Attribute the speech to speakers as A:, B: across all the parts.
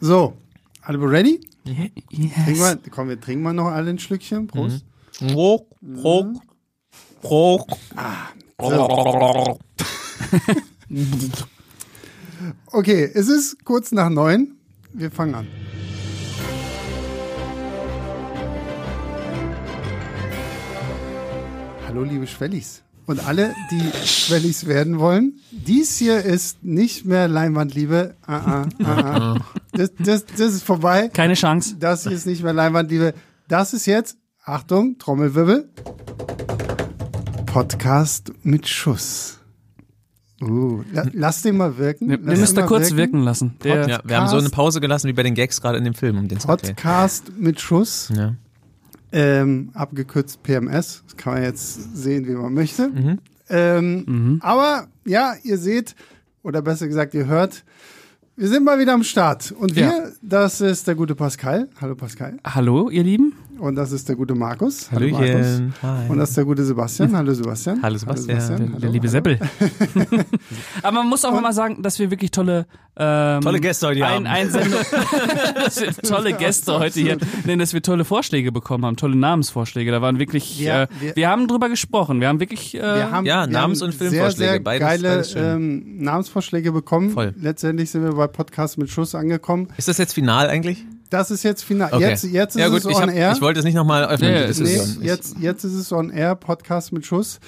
A: So, alle ready? Trinken wir, komm, wir trinken mal noch alle ein Schlückchen. Prost.
B: Ruck, ruck, ruck.
A: Okay, es ist kurz nach neun. Wir fangen an. Hallo, liebe Schwellis. Und alle, die Schwellis werden wollen, dies hier ist nicht mehr Leinwandliebe. Ah, ah, ah, ah. Das, das, das ist vorbei.
C: Keine Chance.
A: Das hier ist nicht mehr Leinwandliebe. Das ist jetzt, Achtung, Trommelwirbel. Podcast mit Schuss. Uh, la, lass den mal wirken.
C: Wir,
A: lass
C: wir
A: den
C: müssen da
A: mal
C: kurz wirken lassen. Der,
B: Ja, wir haben so eine Pause gelassen wie bei den Gags gerade in dem Film, um den es geht.
A: Podcast mit Schuss,
B: Ja.
A: ähm, abgekürzt PMS. Das kann man jetzt sehen, wie man möchte.
C: Mhm.
A: Ähm, Aber ja, ihr seht, oder besser gesagt, ihr hört, wir sind mal wieder am Start. Und wir,
C: Ja.
A: das ist der gute Pascal. Hallo Pascal.
C: Hallo, ihr Lieben.
A: Und das ist der gute Markus. Markus.
B: Hallöchen. Hi.
A: Und das ist der gute Sebastian. Hallo Sebastian.
B: Hallo, Sebastian.
C: Der,
A: Hallo,
C: der liebe
A: hallo.
C: Seppel. Aber man muss auch mal sagen, dass wir wirklich tolle, ähm,
B: Tolle Gäste heute
C: ein,
B: Abend.
C: Einsendung, dass wir tolle Gäste heute hier, nein, dass wir tolle Vorschläge bekommen haben, tolle Namensvorschläge. Da waren wirklich,
A: Ja,
C: äh,
A: wir-
C: wir, haben drüber gesprochen, wir haben wirklich, äh,
A: Wir haben,
B: Ja,
A: wir
B: Namens-
A: haben
B: und Filmvorschläge,
A: Sehr, sehr
B: beides-
A: geile
B: beides schön.
A: ähm, Namensvorschläge bekommen.
B: Voll.
A: Letztendlich sind wir bei Podcast mit Schuss angekommen.
B: Ist das jetzt final eigentlich?
A: Das ist jetzt final.
B: Okay.
A: Jetzt, jetzt ist
B: ja, gut,
A: es
B: ich,
A: on
B: hab,
A: air.
B: ich wollte es nicht nochmal öffnen,
C: Ja,
B: die
C: ja, es
A: nee,
B: Diskussion. Ich-
A: jetzt, jetzt ist es on air, Podcast mit Schuss.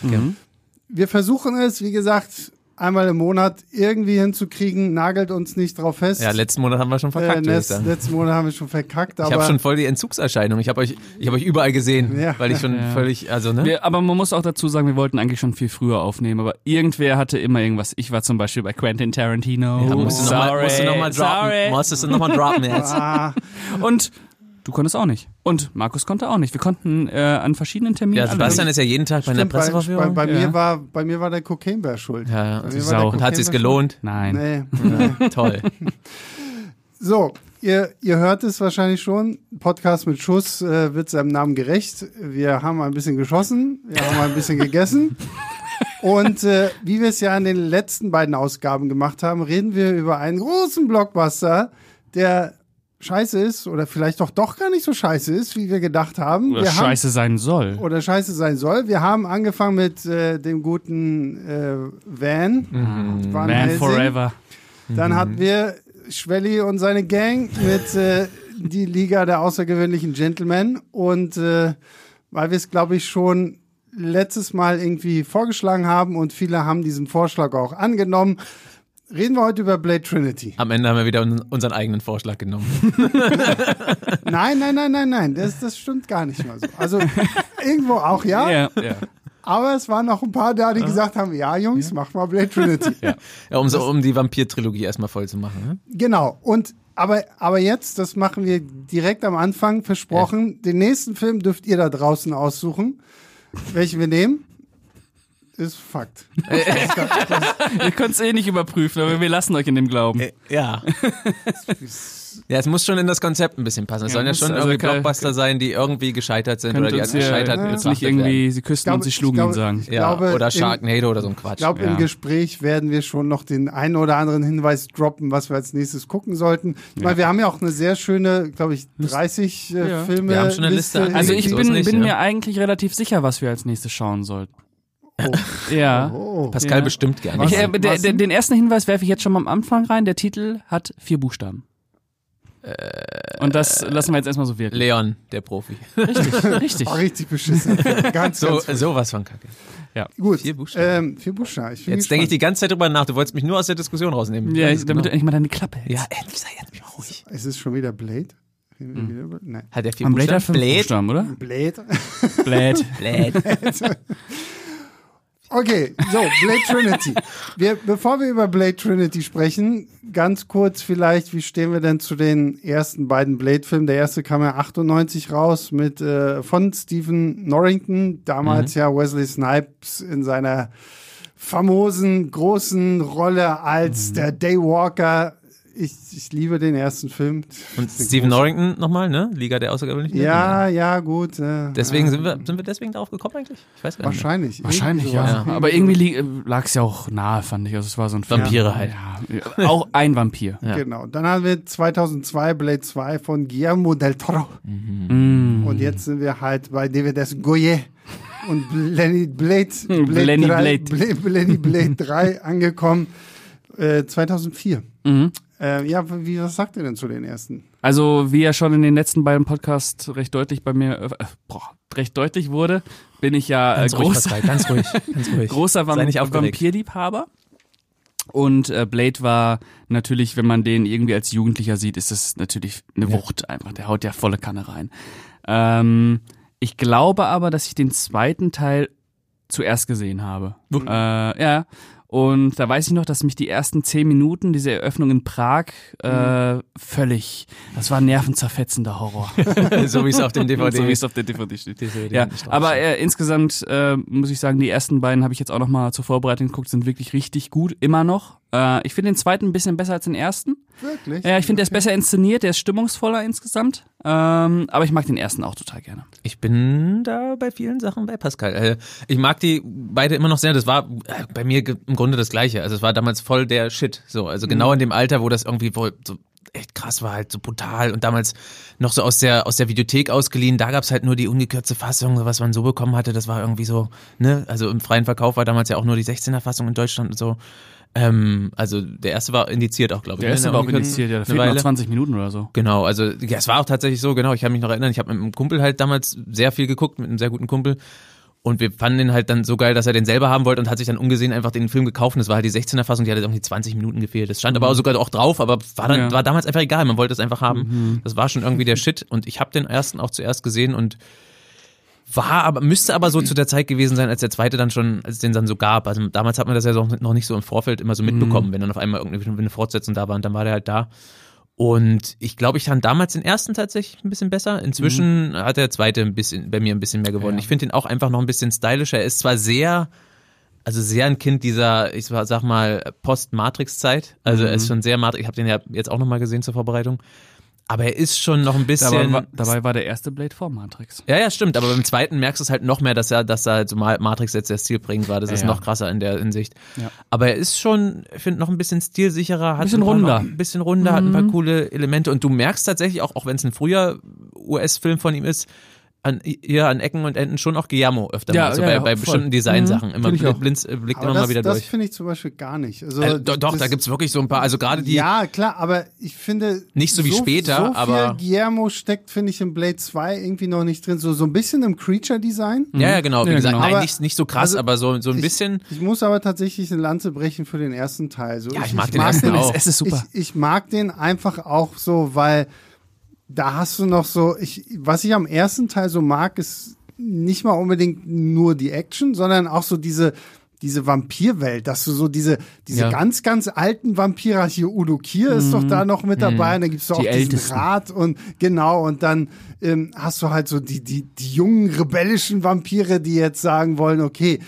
A: Wir versuchen es, wie gesagt, einmal im Monat irgendwie hinzukriegen. Nagelt uns nicht drauf fest.
B: ja, letzten Monat haben wir schon verkackt,
A: äh,
B: würde ich
A: letzt,
B: sagen.
A: letzten Monat haben wir schon verkackt,
B: Ich
A: aber
B: habe schon voll die Entzugserscheinung. Ich habe euch, ich hab euch überall gesehen,
A: Ja.
B: weil ich schon
C: Ja.
B: völlig, also ne?
C: wir, aber man muss auch dazu sagen, wir wollten eigentlich schon viel früher aufnehmen, aber irgendwer hatte immer irgendwas. Ich war zum Beispiel bei Quentin Tarantino.
B: Ja, musst du nochmal
C: sorry,
B: noch mal droppen.
C: sorry.
B: Musstest du nochmal droppen jetzt.
A: ah,
C: Und du konntest auch nicht. Und Markus konnte auch nicht. Wir konnten äh, an verschiedenen Terminen.
B: Ja,
C: alle
B: Sebastian ist ja jeden Tag bei einer
A: stimmt, bei, bei,
B: Presseverführung.
A: bei, mir
C: Ja.
A: war, bei mir war der Kokainbär schuld.
B: Ja, ja.
A: Bei
B: also
A: mir
C: die
A: war der
C: Sau. Und
B: Und hat sich's
A: Kokainbär
B: gelohnt?
C: Nein.
A: schuld. Nee, nee.
B: Toll.
A: So, ihr, ihr hört es wahrscheinlich schon. Podcast mit Schuss äh, wird seinem Namen gerecht. Wir haben ein bisschen geschossen, wir haben ein bisschen gegessen. Und äh, wie wir es ja in den letzten beiden Ausgaben gemacht haben, reden wir über einen großen Blockbuster, der scheiße ist oder vielleicht doch doch gar nicht so scheiße ist, wie wir gedacht haben.
C: Oder
A: wir haben
C: scheiße sein soll.
A: oder scheiße sein soll. Wir haben angefangen mit äh, dem guten äh, Van. Van
C: Man
A: Helsing.
C: Mhm. forever.
A: Dann hatten wir Schwelli und seine Gang mit äh, die Liga der außergewöhnlichen Gentlemen. Und äh, weil wir es, glaube ich, schon letztes Mal irgendwie vorgeschlagen haben und viele haben diesen Vorschlag auch angenommen, reden wir heute über Blade Trinity.
B: Am Ende haben wir wieder un- unseren eigenen Vorschlag genommen.
A: Nein, nein, nein, nein, nein, das, das stimmt gar nicht mal so. Also irgendwo auch ja,
C: Ja, ja.
A: aber es waren noch ein paar da, die gesagt haben, ja Jungs, mach mal Blade Trinity.
B: Ja, um, so, um die Vampir-Trilogie erstmal voll zu machen. Ne?
A: Genau. Und aber, aber jetzt, das machen wir direkt am Anfang, versprochen. Den nächsten Film dürft ihr da draußen aussuchen, welchen wir nehmen. Ist Fakt.
C: Ihr könnt es eh nicht überprüfen, aber wir lassen euch in dem Glauben.
B: Äh, Ja. ja, es muss schon in das Konzept ein bisschen passen. Es
C: Ja,
B: sollen ja
C: muss-
B: schon
C: also
B: irgendwie
C: kann-
B: Blockbuster sein, die irgendwie gescheitert sind
C: Könnt
B: oder die
C: uns
B: als
C: hier
B: gescheitert
C: jetzt
B: betrachtet
C: nicht irgendwie,
B: werden.
C: sie küssten
A: glaube-
C: und sie
A: ich
C: schlugen
A: glaube-
C: ihn sagen.
A: ich
B: Ja,
A: glaube,
B: oder
A: im-
B: Sharknado oder so ein Quatsch.
A: Ich glaube, im
C: Ja.
A: Gespräch werden wir schon noch den einen oder anderen Hinweis droppen, was wir als nächstes gucken sollten. Ich meine, wir haben ja auch eine sehr schöne, glaube ich, 30 äh,
C: Ja.
A: Filme.
B: Wir haben schon eine Liste.
C: Also ich
B: So ist
C: bin,
B: nicht,
C: bin
B: ja.
C: mir eigentlich relativ sicher, was wir als nächstes schauen sollten.
A: Oh.
C: Ja.
A: Oh.
B: Pascal
C: Ja.
B: bestimmt gerne.
C: Ich,
A: Was-
C: äh, der,
A: was
C: der,
A: denn?
C: den ersten Hinweis werfe ich jetzt schon mal am Anfang rein. Der Titel hat vier Buchstaben. Und das lassen wir jetzt erstmal so wirken.
B: Leon, der Profi.
C: Richtig, richtig.
A: War richtig beschissen. ganz,
B: So,
A: ganz
B: sowas von Kacke.
A: gut.
B: vier Buchstaben.
A: Ähm, vier Buchstaben. Ich bin
B: Jetzt denke ich
A: gespannt.
B: die ganze Zeit drüber nach. Du wolltest mich nur aus der Diskussion rausnehmen.
C: Ja, ich,
B: Alles
C: damit du
B: genau.
C: endlich mal deine Klappe hältst.
B: ja endlich sei jetzt mal ruhig.
A: Ist es schon wieder Blade? Reden
B: Hm.
A: wir wieder über- Nein.
B: Hat der vier
C: Am Blade hat
B: Buchstaben?
C: fünf Buchstaben, oder?
A: Blade.
C: Blade.
B: Blade.
A: Okay, so, Blade Trinity. Wir, bevor wir über Blade Trinity sprechen, ganz kurz vielleicht, wie stehen wir denn zu den ersten beiden Blade-Filmen? Der erste kam ja 98 raus mit, äh, von Stephen Norrington, damals ja Wesley Snipes in seiner famosen, großen Rolle als der Daywalker ich, ich liebe den ersten Film.
B: Und Stephen Norrington nochmal, ne? Liga der Außergewöhnlichen.
A: Ja, ja, gut. Äh,
B: Deswegen
A: ja,
B: sind wir, sind wir deswegen darauf gekommen eigentlich? Ich weiß gar nicht. mehr.
A: wahrscheinlich.
C: Wahrscheinlich,
A: Irgendwie
C: ja.
A: sowas.
C: Aber irgendwie lag es ja auch nahe, fand ich. Also es war so ein Film.
B: Vampire halt.
C: Ja, auch ein Vampir.
B: Ja.
A: Genau. Dann haben wir 2002 Blade 2 von Guillermo del Toro.
B: Mhm.
A: Und jetzt sind wir halt bei DVDs Goye und Blenny Blade, Blade,
C: Blenny
A: 3,
C: Blade.
A: Blade. Blenny Blade 3 angekommen. Äh, 2004.
B: Mhm.
A: Äh, ja, wie, was sagt ihr denn zu den ersten?
C: Also, wie ja schon in den letzten beiden Podcasts recht deutlich bei mir, äh, boah, recht deutlich wurde, bin ich ja äh,
B: Ganz ruhig,
C: groß,
B: Pascal, ganz ruhig, ganz ruhig.
C: großer Vamp
B: Sei nicht aufgeregt.
C: Vampirliebhaber. Und äh, Blade war natürlich, wenn man den irgendwie als Jugendlicher sieht, ist das natürlich eine Wucht einfach. Der haut ja volle Kanne rein. Ähm, ich glaube aber, dass ich den zweiten Teil zuerst gesehen habe.
B: Wuch.
C: Äh, ja. Und da weiß ich noch, dass mich die ersten zehn Minuten diese Eröffnung in Prag äh,
B: Mhm.
C: völlig, das war nervenzerfetzender Horror.
B: so wie es auf dem DVD
C: so wie es auf der DVD steht.
B: DVD
C: Ja,
B: nicht drauf
C: aber
B: steht.
C: äh, insgesamt äh, muss ich sagen, die ersten beiden habe ich jetzt auch nochmal zur Vorbereitung geguckt, sind wirklich richtig gut, immer noch. Äh, ich finde den zweiten ein bisschen besser als den ersten.
A: Wirklich?
C: Ja, ich finde, der ist besser inszeniert, der ist stimmungsvoller insgesamt. Ähm, aber ich mag den ersten auch total gerne.
B: Ich bin da bei vielen Sachen bei Pascal. Äh, Ich mag die beide immer noch sehr. Das war äh, bei mir ge- im Grunde das Gleiche. Also es war damals voll der Shit. So, also genau in dem Alter, wo das irgendwie voll so echt krass war, halt so brutal und damals noch so aus der aus der Videothek ausgeliehen. Da gab's halt nur die ungekürzte Fassung, was man so bekommen hatte. Das war irgendwie so. Ne, also im freien Verkauf war damals ja auch nur die 16er Fassung in Deutschland und so. Ähm, also der erste war indiziert auch, glaube ich. ne, in der ungekürzten-
C: ja, da
B: fehlten noch
C: 20 Minuten oder so.
B: Genau, also ja, es war auch tatsächlich so, genau, ich kann mich noch erinnern, ich habe mit einem Kumpel halt damals sehr viel geguckt, mit einem sehr guten Kumpel. Und wir fanden den halt dann so geil, dass er den selber haben wollte und hat sich dann ungesehen einfach den Film gekauft. Und das war halt die 16er Fassung, die hatte irgendwie 20 Minuten gefehlt. Das stand aber auch sogar auch drauf, aber war, dann,
C: Ja.
B: war damals einfach egal, man wollte es einfach haben. Das war schon irgendwie der Shit. Und ich habe den ersten auch zuerst gesehen und war aber, müsste aber so zu der Zeit gewesen sein, als der zweite dann schon, als es den dann so gab. Also damals hat man das ja so, noch nicht so im Vorfeld immer so
C: Mhm.
B: mitbekommen, wenn dann auf einmal irgendwie schon eine Fortsetzung da war und dann war der halt da. Und ich glaube, ich fand damals den ersten tatsächlich ein bisschen besser.
C: Mhm.
B: Inzwischen hat der zweite ein bisschen, bei mir ein bisschen mehr gewonnen. Ich finde ihn auch einfach noch ein bisschen stylischer. Er ist zwar sehr, also sehr ein Kind dieser, ich sag mal, Post-Matrix-Zeit. Also
C: Mhm.
B: er ist schon sehr Matrix. Ich habe den ja jetzt auch nochmal gesehen zur Vorbereitung. Aber er ist schon noch ein bisschen.
C: Dabei war, dabei war der erste Blade vor Matrix.
B: Ja, ja, stimmt. Aber beim zweiten merkst du es halt noch mehr, dass er, dass er halt so Ma- Matrix jetzt sehr stilprägend war. Das ist
C: Ja.
B: noch krasser in der Hinsicht.
C: Ja.
B: Aber er ist schon, ich finde, noch ein bisschen stilsicherer. Hat
C: Bisschen
B: ein paar noch-
C: runder. Mhm.
B: Ein bisschen runder, hat ein paar coole Elemente. Und du merkst tatsächlich auch, auch wenn es ein früher US-Film von ihm ist, an, ja, an Ecken und Enden schon auch Guillermo öfter
C: Ja,
B: mal. Also
C: ja,
B: bei,
C: ja,
B: bei
C: voll. Mhm.
B: bestimmten Designsachen. Immer
C: Find ich
B: bl-
C: auch.
B: blinz, äh, blickt
A: aber
B: immer
A: das,
B: mal wieder
A: das
B: durch.
A: finde ich zum Beispiel gar nicht. Also,
B: Äh, doch, doch
A: das-
B: da gibt's wirklich so ein paar, also gerade die,
A: Ja, klar, aber ich finde.
B: Nicht so wie später,
A: so viel
B: aber-
A: Guillermo steckt, finde ich, in Blade 2 irgendwie noch nicht drin. So, so ein bisschen im Creature-Design.
B: ja, ja, genau, wie
C: Ja,
B: gesagt,
C: genau.
B: nein,
A: Aber-
B: nicht, nicht so krass,
A: also,
B: aber so, so ein bisschen,
A: Ich muss aber tatsächlich eine Lanze brechen für den ersten Teil. So,
B: Ja, ich mag den ersten auch.
C: Es ist super.
A: Ich, ich mag den einfach auch so, weil da hast du noch so, ich, was ich am ersten Teil so mag, ist nicht mal unbedingt nur die Action, sondern auch so diese, diese Vampirwelt, dass du so diese, diese
B: Ja. Mhm.
A: ganz, ganz alten Vampire, hier Udo Kier ist doch da noch mit dabei, und dann gibt's doch auch
C: Die
A: diesen
C: Ältesten.
A: Rad und genau, und dann ähm, hast du halt so die, die, die jungen, rebellischen Vampire, die jetzt sagen wollen, okay,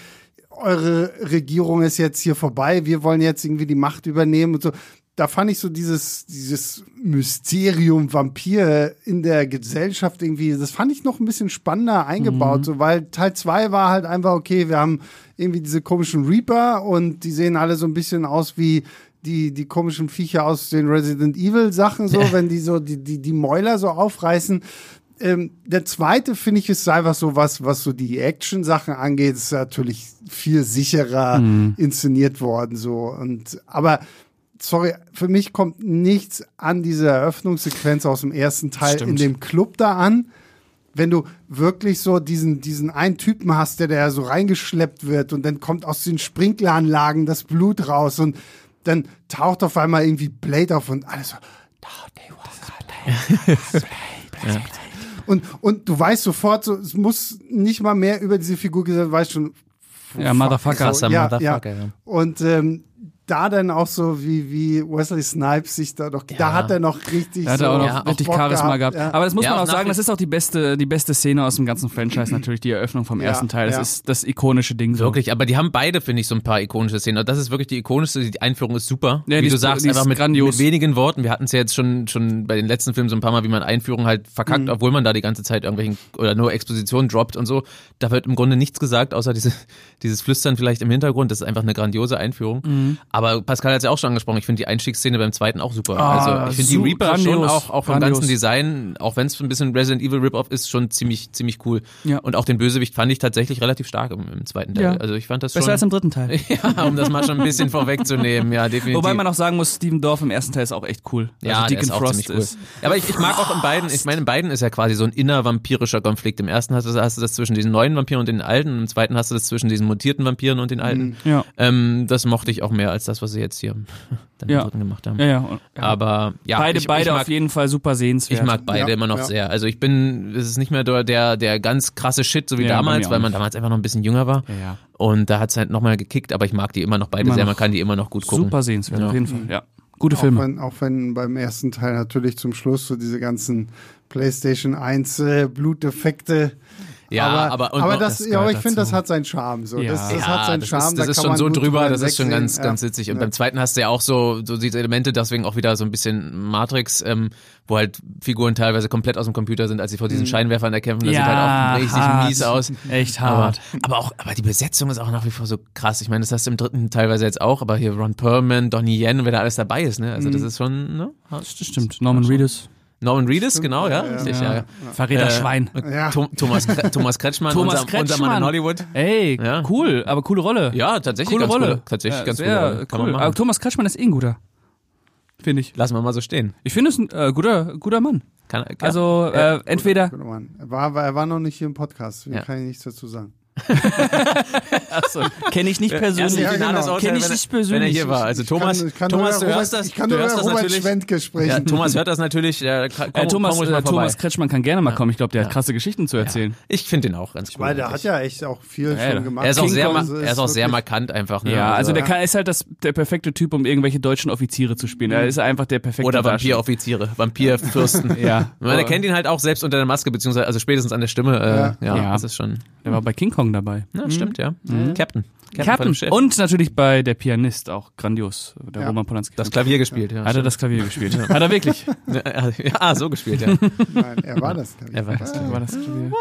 A: eure Regierung ist jetzt hier vorbei, wir wollen jetzt irgendwie die Macht übernehmen und so. Da fand ich so dieses, dieses Mysterium Vampir in der Gesellschaft irgendwie, das fand ich noch ein bisschen spannender eingebaut, so, weil Teil zwei war halt einfach, okay, wir haben irgendwie diese komischen Reaper und die sehen alle so ein bisschen aus wie die, die komischen Viecher aus den Resident Evil Sachen, so, wenn die so die, die, die Mäuler so aufreißen ähm, der zweite finde ich ist einfach so was, was so die Action-Sachen angeht, ist natürlich viel sicherer inszeniert worden so und aber sorry, für mich kommt nichts an diese Eröffnungssequenz aus dem ersten Teil in
C: Stimmt.
A: dem Club da an. Wenn du wirklich so diesen, diesen einen Typen hast, der da so reingeschleppt wird und dann kommt aus den Sprinkleranlagen das Blut raus und dann taucht auf einmal irgendwie Blade auf und alles so, Und, und du weißt sofort, so, es muss nicht mal mehr über diese Figur gesagt, du weißt schon.
C: Ja, Motherfucker.
B: Krasser
A: ja,
B: Motherfucker,
A: Ja.
B: ja.
A: Und ähm, da dann auch so, wie, wie Wesley Snipes sich da noch, da hat er noch richtig
C: Da hat
A: so
C: er auch noch
B: Ja, auch
C: richtig
A: Bock
C: Charisma
A: gehabt,
C: gehabt.
A: ja.
C: Aber das muss
B: Ja,
C: man
B: auch
C: auch
B: nach
C: sagen,
B: wie-
C: das ist auch die beste, die beste Szene aus dem ganzen Franchise natürlich, die Eröffnung vom ersten Teil. Das
A: ja.
C: ist das ikonische Ding. So.
B: Wirklich, aber die haben beide, finde ich, so ein paar ikonische Szenen. Und das ist wirklich die ikonischste, die Einführung ist super.
C: Ja,
B: wie
C: die
B: du
C: ist-
B: sagst,
C: die ist
B: einfach mit,
C: grandios.
B: mit wenigen Worten. Wir hatten es ja jetzt schon, schon bei den letzten Filmen so ein paar Mal, wie man Einführung halt
C: Mhm.
B: verkackt, obwohl man da die ganze Zeit irgendwelchen oder nur Expositionen droppt und so. Da wird im Grunde nichts gesagt, außer diese, dieses Flüstern vielleicht im Hintergrund. Das ist einfach eine grandiose Einführung.
C: Mhm.
B: Aber Pascal hat es ja auch schon angesprochen. Ich finde die Einstiegsszene beim zweiten auch super.
C: Ah,
B: also ich finde
C: so
B: die Reaper schon
C: grandios,
B: auch, auch vom
C: grandios.
B: ganzen Design, auch wenn es ein bisschen Resident Evil Rip-Off ist, schon ziemlich, ziemlich cool.
C: Ja.
B: Und auch den Bösewicht fand ich tatsächlich relativ stark im, im zweiten Teil.
C: Ja.
B: Also ich fand das
C: Besser
B: schon.
C: als im dritten Teil.
B: Ja, um das mal schon ein bisschen vorwegzunehmen, ja, definitiv.
C: Wobei man auch sagen muss, Steven Dorff im ersten Teil ist auch echt cool.
B: ja,
C: also
B: der
C: Deacon
B: ist auch
C: Frost
B: ziemlich cool.
C: ist.
B: Aber ich, ich mag auch in beiden, ich meine, in beiden ist ja quasi so ein innervampirischer Konflikt. Im ersten hast du, hast du das zwischen diesen neuen Vampiren und den alten, und im zweiten hast du das zwischen diesen mutierten Vampiren und den alten.
C: Mhm. Ja.
B: Ähm, das mochte ich auch mehr als das, was sie jetzt hier dann im
C: Ja.
B: dritten gemacht haben.
C: Ja, ja. und- ja.
B: Aber ja,
C: beide,
B: ich,
C: beide
B: ich mag,
C: auf jeden Fall super sehenswert.
B: Ich mag beide
A: Ja,
B: immer noch
A: ja.
B: sehr. Also ich bin, es ist nicht mehr der, der, der ganz krasse Shit, so wie
C: Ja, bei mir
B: damals,
C: auch
B: weil man
C: nicht.
B: damals einfach noch ein bisschen jünger war.
C: Ja, ja.
B: Und da hat's halt nochmal gekickt, aber ich mag die immer noch beide
C: Immer
B: sehr.
C: noch.
B: Man kann die immer noch gut gucken.
C: super sehenswert,
B: Ja.
C: auf jeden Fall. Ja. Gute
A: Mhm. Auch
C: Filme.
A: wenn, auch wenn beim ersten Teil natürlich zum Schluss so diese ganzen PlayStation 1 äh, Blutdefekte.
B: Ja, aber, und
A: aber
B: noch-
A: das,
C: das
A: ja, aber
C: gehört
A: ich finde,
C: dazu.
A: das hat seinen Charme. So.
C: Ja.
A: Das, das
B: ja,
A: hat seinen
B: das
A: Charme.
B: ist,
A: da
B: das ist
A: kann
B: schon
A: man
B: so
A: gut
B: drüber, das ist
A: hinwegsehen.
B: schon ganz,
A: Ja.
B: ganz witzig. Und
A: Ja.
B: beim zweiten hast du ja auch so, so diese Elemente, deswegen auch wieder so ein bisschen Matrix, ähm, wo halt Figuren teilweise komplett aus dem Computer sind, als sie vor
A: Mhm.
B: diesen Scheinwerfern erkämpfen. Das sieht halt auch richtig
C: hart.
B: mies aus.
C: Echt
B: Aber,
C: hart.
B: aber auch, aber die Besetzung ist auch nach wie vor so krass. Ich meine, das hast du im dritten teilweise jetzt auch, aber hier Ron Perlman, Donnie Yen, wer da alles dabei ist, ne? Also das ist schon, ne?
C: Das stimmt. Norman Reedus.
B: Norman Reedus, genau, ja, richtig, ja. Äh,
C: Verräter Schwein.
A: Ja.
B: Thom- Thomas, Kre- Thomas Kretschmann, unser,
C: Thomas
B: unser Mann
C: Kretschmann.
B: in Hollywood.
C: Ey,
B: Ja.
C: cool, aber coole Rolle.
B: Ja, tatsächlich
C: coole
B: ganz
C: Rolle.
B: coole- tatsächlich
C: Ja,
B: ganz
C: sehr
B: coole Rolle. Kann man
C: cool.
B: machen.
C: Aber Thomas Kretschmann ist eh ein guter. Finde ich.
B: Lassen wir mal so stehen.
C: Ich finde es ein äh, guter, guter Mann.
B: Kann, kann,
C: Also äh, entweder
A: Guter Mann. Er war, war, er war noch nicht hier im Podcast, deswegen
B: Ja.
A: kann ich nichts dazu sagen.
C: kenne ich nicht persönlich.
A: Ja,
B: Erst ein finales
A: genau.
B: Urteil,
C: Kenn ich
B: wenn er-
C: nicht persönlich.
B: Wenn er hier war. Also Thomas,
A: ich kann, ich kann
B: Thomas,
A: nur
B: du
A: über
B: hörst
A: Robert,
B: das,
A: ich kann
B: du
A: nur über
B: hörst das
A: Robert
B: natürlich.
A: Schwendt sprechen.
B: Ja, Thomas hört das natürlich. Ja, komm,
C: Äh, Thomas,
B: komm ruhig
C: äh,
B: mal vorbei.
C: Thomas Kretschmann kann gerne mal kommen. Ich glaube, der hat krasse Geschichten zu erzählen.
B: Ich finde den auch ganz cool.
A: Weil der hat
B: eigentlich.
A: ja echt auch viel
C: Ja,
A: schon gemacht.
B: er ist auch
A: King
B: sehr,
A: Kong
B: ma-
A: so
B: er ist auch sehr
A: wirklich-
B: markant einfach. Ne?
C: Ja, also der
B: ja.
C: kann, ist halt das, der perfekte Typ, um irgendwelche deutschen Offiziere zu spielen. Er ist einfach der perfekte
B: Mhm. oder
C: Darsteller.
B: Vampiroffiziere, Vampirfürsten.
C: Ja.
B: Man erkennt ihn halt auch selbst unter der Maske, beziehungsweise also spätestens an der Stimme. Äh, ja.
C: Ja.
B: das ist schon.
C: Der war bei King Kong dabei.
B: Na, stimmt, ja. Captain. Captain. von
C: Captain.
B: dem Schiff.
C: Und natürlich bei Der Pianist, auch grandios. Der
A: Ja.
C: Roman Polanski.
B: das Klavier gespielt, ja.
C: hat er das Klavier gespielt. Hat er wirklich.
B: Ah, so gespielt, ja.
A: Nein, er war das. glaub ich.
B: Er war das.
C: War das Klavier.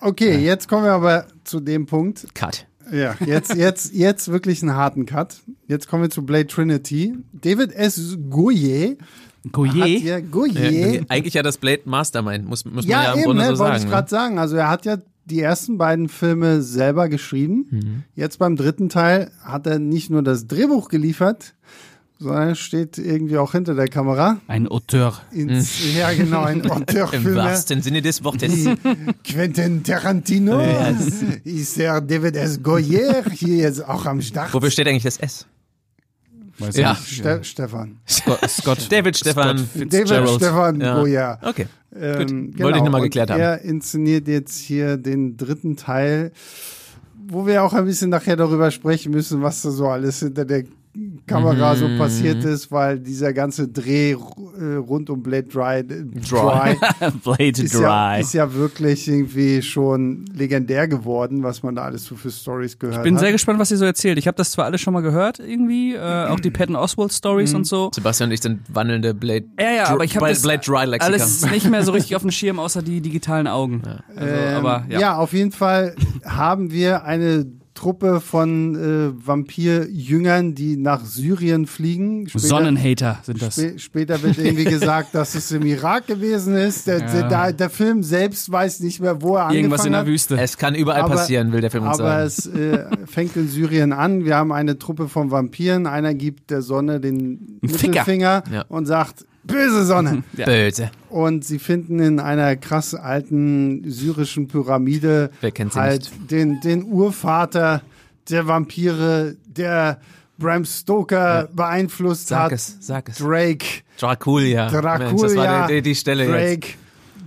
A: Okay, jetzt kommen wir aber zu dem Punkt.
B: Cut.
A: Ja, jetzt, jetzt, jetzt wirklich einen harten Cut. Jetzt kommen wir zu Blade Trinity. David S. Goyer hat
C: Goyer.
A: ja
B: Ja,
A: Goyer.
B: Eigentlich ja das Blade Mastermind, muss, muss man ja
A: Ja,
B: im
A: eben,
B: Grunde
A: ne,
B: so
A: wollte
B: sagen.
A: ich
B: ne?
A: gerade sagen. Also er hat ja die ersten beiden Filme selber geschrieben.
B: Mhm.
A: Jetzt beim dritten Teil hat er nicht nur das Drehbuch geliefert, sondern er steht irgendwie auch hinter der Kamera.
C: Ein Auteur.
A: Ins, ja, genau, in
B: Mhm. ne? Im
C: ne?
A: Auteurfilme.
B: wahrsten Sinne des Wortes.
A: Quentin Tarantino ist der David S. Goyer hier jetzt auch am Start.
B: Wofür steht eigentlich das S?
C: Weiß
B: Ja.
C: nicht.
A: Ste Stefan.
C: Scott, Scott
B: David Stefan.
A: David
C: Fitzgerald.
A: Stefan
B: Ja.
C: oh
A: Goyer.
B: Okay.
A: Ähm,
B: Gut. Wollte ich nur mal geklärt
A: und Er inszeniert jetzt hier den dritten Teil, wo wir auch ein bisschen nachher darüber sprechen müssen, was da so alles hinter der Kamera so passiert ist, weil dieser ganze Dreh ru- äh, rund um Blade Dry,
B: Dry.
A: Dry
C: Blade
A: ist, Ja, ist ja wirklich irgendwie schon legendär geworden, was man da alles so für Stories gehört
C: Bin
A: hat.
C: sehr gespannt, was ihr so erzählt. Ich habe das zwar alles schon mal gehört irgendwie, äh, auch die Patton Oswald
A: Mhm.
C: Stories und so.
B: Sebastian und ich sind wandelnde Blade.
C: Ja, ja,
B: Dr-
C: aber ich habe
B: Blade,
C: das
B: Blade Dry Lexikon.
C: alles nicht mehr so richtig auf dem Schirm, außer die digitalen Augen. Also, aber
A: Ähm, ja.
C: ja.
A: auf jeden Fall haben wir eine Truppe von äh, Vampirjüngern, die nach Syrien fliegen. Später-
C: Sonnenhater sind das.
A: Spä- Später wird irgendwie gesagt, dass es im Irak gewesen ist. Der, der, der, der Film selbst weiß nicht mehr, wo er
C: Irgendwas in
A: angefangen
C: der
A: hat.
C: Wüste.
B: Es kann überall
A: Aber-
B: passieren, will der Film uns
A: Aber
B: sagen.
A: es äh, fängt in Syrien an. Wir haben eine Truppe von Vampiren. Einer gibt der Sonne den
C: Ficker.
A: Mittelfinger
B: Ja.
A: und sagt, böse Sonne.
C: Ja.
B: Böse.
A: Und sie finden in einer krass alten syrischen Pyramide
B: Wer kennt sie
A: halt den, den Urvater der Vampire, der Bram Stoker beeinflusst
B: Sag
A: hat.
B: es, sag es.
A: Drake.
B: Draculia. Mensch, das
A: Dracula,
B: war die, die, die Stelle jetzt.
A: Drake,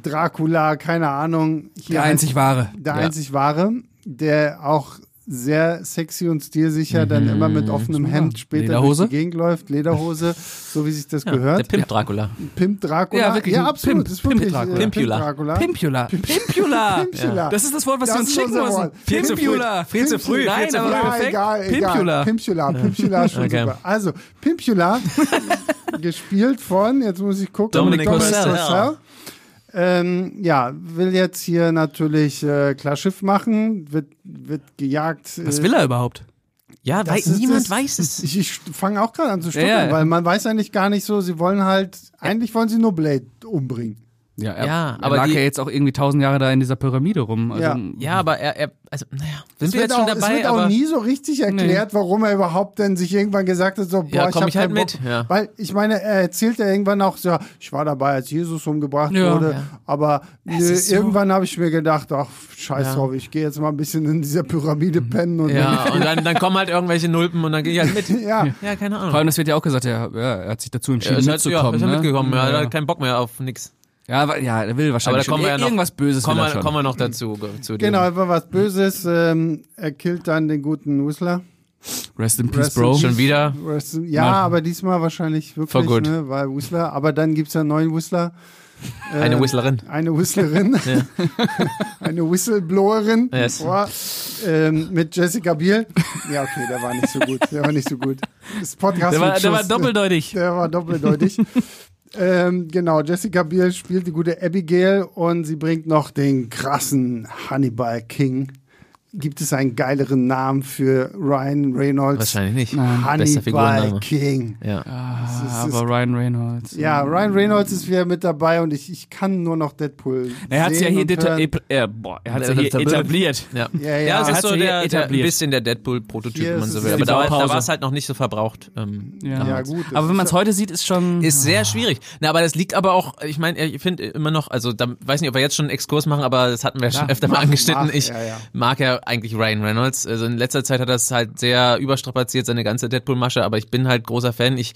A: Dracula, keine Ahnung. Hier
C: Die einzig wahre.
A: der
B: Ja.
A: einzig wahre, der auch sehr sexy und stilsicher dann immer mit offenem Hemd später
C: Mhm. Lederhose?
A: durch die Gegend läuft, Lederhose, so wie sich das
B: Der
A: gehört.
B: Pimp Dracula.
A: Pimp Dracula.
C: Ja, wirklich,
A: Ja,
C: ein
A: absolut.
C: Pimp-
A: das ist
C: Pimp
A: wirklich,
C: Dracula.
A: äh,
B: Pimpula.
A: Dracula.
C: Pimpula. Pimpula.
A: Pimpula.
C: Ja. Das ist das Wort, was
A: Das
C: wir uns
A: ist
C: schicken
A: unser
C: müssen.
A: Wort.
B: Viel zu früh.
C: Pimpula.
B: Viel zu früh,
C: Nein,
B: viel zu
C: aber
B: früh.
C: perfekt.
A: Genau. egal,
C: Pimpula.
A: egal. Pimpula, Pimpula ist schon
B: Okay.
A: super. Also, Pimpula, gespielt von, jetzt muss ich gucken,
B: Dominic Cosell,
A: Cosell. Ähm, ja, will jetzt hier natürlich äh, klar Schiff machen, wird, wird gejagt.
C: Was
A: äh,
C: will er überhaupt?
B: Ja, weil
A: das ist
B: niemand
A: das-
B: weiß es.
A: Ich, ich fange auch gerade an zu stottern,
C: Ja, ja.
A: weil man weiß eigentlich gar nicht so, sie wollen halt, eigentlich wollen sie nur Blade umbringen.
C: Ja, er,
B: Ja,
C: er
B: aber
C: lag
B: die-
C: ja jetzt auch irgendwie tausend Jahre da in dieser Pyramide rum. Also,
A: Ja.
B: Ja, aber er, er also, naja, sind
A: Es
B: wir
A: wird,
B: jetzt
A: auch,
B: schon
A: es
B: dabei,
A: wird auch
B: aber
A: nie so richtig erklärt, warum er überhaupt denn sich irgendwann gesagt hat, so, boah,
B: Ja, komm,
A: ich, hab
B: ich halt
A: keinen Bock.
B: mit, ja.
A: Weil ich meine, er erzählt ja irgendwann auch, so, ja, ich war dabei, als Jesus umgebracht
C: Ja.
A: wurde,
B: Ja.
A: aber nö,
B: ist so-
A: irgendwann habe ich mir gedacht, ach, scheiß
B: Ja. Mhm.
A: drauf, ich gehe jetzt mal ein bisschen in dieser Pyramide pennen und
B: ja, und dann, dann kommen halt irgendwelche Nulpen und dann gehe ich halt mit.
A: ja.
B: Ja, keine Ahnung.
C: Vor allem, das wird ja auch gesagt, er, ja, er hat sich dazu
B: Ja,
C: entschieden,
B: ist halt so, ja,
C: mitzukommen.
B: ist halt
C: ne?
B: mitgekommen, ja, er
C: ja.
B: hat keinen Bock mehr auf nix.
C: Ja, wa- ja, er will
B: Aber da
C: wahrscheinlich
B: kommen
C: schon.
B: wir ja noch.
C: irgendwas Böses
B: Kommen
C: will
B: wir,
C: er schon.
B: kommen wir noch dazu. ge- Zu dem.
A: Genau, einfach was Böses. Ähm, er killt dann den guten Whistler.
C: Rest in Peace,
A: Rest in
C: Bro.
A: peace.
B: Schon wieder.
A: Rest in- Ja,
C: Mal-
A: aber diesmal wahrscheinlich
B: For
A: wirklich,
B: good.
A: ne, weil Whistler. Aber dann gibt's ja einen neuen Whistler. Äh,
B: Eine Whistlerin.
A: Eine Whistlerin. eine Whistleblowerin.
B: Yes.
A: Boah, ähm, mit Jessica Biel. Ja, okay, der war nicht so gut. Der war nicht so gut. Das Podcast
C: Der war,
A: mit
C: der war
A: Schuss.
C: doppeldeutig.
A: Der war doppeldeutig. ähm, genau, Jessica Biel spielt die gute Abigail und sie bringt noch den krassen Hannibal King. Gibt es einen geileren Namen für Ryan Reynolds?
B: Wahrscheinlich nicht. Bester
A: Hannibal
B: Figurenname.
A: King.
B: Ja.
A: ist-
C: Ah,
A: es ist-
C: aber Ryan Reynolds.
A: Ja, Ryan Reynolds ist wieder mit dabei und ich, ich kann nur noch Deadpool.
C: Er hat es ja
A: sehen
C: hier,
A: und
C: deta-
A: hören.
C: ep- äh, boah, er hat's ja hier
B: Etabliert.
C: etabliert.
B: Ja.
A: Ja, ja.
B: es
A: Hat
B: ist so
C: sie hier
B: der, der, ein
C: etabliert.
B: bisschen der
A: Hier
B: Deadpool-Prototyp, wenn man
A: ist
B: so
A: es
B: will.
A: die
B: Aber da, war- da
C: Blaupause.
B: war es halt noch nicht so verbraucht. Ähm,
C: Ja.
A: Ja, gut. das
C: aber wenn man
A: ist
C: es heute sieht, ist schon.
B: Ist sehr schwierig. Na, aber das liegt aber auch, ich meine, ich finde immer noch, also da weiß nicht, ob wir jetzt schon einen Exkurs machen, aber das hatten wir schon öfter mal
A: mach,
B: angeschnitten.
A: mach,
B: ich
A: ja, ja.
B: mag ja eigentlich Ryan Reynolds. Also in letzter Zeit hat er das halt sehr überstrapaziert, seine ganze Deadpool-Masche, aber ich bin halt großer Fan. Ich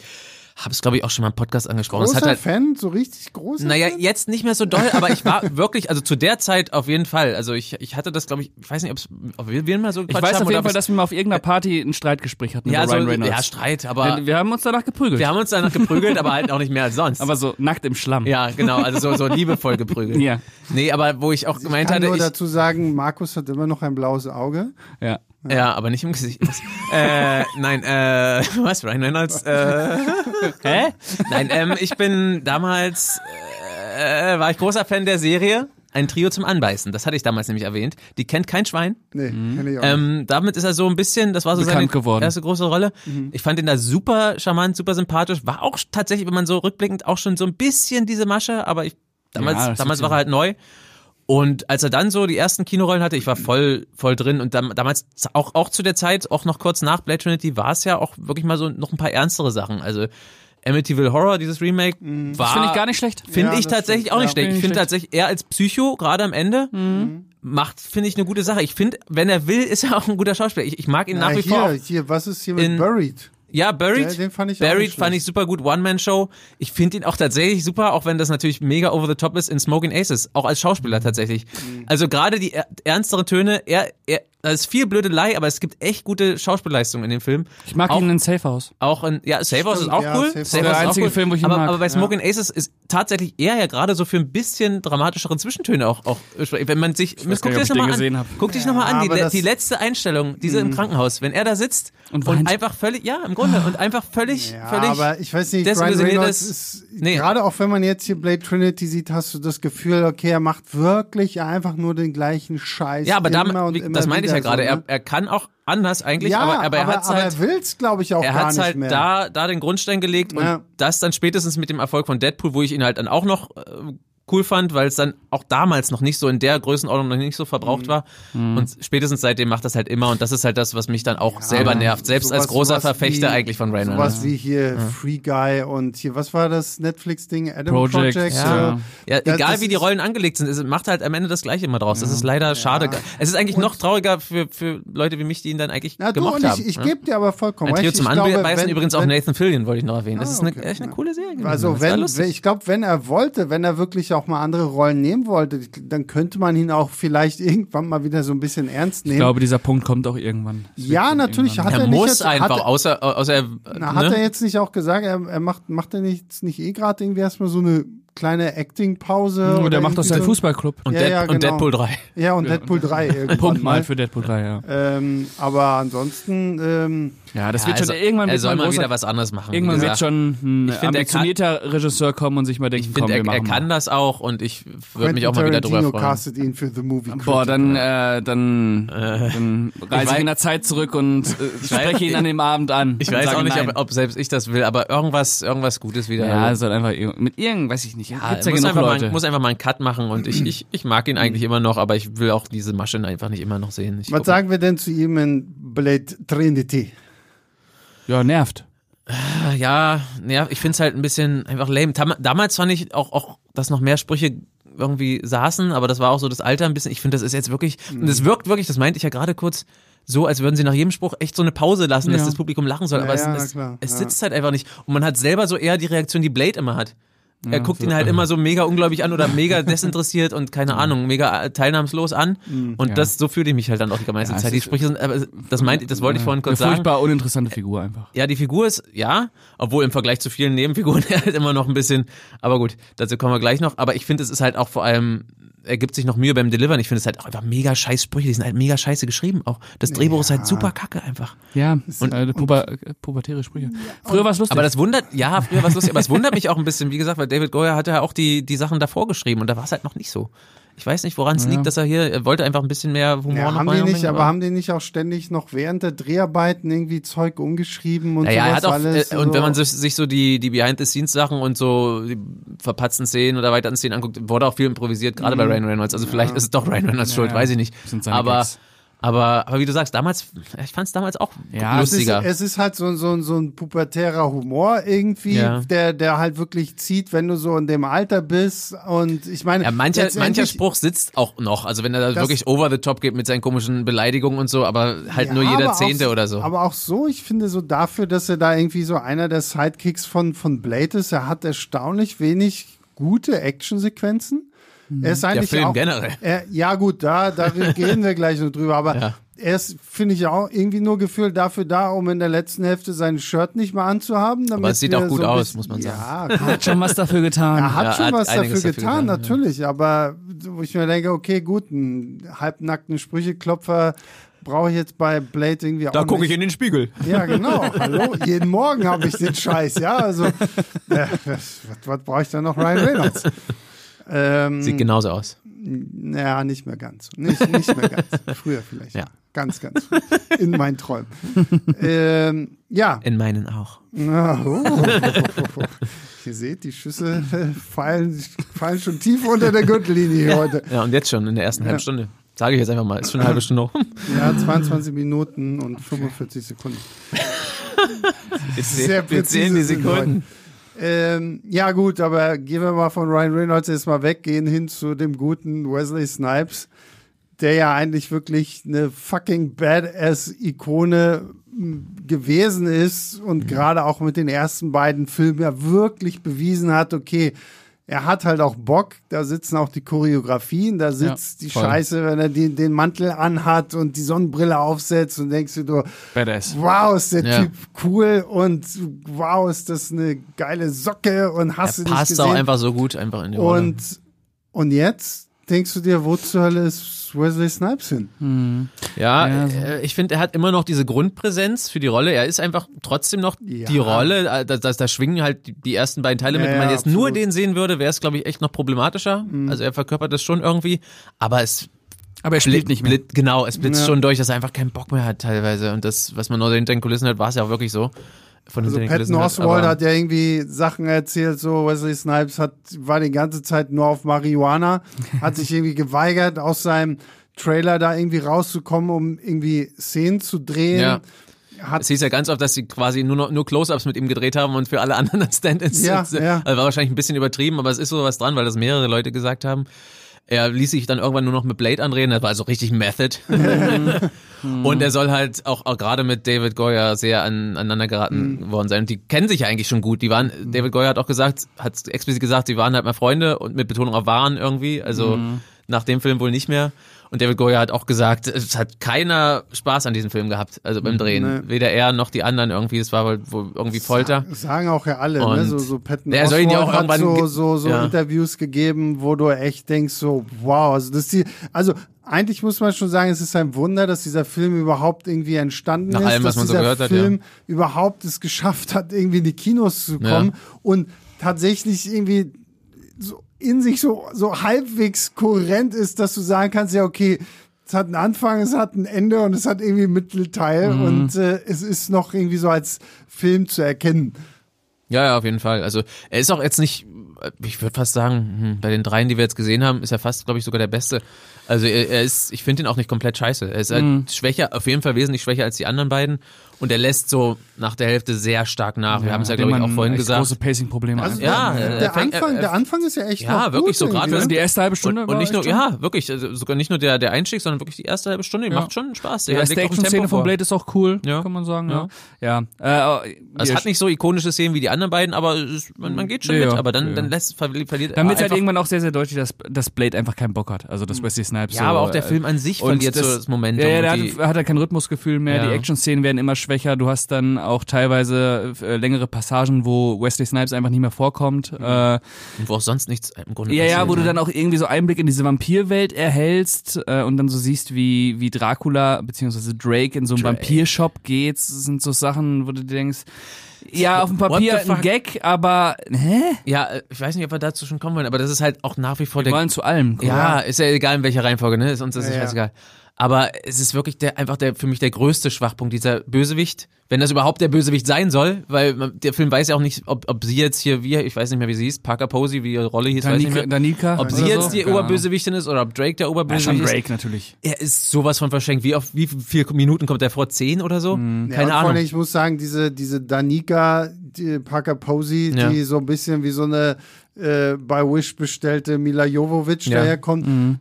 B: habe es, glaube ich, auch schon mal im Podcast angesprochen. Es
A: Großer
B: hat halt,
A: Fan, so richtig großer
B: naja,
A: Fan?
B: jetzt nicht mehr so doll, aber ich war wirklich, also zu der Zeit auf jeden Fall. Also ich, ich hatte das, glaube ich, ich weiß nicht, ob es, ob wir wir mal so
C: ich
B: gequatscht
C: weiß
B: haben
C: auf jeden
B: oder ob
C: Fall, dass wir mal auf irgendeiner Party ein Streitgespräch hatten
B: es- ja,
C: über
B: so,
C: Ryan Reynolds.
B: ja, Streit, aber
C: wir, wir haben uns danach geprügelt.
B: wir haben uns danach geprügelt, aber halt auch nicht mehr als sonst.
C: aber so nackt im Schlamm.
B: Ja, genau, also so, so liebevoll geprügelt.
C: Ja.
B: Nee, aber wo ich auch
A: Ich
B: gemeint
A: kann
B: hatte,
A: nur
B: ich,
A: dazu sagen, Markus hat immer noch ein blaues Auge.
C: ja.
B: ja, aber nicht im Gesicht. Was? äh, nein, äh, was, Ryan Reynolds? Äh, hä? Nein, ähm, ich bin damals, äh, war ich großer Fan der Serie. Ein Trio zum Anbeißen, das hatte ich damals nämlich erwähnt. Die kennt kein Schwein.
A: Nee, kenn ich auch nicht.
B: Ähm, damit ist er so ein bisschen, das war so
C: Bekannt
B: seine
C: geworden. Mhm.
B: erste große Rolle. Ich fand ihn da super charmant, super sympathisch. War auch tatsächlich, wenn man so rückblickend, auch schon so ein bisschen diese Masche, aber ich, damals,
C: Ja, das
B: damals
C: ist
B: war
C: ja-
B: er halt neu. Und als er dann so die ersten Kinorollen hatte, ich war voll, voll drin. Und dam damals, auch, auch zu der Zeit, auch noch kurz nach Blade Trinity, war es ja auch wirklich mal so noch ein paar ernstere Sachen. Also Amityville Horror, dieses Remake, war.
C: Ah. Finde ich gar nicht schlecht.
B: Finde
A: Ja,
B: ich
A: das
B: tatsächlich
A: stimmt,
B: auch nicht
A: ja.
B: schlecht. Ich
C: Nicht
B: finde
C: schlecht.
B: tatsächlich, er als Psycho, gerade am Ende,
A: Mhm.
B: macht, finde ich, eine gute Sache. Ich finde, wenn er will, ist er auch ein guter Schauspieler. Ich, ich mag ihn nach
A: Na,
B: wie
A: Äh, hier,
B: vor. Auch.
A: hier, was ist hier mit
B: In-
A: Buried?
B: Ja, Buried.
A: Ja, den fand ich auch
B: Buried
A: nicht
B: fand ich super gut. One-Man-Show. Ich finde ihn auch tatsächlich super, auch wenn das natürlich mega over the top ist in Smoking Aces. Auch als Schauspieler tatsächlich.
A: Mhm.
B: Also gerade die er ernsteren Töne, er, er, da ist viel Blödelei, aber es gibt echt gute Schauspielleistungen in dem Film.
C: Ich mag
B: auch,
C: ihn in Safe House.
B: auch in, ja, Save House ist
A: Stimmt,
B: auch
A: ja,
B: cool.
A: Safe House
B: Save
A: ist
B: House
A: der
B: ist auch
C: einzige
B: cool.
C: Film, wo ich ihn
B: aber,
C: mag.
B: aber bei Smoking Aces ist tatsächlich er ja gerade so für ein bisschen dramatischere Zwischentöne auch, auch wenn man sich,
C: weiß
B: guck
C: gar
B: dir das
C: nicht, ob ich den
B: nochmal
C: gesehen
B: an,
C: hab.
B: guck dich nochmal an, die,
A: aber
B: le-
A: das- Mhm.
B: die letzte Einstellung, diese im Krankenhaus, wenn er da sitzt
C: Und
B: und,
C: weint.
B: einfach völlig, ja, im Grunde, und einfach völlig,
A: Ja,
B: völlig,
A: aber ich weiß nicht, Ryan
B: desillusioniert
A: Reynolds
B: ist-
A: ist,
B: nee.
A: gerade auch wenn man jetzt hier Blade Trinity sieht, hast du das Gefühl, okay, er macht wirklich einfach nur den gleichen Scheiß.
B: ja, aber da,
A: immer und
B: wie-
A: immer
B: das meinte
A: wieder
B: ich ja
A: so,
B: gerade,
A: ne?
B: er, er kann auch anders eigentlich,
A: ja,
B: aber, aber er hat's halt,
A: er will's, glaube ich, auch
B: er
A: gar
B: hat
A: nicht
B: halt
A: mehr.
B: da, da den Grundstein gelegt und
A: Ja.
B: das dann spätestens mit dem Erfolg von Deadpool, wo ich ihn halt dann auch noch äh, cool fand, weil es dann auch damals noch nicht so in der Größenordnung noch nicht so verbraucht
A: Mhm.
B: war und spätestens seitdem macht das halt immer und das ist halt das, was mich dann auch selber nervt,
A: Ah,
B: selbst
A: Sowas-
B: als großer
A: sowas
B: Verfechter
A: wie-
B: eigentlich von ne? Rainer.
A: Sowas wie hier Free Guy und hier, was war das Netflix-Ding? Adam
C: Project,
A: Project.
C: ja.
A: äh,
B: Ja,
A: das-
B: egal
A: das
B: wie die
A: ist-
B: Rollen angelegt sind, es macht halt am Ende das Gleiche immer draus. Das ist leider schade. Es ist eigentlich noch trauriger für, für Leute wie mich, die ihn dann eigentlich
A: Na du,
B: gemocht
A: und ich,
B: haben.
A: ich
B: ja.
A: gebe dir aber vollkommen
B: Ein Trio
A: recht.
B: zum
A: ich glaube,
B: Anbeißen
A: wenn-
B: übrigens auch
A: wenn-
B: Nathan Fillion, wollte ich noch erwähnen. das
A: Ah,
B: ist eine,
A: okay,
B: echt eine
A: ja.
B: coole Serie gewesen.
A: Also
B: Das war
A: wenn,
B: lustig.
A: ich glaube, wenn er wollte, wenn er wirklich auch auch mal andere Rollen nehmen wollte, dann könnte man ihn auch vielleicht irgendwann mal wieder so ein bisschen ernst nehmen.
C: Ich glaube, dieser Punkt kommt auch irgendwann. Es wird
A: ja,
C: schon
A: natürlich
C: irgendwann.
A: hat
B: Er
A: er nicht
B: muss
A: jetzt,
B: einfach,
A: hat, er-
B: außer, außer er,
A: na, hat
B: ne?
A: er jetzt nicht auch gesagt, er, er macht, macht er nicht, nicht eh gerade irgendwie erstmal so eine kleine Acting-Pause?
C: Oder
A: oder
C: er Oh, macht doch
A: irgendwie
C: seinen
A: so-
C: Fußballclub.
B: und,
A: Ja,
B: Dead,
A: ja,
B: und
A: genau.
B: Deadpool 3.
A: Ja, und
C: Ja,
A: Deadpool 3 irgendwann
C: Pumpt
A: mal.
C: mal für Deadpool 3, ja.
A: Ähm, aber ansonsten, ähm,
C: Ja, das
B: Ja,
C: wird schon
B: also,
C: irgendwann
B: er
C: wird
B: soll
C: mal
B: mal
C: großer,
B: wieder was anderes machen. wie
C: irgendwann wird
B: gesagt.
C: schon ein
B: Ich finde, er kann-
C: ambitionierter Regisseur kommen und sich mal denken,
B: Ich
C: komm,
B: finde,
C: wir
B: er, er
C: machen
B: kann
C: mal.
B: das auch und ich würde
A: Quentin
B: mich auch mal wieder drüber
A: Tarantino
B: freuen.
A: castet ihn für The Movie
C: Boah,
A: Critic.
C: dann, äh, dann,
B: Äh,
C: dann reise ich,
B: weiß-
C: in der Zeit zurück und äh,
B: weiß-
C: spreche ihn an dem Abend an.
B: Ich
C: und
B: weiß
C: sage
B: auch nicht,
C: nein.
B: ob, ob selbst ich das will, aber irgendwas, irgendwas Gutes wieder.
C: Ja, es soll einfach ir- mit irgend, weiß ich nicht. Ja,
B: Ah,
C: gibt's ja
B: muss,
C: genug
B: einfach mal,
C: Leute.
B: muss einfach mal einen Cut machen und ich, ich, ich mag ihn eigentlich immer noch, aber ich will auch diese Maschen einfach nicht immer noch sehen. Ich
A: Was
B: guck-
A: sagen wir denn zu ihm in Blade Trinity?
C: ja, nervt.
B: Ja, ja, ich find's halt ein bisschen einfach lame. Tam damals fand ich auch, auch, dass noch mehr Sprüche irgendwie saßen, aber das war auch so das Alter ein bisschen. Ich finde, das ist jetzt wirklich,
C: Mhm.
B: und das wirkt wirklich, das meinte ich ja gerade kurz, so, als würden sie nach jedem Spruch echt so eine Pause lassen, dass
C: Ja.
B: das Publikum lachen soll.
A: Ja,
B: Aber
A: ja, na
B: es, es,
A: klar,
B: es
A: ja.
B: sitzt halt einfach nicht. Und man hat selber so eher die Reaktion, die Blade immer hat. Er guckt ihn halt immer so mega unglaublich an oder mega desinteressiert und keine Ahnung, mega äh, teilnahmslos an. Und
C: Mhm. Ja.
B: das, so fühle ich mich halt dann auch die meiste
C: Ja, es
B: Zeit. Die
C: ist- äh,
B: Sprüche sind, aber das meinte, das wollte ich vorhin kurz
C: Eine
B: sagen.
C: furchtbar uninteressante Figur einfach.
B: Ja, die Figur ist, ja, obwohl im Vergleich zu vielen Nebenfiguren halt immer noch ein bisschen, aber gut, dazu kommen wir gleich noch. Aber ich finde, es ist halt auch vor allem, er gibt sich noch Mühe beim Delivern. Ich finde es halt auch einfach mega scheiß Sprüche, die sind halt mega scheiße geschrieben auch. Das Drehbuch ist halt super kacke einfach.
C: Ja, und, äh, puber, äh, pubertäre Sprüche. Früher war es lustig.
B: Aber das wundert, ja, früher war es lustig, aber es wundert mich auch ein bisschen, wie gesagt, weil David Goyer hatte ja auch die, die Sachen davor geschrieben und da war es halt noch nicht so. Ich weiß nicht, woran es liegt, dass er hier, er wollte einfach ein bisschen mehr Humor
A: Ja,
B: noch
A: haben die
B: reinbringen,
A: nicht, aber haben die nicht auch ständig noch während der Dreharbeiten irgendwie Zeug umgeschrieben und
B: Naja, er
A: sowas
B: hat auch,
A: alles?
B: äh, und
A: so?
B: wenn man sich, sich so die, die Behind-the-Scenes-Sachen und so die verpatzten Szenen oder weiteren Szenen anguckt, wurde auch viel improvisiert, gerade
A: Mhm.
B: bei Ryan Reynolds. Also vielleicht ist es doch Ryan Reynolds schuld,
C: ja.
B: weiß ich nicht.
C: Sind seine
B: Aber,
C: Gags.
B: aber, aber wie du sagst, damals, ich fand es damals auch
C: Ja,
A: es ist,
B: lustiger.
A: es ist halt so, so, so ein pubertärer Humor irgendwie,
B: Ja.
A: der, der halt wirklich zieht, wenn du so in dem Alter bist. Und ich meine,
B: ja, mancher, mancher
A: letztendlich-
B: Spruch sitzt auch noch. Also wenn er da
A: Das-
B: wirklich over the top geht mit seinen komischen Beleidigungen und so, aber halt nur
A: Ja,
B: jeder
A: aber auch-
B: Zehnte oder so.
A: Aber auch so, ich finde so dafür, dass er da irgendwie so einer der Sidekicks von, von Blade ist, er hat erstaunlich wenig gute Actionsequenzen. Er ist eigentlich
B: Film
A: auch,
B: generell.
A: Er, ja gut, da, da reden wir gleich noch drüber, aber er ist, finde ich, auch irgendwie nur gefühlt dafür da, um in der letzten Hälfte sein Shirt nicht mal anzuhaben. Damit
B: es sieht auch
A: wir
B: gut
A: so ein
B: aus,
A: bisschen,
B: muss man sagen.
A: Ja, gut.
C: hat schon was dafür getan.
A: Er hat
B: Ja,
A: schon
B: hat
A: was dafür
B: einiges
A: getan,
B: dafür getan, ja.
A: natürlich, aber wo ich mir denke, okay, gut, einen halbnackten Sprücheklopfer brauche ich jetzt bei Blade irgendwie auch
B: guck
A: nicht.
B: in den Spiegel.
A: Ja, genau. Hallo, jeden Morgen habe ich den Scheiß, ja, also äh, was, was brauche ich da noch Ryan Reynolds? Ähm,
B: Sieht genauso aus.
A: naja, nicht mehr ganz. Nicht, nicht mehr ganz. Früher vielleicht.
B: Ja.
A: Ganz, ganz. früh. In meinen Träumen. ähm, ja.
B: In meinen auch.
A: Na, oh, oh, oh, oh. Ihr seht, die Schüsse äh, fallen, fallen schon tief unter der Gürtellinie hier heute.
B: Ja, und jetzt schon, in der ersten halben Stunde. Sage ich jetzt einfach mal, ist schon eine halbe Stunde rum.
A: Ja, 22 Minuten und 45 Sekunden. Sehr
B: Wir
A: präzise
B: zählen die
A: sind
B: Sekunden.
A: Ähm, ja, gut, aber gehen wir mal von Ryan Reynolds jetzt mal weg, gehen hin zu dem guten Wesley Snipes, der ja eigentlich wirklich eine fucking Badass-Ikone m, gewesen ist
B: Mhm.
A: und gerade auch mit den ersten beiden Filmen ja wirklich bewiesen hat, okay, er hat halt auch Bock, da sitzen auch die Choreografien, da sitzt die
C: voll.
A: Scheiße, wenn er die, den Mantel anhat und die Sonnenbrille aufsetzt und denkst du, du,
C: Badass.
A: wow, ist der
B: Ja.
A: Typ cool und wow, ist das eine geile Socke und hast
B: Er
A: du nicht
B: passt
A: gesehen.
B: auch einfach so gut einfach in die Rolle.
A: und, und jetzt denkst du dir, wo zur Hölle ist Wesley Snipes hin?
B: ja,
C: Ja, so.
B: äh, ich finde, er hat immer noch diese Grundpräsenz für die Rolle. Er ist einfach trotzdem noch
A: Ja.
B: die Rolle. äh, Da, da, da schwingen halt die- die ersten beiden Teile mit.
A: Ja,
B: Wenn man
A: ja,
B: jetzt nur
A: absolut. Mhm.
B: den sehen würde, wäre es, glaube ich, echt noch problematischer. Also er verkörpert das schon irgendwie. Aber es
C: Aber er
B: blitzt
C: spielt nicht mehr.
B: genau, es blitzt
A: Ja.
B: schon durch, dass er einfach keinen Bock mehr hat teilweise. Und das, was man nur hinter den Kulissen hat, war es ja auch wirklich so. Von
A: Also
B: hinter den
A: Patton
B: Kulissen
A: Oswald
B: aber-
A: hat ja irgendwie Sachen erzählt, so Wesley Snipes hat, war die ganze Zeit nur auf Marihuana, hat sich irgendwie geweigert, aus seinem Trailer da irgendwie rauszukommen, um irgendwie Szenen zu drehen.
B: Ja.
A: Hat
B: Es hieß ja ganz oft, dass sie quasi nur noch- nur Close-ups mit ihm gedreht haben und für alle anderen dann Stand-ins.
A: Ja,
B: Also
A: ja.
B: War wahrscheinlich ein bisschen übertrieben, aber es ist sowas dran, weil das mehrere Leute gesagt haben. Er ließ sich dann irgendwann nur noch mit Blade anreden, das war also richtig Method. und er soll halt auch, auch gerade mit David Goyer sehr an, aneinander geraten worden sein. Und die kennen sich ja eigentlich schon gut. Die waren, David Goyer hat auch gesagt, hat explizit gesagt, sie waren halt mal Freunde und mit Betonung auf waren irgendwie. Also nach dem Film wohl nicht mehr. Und David Goyer hat auch gesagt, es hat keiner Spaß an diesem Film gehabt, also beim Drehen.
A: Nee.
B: Weder er noch die anderen irgendwie. Es war wohl wohl irgendwie Folter.
A: Das sagen auch ja alle, ne?
B: Und-
A: So, so Patton
B: Ja, soll ihn ja auch
A: Oswalt hat
B: irgendwann
A: so,
B: ge-
A: so, so
B: ja.
A: Interviews gegeben, wo du echt denkst, so, wow, also das ist die, also eigentlich muss man schon sagen, es ist ein Wunder, dass dieser Film überhaupt irgendwie entstanden
B: Nach
A: ist,
B: allem, was
A: dass
B: man so
A: dieser
B: gehört hat,
A: Film überhaupt es geschafft hat, irgendwie in die Kinos zu kommen und tatsächlich irgendwie so in sich so, so halbwegs kohärent ist, dass du sagen kannst, ja, okay, es hat einen Anfang, es hat ein Ende und es hat irgendwie einen Mittelteil
B: Mhm.
A: und äh, es ist noch irgendwie so als Film zu erkennen.
B: Ja, ja, auf jeden Fall. Also er ist auch jetzt nicht, ich würde fast sagen, hm, bei den dreien, die wir jetzt gesehen haben, ist er fast, glaube ich, sogar der Beste. Also er, er ist, ich finde ihn auch nicht komplett scheiße. Er ist
C: Mhm.
B: halt schwächer, auf jeden Fall wesentlich schwächer als die anderen beiden. Und er lässt so nach der Hälfte sehr stark nach. wir haben es ja, glaube ich, auch vorhin gesagt.
C: große Pacing-Probleme.
A: Also
C: hat.
B: Ja,
A: der,
B: äh,
A: der,
B: fängt-
A: Anfang,
B: äh,
A: der Anfang ist ja echt
B: ja,
A: noch
B: wirklich so
A: gut
B: gerade
A: irgendwie,
C: also
A: ne?
C: die erste halbe Stunde
B: und,
C: war
B: und nicht nur,
C: echt schon-
B: ja, wirklich, also sogar nicht nur der, der Einstieg, sondern wirklich die erste halbe Stunde, die macht schon Spaß.
C: Die
B: Der
C: erste
B: legt auch ein Tempo
C: Action-Szene von
B: vor.
C: Blade ist auch cool,
B: Ja.
C: kann man sagen. Ja, ja. Äh, äh,
B: Also
C: ihr-
B: es hat nicht so ikonische Szenen wie die anderen beiden, aber es, man, man geht schon
C: Ja,
B: mit,
C: ja.
B: aber dann,
C: Ja.
B: dann lässt, verli- verliert
C: Damit es halt
B: einfach- Hm.
C: irgendwann auch sehr, sehr deutlich, dass, dass Blade einfach keinen Bock hat. Also, dass Wesley Snipes
B: Ja,
C: so,
B: aber auch der
C: äh,
B: Film an sich
C: und
B: verliert so das Momentum.
C: Ja, ja der
B: und die-
C: hat, hat halt kein Rhythmusgefühl mehr.
B: Ja.
C: Die Action-Szenen werden immer schwächer. Du hast dann auch teilweise äh, längere Passagen, wo Wesley Snipes einfach nicht mehr vorkommt.
B: Mhm.
C: Äh,
B: Und wo auch sonst nichts im Grunde
C: Ja, ja,
B: passiert,
C: wo du
B: ne?
C: dann auch irgendwie so Einblick in diese Vampirwelt erhältst äh, und dann so siehst, wie, wie Dracula bzw. Drake in so einen
B: Drake.
C: Vampirshop geht. Das sind so Sachen, wo du dir denkst, ja, auf dem
B: What
C: Papier
B: the
C: ein
B: fuck?
C: Gag, aber hä?
B: Ja, äh, ich weiß nicht, ob wir dazu schon kommen wollen, aber das ist halt auch nach wie vor
C: Wir
B: der.
C: wollen zu allem. kommen.
B: Ja, ist ja egal in welcher Reihenfolge, ne? Ist uns das
A: Ja,
B: ist
A: ja.
B: scheißegal. Aber es ist wirklich der, einfach der, für mich der größte Schwachpunkt, dieser Bösewicht. Wenn das überhaupt der Bösewicht sein soll, weil man- der Film weiß ja auch nicht, ob, ob sie jetzt hier, wir, ich weiß nicht mehr, wie sie hieß, Parker Posey, wie ihre Rolle hieß, weiß ich nicht
C: Danica,
B: mehr.
C: Danica
B: Ob
C: oder
B: sie jetzt
C: so?
B: die
C: Keine Ahnung.
B: Oberbösewichtin ist oder ob Drake der
C: Ja, schon
B: Oberbösewicht ist.
C: Drake natürlich.
B: Er ist sowas von verschenkt. Wie oft, wie viele Minuten kommt er vor? Zehn oder so?
C: Mhm.
B: Keine
A: ja, und vor
B: Ahnung.
A: allem, Ich muss sagen, diese, diese Danica die Parker Posey,
B: Ja.
A: die so ein bisschen wie so eine äh, bei Wish bestellte Mila Jovovich
B: Ja. Mhm.
A: daherkommt,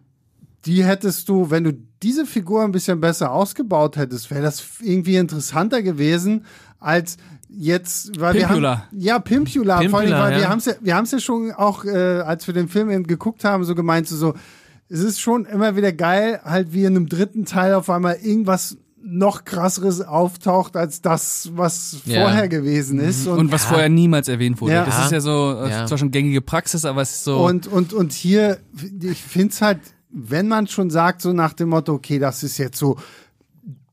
A: die hättest du, wenn du diese Figur ein bisschen besser ausgebaut hättest, wäre das irgendwie interessanter gewesen als jetzt, weil wir
C: Pimpula.
A: haben, ja, Pimpula, vor allem,
B: Pimpula,
A: weil wir
B: ja.
A: haben es ja, wir haben's ja schon auch, äh, als wir den Film eben geguckt haben, so gemeint, so, so, es ist schon immer wieder geil, halt wie in einem dritten Teil auf einmal irgendwas noch krasseres auftaucht als das, was
B: Ja. Mhm.
A: vorher gewesen ist. Und,
C: Und was vorher niemals erwähnt wurde.
A: Ja.
C: Das ist ja so, äh,
B: Ja.
C: zwar schon gängige Praxis, aber es ist so.
A: Und, und, und hier, ich finde es halt, wenn man schon sagt, so nach dem Motto, okay, das ist jetzt so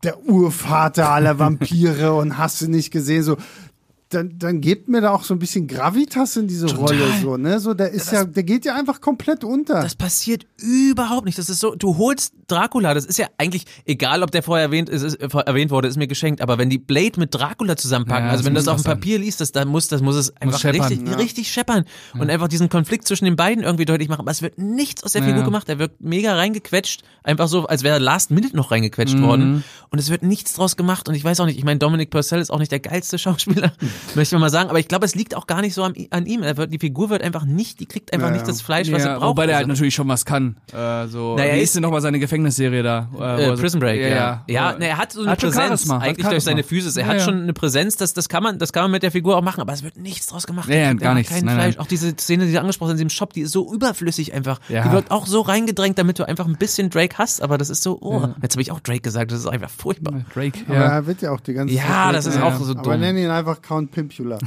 A: der Urvater aller Vampire und hast du nicht gesehen, so. Dann, dann gebt mir da auch so ein bisschen Gravitas in diese Rolle, so, ne? So, der ist ja, der geht ja einfach komplett unter.
B: Das passiert überhaupt nicht. Das ist so, du holst Dracula, das ist ja eigentlich, egal ob der vorher erwähnt, ist, ist, äh, vor- erwähnt wurde, ist mir geschenkt, aber wenn die Blade mit Dracula zusammenpacken,
C: Ja,
B: also
C: das
B: wenn du das
C: muss
B: auf dem
C: was sein.
B: Papier liest, das, dann muss, das muss es einfach
C: scheppern,
B: richtig,
A: ja.
B: richtig scheppern und einfach diesen Konflikt zwischen den beiden irgendwie deutlich machen. Aber es wird nichts aus der
C: Ja.
B: Figur gemacht, er wird mega reingequetscht, einfach so, als wäre er Last Minute noch reingequetscht
C: Mhm.
B: worden und es wird nichts draus gemacht und ich weiß auch nicht, ich meine, Dominic Purcell ist auch nicht der geilste Schauspieler, möchte man mal sagen, aber ich glaube, es liegt auch gar nicht so an, an ihm. Er wird, die Figur wird einfach nicht, die kriegt einfach
A: Ja,
B: nicht
A: ja.
B: das Fleisch, was sie
C: ja,
B: braucht.
C: wobei der
B: Also-
C: halt natürlich schon was kann. Äh, so,
B: Naja,
C: wie
B: ist-
C: ist denn nochmal seine Gefängnisserie da? Äh, wo
B: Äh,
C: er so-
B: Prison Break, ja. Ja,
C: ja.
B: ne, er hat so eine
C: Hat schon
B: Präsenz,
C: Charisma, hat
B: eigentlich durch
C: Charisma.
B: seine Physis. Er
C: Ja,
B: hat
C: ja.
B: schon eine Präsenz, das, das, kann man, das kann man mit der Figur auch machen, aber es wird nichts draus gemacht.
C: Ja, ja,
B: Er kriegt
C: gar
B: einfach
C: nichts.
B: Kein
C: Nein, nein.
B: Fleisch. Auch diese Szene, die du angesprochen hast, in dem Shop, die ist so überflüssig einfach.
C: Ja.
B: Die wird auch so reingedrängt, damit du einfach ein bisschen Drake hast, aber das ist so, oh, jetzt habe ich auch Drake gesagt, das ist einfach furchtbar.
C: Drake,
A: Aber
C: ja.
A: er wird ja auch die ganze
B: Ja,
A: Zeit-
B: das ist auch so
A: Aber
B: dumm.
A: nenn ihn einfach Count Pimpula.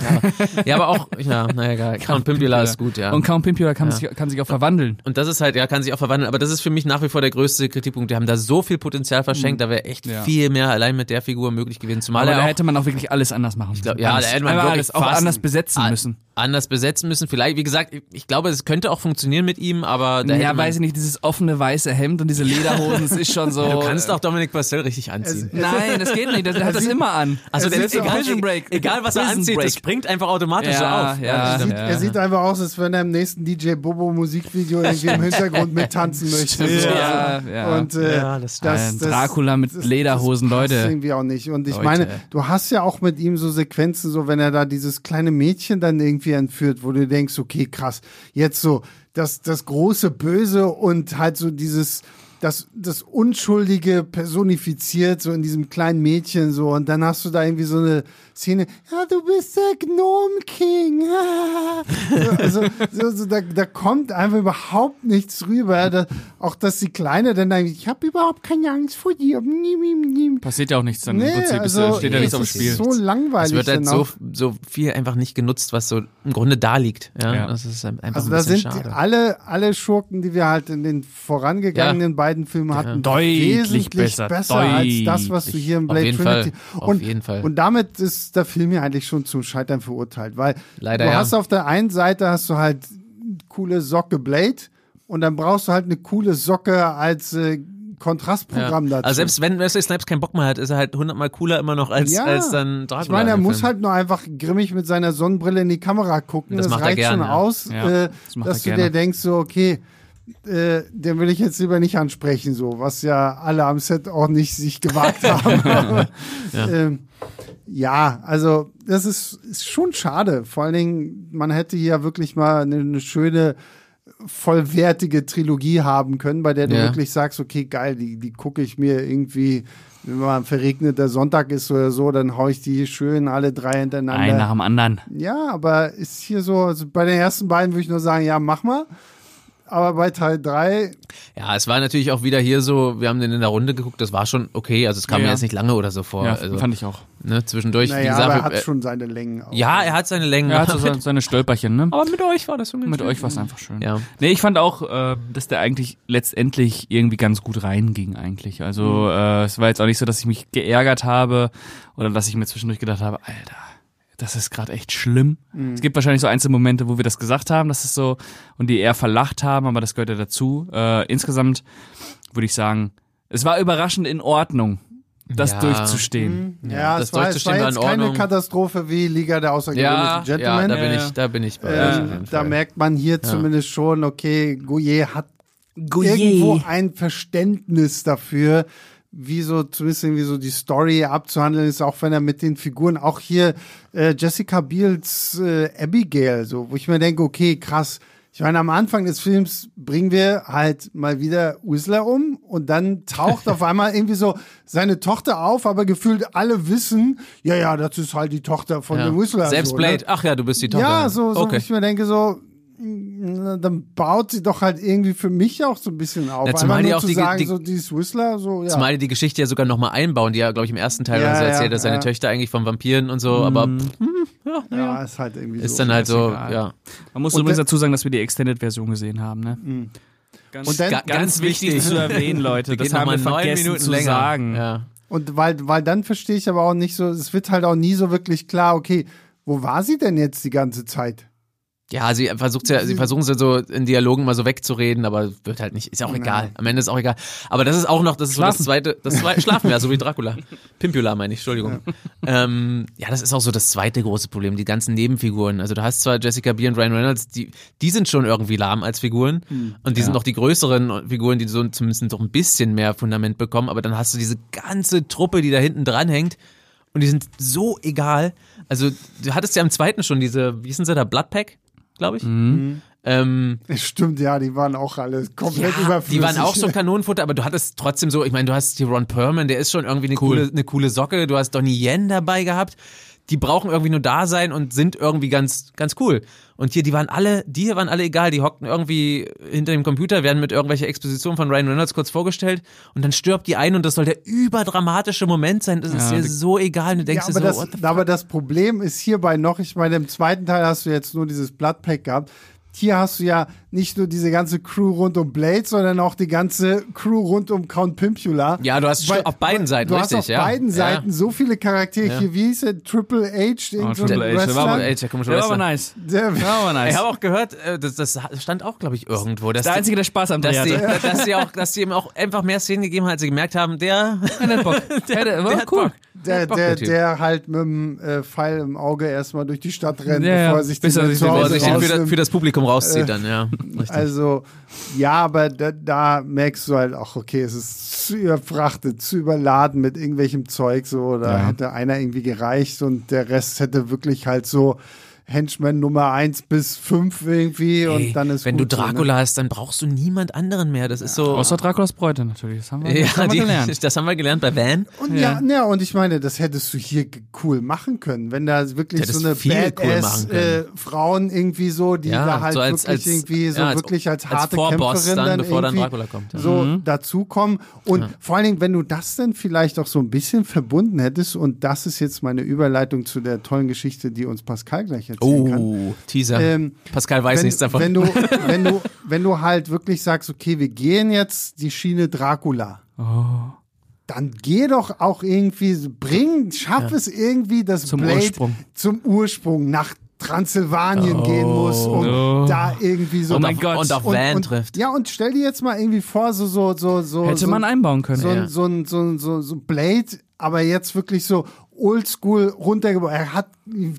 B: ja, aber auch, ja, naja, egal. Count Pimpula ist gut, ja.
C: Und Count Pimpula kann, sich, kann sich auch verwandeln.
B: Und das ist halt, ja, kann sich auch verwandeln, aber das ist für mich nach wie vor der größte Kritikpunkt. Die haben da so viel Potenzial verschenkt, da wäre echt
C: Mhm. Ja.
B: viel mehr allein mit der Figur möglich gewesen. Zumal
C: Aber
B: er
C: da
B: auch
C: hätte man auch wirklich alles anders machen müssen.
B: glaub, ja,
C: alles.
B: da hätte man
C: Einfach
B: wirklich
C: alles auch
B: fast-
C: anders besetzen
B: an-
C: müssen.
B: Anders besetzen müssen. Vielleicht, wie gesagt, ich- ich glaube, es könnte auch funktionieren mit ihm, aber da hätte
C: Ja,
B: man,
C: weiß ich nicht, dieses offene weiße Hemd und diese Lederhosen, das ist schon so.
B: du kannst auch Dominik Purcell richtig anziehen.
C: Nein, das geht nicht, der hat das immer an.
B: also
A: es
B: der
A: ist
B: egal,
A: auch-
C: Prison Break.
B: egal was er
C: Prison
B: anzieht,
C: Break.
B: das springt einfach automatisch
C: Ja,
B: so auf. Also,
C: ja.
A: er, sieht,
C: Ja.
A: er sieht einfach aus, als wenn er im nächsten DJ Bobo Musikvideo irgendwie im Hintergrund mittanzen möchte. So.
C: Ja, ja.
A: Und äh,
B: Ja, das-
A: das, das,
C: Ein Dracula mit
A: das-
C: Lederhosen,
A: das passt
C: Leute.
A: irgendwie auch nicht. Und ich
C: Leute.
A: meine, du hast ja auch mit ihm so Sequenzen, so wenn er da dieses kleine Mädchen dann irgendwie entführt, wo du denkst, okay, krass, jetzt so, das, das große Böse und halt so dieses, das, das Unschuldige personifiziert, so in diesem kleinen Mädchen so. Und dann hast du da irgendwie so eine Szene, ja, du bist der Gnome King. ah." so, also, so, so, da, da kommt einfach überhaupt nichts rüber. Da, auch dass die Kleine dann denkt, ich habe überhaupt keine Angst vor dir. Nimm, nimm, nimm.
C: Passiert ja auch nichts dann im Prinzip. ist ja- steht ja
A: also es
C: nichts auf dem
A: ist
C: Spiel.
A: so langweilig.
B: Es wird halt
A: dann
B: so,
A: auch.
B: so viel einfach nicht genutzt, was so im Grunde da liegt. Ja,
C: Ja.
B: das ist einfach
A: Also
B: ein
A: da
B: bisschen
A: sind
B: schade.
A: alle, alle Schurken, die wir halt in den vorangegangenen beiden Filmen hatten,
C: Deutlich
A: wesentlich
C: besser,
A: besser, als das, was du
B: deutlich.
A: hier im
B: Auf
A: Blade
B: jeden
A: Trinity.
B: Fall, auf
A: Und,
B: jeden Fall.
A: und damit ist der Film ja eigentlich schon zum Scheitern verurteilt, weil
B: Leider,
A: du
B: ja.
A: hast auf der einen Seite hast du halt coole Socke Blade und dann brauchst du halt eine coole Socke als äh, Kontrastprogramm
B: ja.
A: dazu.
B: Also selbst wenn Wesley Snipes keinen Bock mehr hat, ist er halt hundertmal cooler immer noch als,
A: Ja.
B: als dann Dracula.
A: ich meine, er
B: im
A: muss
B: Film.
A: halt nur einfach grimmig mit seiner Sonnenbrille in die Kamera gucken.
B: Das
A: Das,
B: macht er
A: reicht
B: gern,
A: schon
B: ja.
A: aus,
C: Ja,
A: äh,
C: das macht er
A: dass du
C: gerne.
A: dir denkst, so, okay, äh, den will ich jetzt lieber nicht ansprechen, so, was ja alle am Set auch nicht sich gewagt haben. Aber, ähm, ja, also das ist, ist schon schade. Vor allen Dingen, man hätte hier wirklich mal eine, eine schöne vollwertige Trilogie haben können, bei der du
B: Ja.
A: wirklich sagst, okay, geil, die, die gucke ich mir irgendwie, wenn mal ein verregneter Sonntag ist oder so, dann hau ich die schön alle drei hintereinander.
C: Ein nach dem anderen.
A: Ja, aber ist hier so, also bei den ersten beiden würde ich nur sagen, ja, mach mal. Aber bei Teil drei
B: Ja, es war natürlich auch wieder hier so, wir haben den in der Runde geguckt, das war schon okay, also es kam
C: Ja,
B: mir
C: ja.
B: jetzt nicht lange oder so vor.
C: Ja,
B: also,
C: fand ich auch.
B: ne, zwischendurch, wie
A: naja,
B: gesagt,
A: aber
B: wir-
A: er hat
B: äh,
A: schon seine Längen. Auch.
B: ja, er hat seine Längen.
C: Ja, also so- seine Stolperchen, ne?
B: aber mit euch war das schon ganz
C: Mit
B: schön.
C: euch war es einfach schön.
B: Ja.
C: Nee, ich fand auch, äh, dass der eigentlich letztendlich irgendwie ganz gut reinging eigentlich.
A: Mhm.
C: Also äh, es war jetzt auch nicht so, dass ich mich geärgert habe oder dass ich mir zwischendurch gedacht habe, Alter, das ist gerade echt schlimm.
A: Mhm.
C: Es gibt wahrscheinlich so einzelne Momente, wo wir das gesagt haben, das ist so, und die eher verlacht haben, aber das gehört ja dazu. Äh, insgesamt würde ich sagen, es war überraschend in Ordnung, das
B: Ja.
C: durchzustehen.
A: ja,
B: das
A: es war, es
B: durchzustehen
A: war
B: war
A: jetzt
B: in
A: keine
B: Ordnung.
A: Katastrophe wie Liga der
B: Ja,
A: außergewöhnlichen
B: ja,
A: Gentlemen.
B: da bin
C: Ja,
B: ich, da bin ich bei euch. auf
A: Ähm,
B: jeden
A: da
B: Fall.
A: merkt man hier zumindest schon, okay, Gouillet hat Mhm. irgendwo ein Verständnis dafür, wie so zumindest irgendwie so die Story abzuhandeln ist, auch wenn er mit den Figuren, auch hier äh, Jessica Biels äh, Abigail, so, wo ich mir denke, okay, krass. Ich meine, am Anfang des Films bringen wir halt mal wieder Whistler um und dann taucht auf einmal irgendwie so seine Tochter auf, aber gefühlt alle wissen, ja, ja, das ist halt die Tochter von
B: ja.
A: dem Whistler.
B: Selbst
A: so, ne?
B: Blade, ach ja, du bist die Tochter.
A: Ja, so, so
B: okay.
A: ich mir denke, so, na, dann baut sie doch halt irgendwie für mich auch so ein bisschen auf.
B: Ja, zumal
A: Einfach
B: die
A: nur
B: auch
A: zu
B: die-
A: sagen,
B: die-
A: so dieses Whistler, so, ja.
B: Zumal die die Geschichte ja sogar nochmal einbauen, die ja, glaube ich, im ersten Teil
A: Ja,
B: oder so erzählt,
A: ja,
B: dass seine
A: ja.
B: Töchter eigentlich von Vampiren und so, aber pff,
A: ja, ist halt irgendwie
B: ist
A: so.
B: dann halt so,
C: egal.
B: ja.
C: Man muss
A: Und
C: übrigens
A: der- Mhm.
C: dazu sagen, dass wir die Extended-Version gesehen haben, ne? Ganz,
A: Und dann-
C: ga- ganz wichtig zu erwähnen, Leute.
B: Geht
C: Das haben
B: nochmal
C: wir
B: neun
C: vergessen
B: Minuten
C: zu
B: länger.
C: sagen.
B: Ja.
A: Und weil, weil dann verstehe ich aber auch nicht so, es wird halt auch nie so wirklich klar, okay, wo war sie denn jetzt die ganze Zeit?
B: Ja, sie versucht ja, sie versuchen sie so in Dialogen mal so wegzureden, aber wird halt nicht. Ist ja auch egal. Am Ende ist auch egal. Aber das ist auch noch, das ist so das
C: Schlafen.
B: zweite, das zweite Schlafen ja, so wie Dracula, Pimpula meine ich, Entschuldigung. Ja. Ähm, ja, das ist auch so das zweite große Problem, die ganzen Nebenfiguren. Also du hast zwar Jessica Biel und Ryan Reynolds, die, die sind schon irgendwie lahm als Figuren und die sind noch die größeren Figuren, die so zumindest noch ein bisschen mehr Fundament bekommen. Aber dann hast du diese ganze Truppe, die da hinten dranhängt. Und die sind so egal. Also, du hattest ja am zweiten schon diese, wie hießen sie da, Bloodpack, glaube ich. Ähm,
A: Stimmt, ja, die waren auch alle komplett
B: ja,
A: überflüssig.
B: die waren auch so Kanonenfutter, aber du hattest trotzdem so, ich meine, du hast hier Ron Perman, der ist schon irgendwie eine, coole, eine coole Socke, du hast Donnie Yen dabei gehabt. Die brauchen irgendwie nur da sein und sind irgendwie ganz, ganz cool. Und hier, die waren alle, die hier waren alle egal, die hockten irgendwie hinter dem Computer, werden mit irgendwelcher Exposition von Ryan Reynolds kurz vorgestellt und dann stirbt die eine und das soll der überdramatische Moment sein. Das ist
C: Ja,
B: dir
C: die-
B: so egal. Und du
A: Ja,
B: denkst
A: aber,
B: dir so, what
A: das, aber das Problem ist hierbei noch, ich meine, im zweiten Teil hast du jetzt nur dieses Bloodpack gehabt. Hier hast du ja nicht nur diese ganze Crew rund um Blade, sondern auch die ganze Crew rund um Count Pimpula.
B: Ja, du hast
A: Weil-
B: auf beiden Seiten,
A: du
B: richtig.
A: hast auf
B: ja.
A: beiden
B: ja.
A: Seiten so viele Charaktere hier. Wie hieß der? Triple H,
C: Oh,
A: irgend so ein
C: Triple H, der war
A: Wrestler.
B: Ey, der komische
C: Der war aber
B: Wrestler.
C: nice.
A: Der-
C: Der war aber
B: Ich
C: nice.
B: habe auch gehört, äh, das, das stand auch, glaube ich, irgendwo, dass
C: der
B: die,
C: Einzige, der Spaß am Dreh
B: dass, die,
C: hatte.
B: dass, die auch, dass die ihm auch einfach mehr Szenen gegeben haben, als sie gemerkt haben, der,
C: Der hat Bock. Der, der, war
B: hat
C: cool.
B: Bock.
A: der,
B: Bock,
A: der,
B: Typ.
A: der halt mit dem äh, Pfeil im Auge erstmal durch die Stadt rennt,
C: Ja, ja.
A: bevor er sich
C: Bis
A: den
C: er sich
A: zu
C: den
B: Wo er
A: Hause
B: sich den für, das,
A: rausnimmt.
B: für das Publikum
A: Äh,
B: rauszieht dann, ja. Richtig.
A: Also, ja, aber da, da merkst du halt auch, okay, es ist zu überfrachtet, zu überladen mit irgendwelchem Zeug, so, da hätte einer irgendwie gereicht und der Rest hätte wirklich halt so, Henchman Nummer 1 bis 5 irgendwie
B: Ey,
A: und dann ist
B: wenn
A: gut
B: du
A: so, ne?
B: Dracula hast, dann brauchst du niemand anderen mehr. Das ist so.
C: Außer Draculas Bräute natürlich. Das haben wir, das
B: ja,
C: haben wir
B: die,
C: gelernt.
B: das haben wir gelernt bei Van.
A: Und ja, ja. und ich meine, das hättest du hier ge- cool machen können, wenn da wirklich
B: Hättest
A: so eine
B: viel cool
A: Badass
B: machen
A: äh,
B: können.
A: Frauen irgendwie so, die
B: Ja,
A: da halt
B: so
A: wirklich
B: als- als-
A: irgendwie so
B: ja, als-
A: wirklich als
B: als
A: harte
B: Vorboss
A: Kämpferin
B: dann,
A: dann,
B: bevor dann
A: irgendwie
B: Dracula kommt, ja. Mhm.
A: so dazukommen und vor allen Dingen, wenn du das dann vielleicht auch so ein bisschen verbunden hättest und das ist jetzt meine Überleitung zu der tollen Geschichte, die uns Pascal gleich erzählen kann.
B: Oh, Teaser.
A: Ähm,
B: Pascal weiß
A: wenn,
B: nichts davon.
A: Wenn du, wenn du, wenn du halt wirklich sagst, okay, wir gehen jetzt die Schiene Dracula. Dann geh doch auch irgendwie, bring, schaff es irgendwie, dass
C: Zum
A: Blade
C: Ursprung.
A: zum Ursprung nach Transsilvanien gehen muss und da irgendwie so.
C: Oh mein
B: und
C: Gott.
B: auf, und auf
A: und,
B: Van
A: und,
B: trifft.
A: Ja, und stell dir jetzt mal irgendwie vor, so, so, so, so.
C: Hätte
A: so,
C: man einbauen können.
A: so,
C: Ja.
A: ein, so, ein, so, ein, so, so Blade, aber jetzt wirklich so oldschool runtergebaut. Er hat,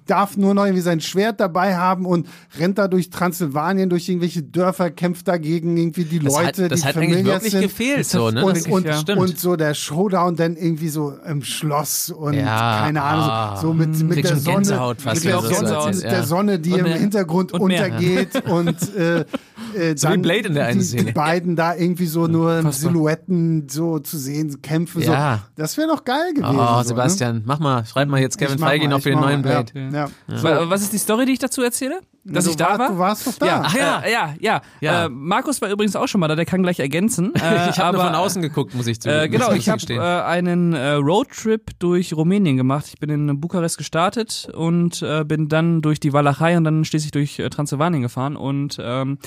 A: darf nur noch irgendwie sein Schwert dabei haben und rennt da durch Transsilvanien, durch irgendwelche Dörfer, kämpft dagegen irgendwie die
B: das
A: Leute,
B: hat, das
A: die
B: hat eigentlich
A: Familias
B: wirklich
A: sind.
B: gefehlt. So, ne?
A: und,
B: das,
A: und,
B: ja.
A: und so der Showdown dann irgendwie so im Schloss und
B: Ja,
A: keine Ahnung, so-
B: ah.
A: so mit, mit
B: Krieg
A: der
B: schon
A: Sonne,
B: Gänsehaut fast,
A: mit der,
B: wenn du das so
A: Sonne,
B: erzählst,
A: mit der
B: ja.
A: Sonne, die
B: Und
A: im
B: mehr.
A: Hintergrund
B: Und mehr.
A: untergeht und äh, äh,
B: wie
A: dann
B: Blade in der einen
A: die, die
B: Szene. Hm.
A: beiden da irgendwie so nur Silhouetten so zu sehen, kämpfen.
B: Ja.
A: So. Das wäre doch geil gewesen.
B: Oh,
A: so,
B: Sebastian, mach mal, schreib mal jetzt
A: ne?
B: Kevin
A: Ich mach
B: Feige
A: mal,
B: noch
A: ich
B: für den
A: mach
B: neuen
A: mal,
B: Blade.
A: Ja. Ja.
C: So. Wa- Was ist die Story, die ich dazu erzähle?
B: Also
C: Dass
A: Du
C: ich da
A: warst-
C: war?
A: Du warst doch da.
C: Ja, ach
B: ja.
C: ja, ja, ja.
B: Ja.
C: Äh, Markus war übrigens auch schon mal da, der kann gleich ergänzen. Äh,
B: Ich habe nur
C: aber-
B: von außen geguckt, muss ich zugeben.
C: Äh, genau,
B: muss
C: ich habe äh,
B: gestehen.
C: einen äh, Roadtrip durch Rumänien gemacht. Ich bin in Bukarest gestartet und äh, bin dann durch die Walachei und dann schließlich durch äh, Transsilvanien gefahren und ähm,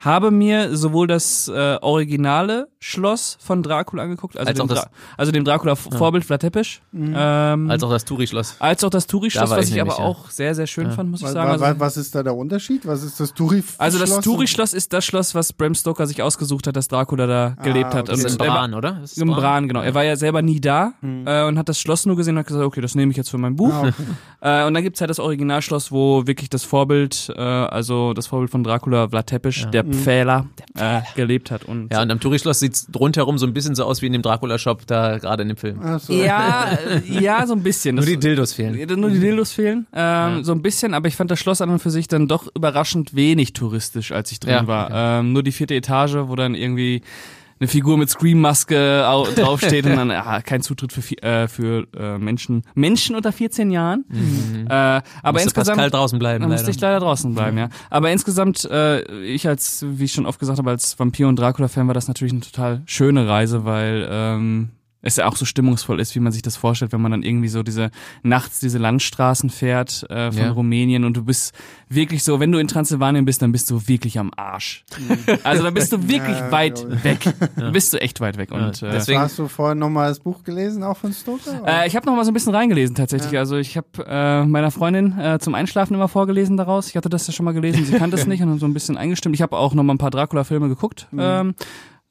C: habe mir sowohl das äh, originale Schloss von Dracula angeguckt, also,
B: Als
C: dem,
B: auch das-
C: Dra also dem Dracula-Vorbild Vlad Tepes, ähm,
B: Als auch das Touri-Schloss.
C: als auch das Touri-Schloss,
B: Da war
C: was
B: ich
C: ich aber
B: nämlich, ja.
C: auch sehr, sehr schön fand, muss ich
A: Was,
C: sagen. Also-
A: was, was ist da der Unterschied? Was ist das Turi?
C: also das Touri-Schloss ist das Schloss, was Bram Stoker sich ausgesucht hat, dass Dracula da gelebt hat.
A: okay.
B: Das
C: Und
B: ist in
C: er war-
B: Bran, oder? Das ist
C: Im Bran, genau. Er war ja selber nie da äh, und hat das Schloss nur gesehen und hat gesagt, okay, das nehme ich jetzt für mein Buch. Äh, und dann gibt's halt das Originalschloss, wo wirklich das Vorbild, äh, also das Vorbild von Dracula, Vlad Tepes, der Pfähler, Äh, gelebt hat. Und
B: Ja, und am Touri-Schloss sieht's rundherum so ein bisschen so aus wie in dem Dracula-Shop da gerade in dem Film.
A: Achso.
C: ja, äh, ja, so ein bisschen.
B: Nur
C: Das-
B: die Dildos fehlen. Mhm.
C: Nur die Dildos fehlen, ähm, so ein bisschen, aber ich fand das Schloss an und für sich dann doch überraschend wenig touristisch, als ich drin
B: Ja,
C: war. Ähm, nur die vierte Etage, wo dann irgendwie eine Figur mit Scream-Maske au- draufsteht und dann ah, kein Zutritt für, vi- äh, für äh, Menschen, Menschen unter 14 Jahren. Äh, aber
B: Musste
C: insgesamt
B: Mhm. Pascal draußen bleiben,
C: da musste
B: leider.
C: ich leider draußen bleiben, ja. Aber insgesamt, äh, ich als, wie ich schon oft gesagt habe, als Vampir- und Dracula-Fan war das natürlich eine total schöne Reise, weil ähm, es ja auch so stimmungsvoll ist, wie man sich das vorstellt, wenn man dann irgendwie so diese nachts diese Landstraßen fährt äh, von
B: Ja.
C: Rumänien und du bist wirklich so, wenn du in Transsilvanien bist, dann bist du wirklich am Arsch.
B: Mhm.
C: Also da bist du wirklich
A: Ja,
C: weit
A: glaub ich.
C: weg. Bist du echt weit weg.
B: Ja,
C: Und äh,
B: deswegen-
A: Hast du vorher nochmal das Buch gelesen, auch von Stoker? oder?
C: äh, ich habe noch mal so ein bisschen reingelesen tatsächlich. Also ich habe äh, meiner Freundin äh, zum Einschlafen immer vorgelesen daraus. Ich hatte das ja schon mal gelesen. Sie kannte es nicht und dann so ein bisschen eingestimmt. Ich habe auch noch mal ein paar Dracula-Filme geguckt.
B: Mhm.
C: Ähm,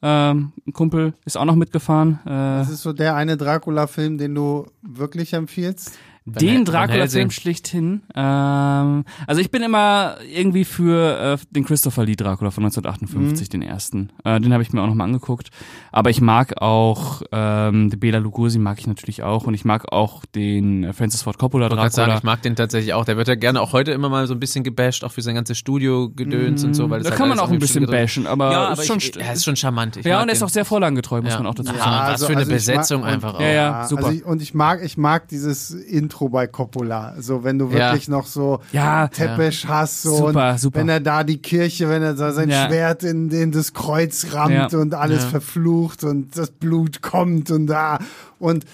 C: ähm, ein Kumpel ist auch noch mitgefahren. Äh,
A: das ist so der eine Dracula-Film, den du wirklich empfiehlst.
C: den
B: Hel- von
C: Dracula-Film
B: Helsing.
C: schlichthin. Ähm, also ich bin immer irgendwie für äh, den Christopher Lee Dracula von
B: Mhm.
C: 1958, den ersten. Äh, den habe ich mir auch nochmal angeguckt. Aber ich mag auch ähm, die Bela Lugosi mag ich natürlich auch und ich mag auch den äh, Francis Ford Coppola
B: Ich wollte gerade sagen,
C: Dracula.
B: ich mag den tatsächlich auch. Der wird ja gerne auch heute immer mal so ein bisschen gebasht, auch für sein ganzes Studio-Gedöns und so. Weil das
C: Da
B: halt
C: kann man
B: alles
C: auch ein
B: irgendwie
C: bisschen
B: bestimmt-
C: bashen, aber,
B: Ja,
C: ist
B: aber
C: schon
B: ich,
C: st-
B: er ist schon charmant. Ich
C: Ja,
B: mag
C: und er ist
B: den.
C: auch sehr vorlangetreu, muss man auch dazu
B: Ja,
C: sagen.
B: was für
A: also
B: eine
A: ich mag-
B: Besetzung
A: und-
B: einfach auch.
C: Ja, ja. super.
A: Also ich, und ich mag, ich mag dieses Intro bei Coppola. So, wenn du
B: Ja.
A: wirklich noch so
C: Ja.
A: Teppich hast, so
C: Super,
A: und
C: super.
A: wenn er da die Kirche, wenn er da sein
C: Ja.
A: Schwert in, in das Kreuz rammt
C: Ja.
A: und alles
B: Ja.
A: verflucht und das Blut kommt und da und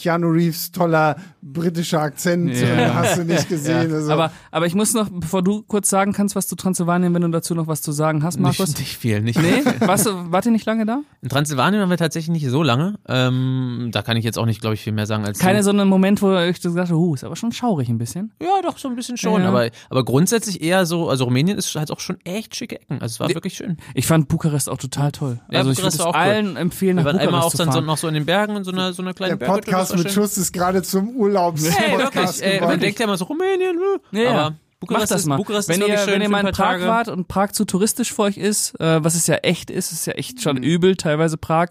A: Keanu Reeves toller britischer Akzent
C: Ja.
A: und hast du nicht gesehen. Also,
C: Aber, aber ich muss noch, bevor du kurz sagen kannst, was zu Transsilvanien, wenn du dazu noch was zu sagen hast, Markus.
B: Nicht, nicht viel, nicht viel.
C: Nee? Warst du, wart ihr nicht lange da?
B: In Transsilvanien waren wir tatsächlich nicht so lange. Ähm, da kann ich jetzt auch nicht, glaube ich, viel mehr sagen als
C: Keine so einen Moment, wo ich so gesagt habe, huh, ist aber schon schaurig ein bisschen.
B: Ja, doch, so ein bisschen schon.
C: Ja.
B: Aber, aber grundsätzlich eher so, also Rumänien ist halt auch schon echt schicke Ecken. Also es war wirklich schön.
C: Ich fand Bukarest auch total toll.
B: Ja,
C: also ich würde
B: Bukarest
C: es
B: war auch cool.
C: allen empfehlen,
B: Wir
C: nach
B: waren
C: Bukarest
B: einmal auch
C: zu
B: dann so,
C: fahren.
B: noch so in den Bergen in so einer, so einer kleinen
A: der
B: Berghütte, das
A: Podcast
B: war
A: mit
B: schön.
A: Schuss ist gerade zum Urlaubs-Podcast
B: Ey, wirklich, ey, man
A: geworden.
B: denkt ja immer so, Rumänien, ne?
C: Ja, ja.
B: aber Bukarest
C: Macht das
B: ist,
C: mal.
B: Bukarest
C: wenn
B: ist
C: ihr,
B: wirklich schön
C: wenn ihr
B: für
C: mal
B: ein
C: in
B: paar
C: Prag
B: Tage.
C: wart und Prag zu touristisch für euch ist, äh, was es ja echt ist, ist ja
B: Mhm.
C: echt schon übel, teilweise Prag.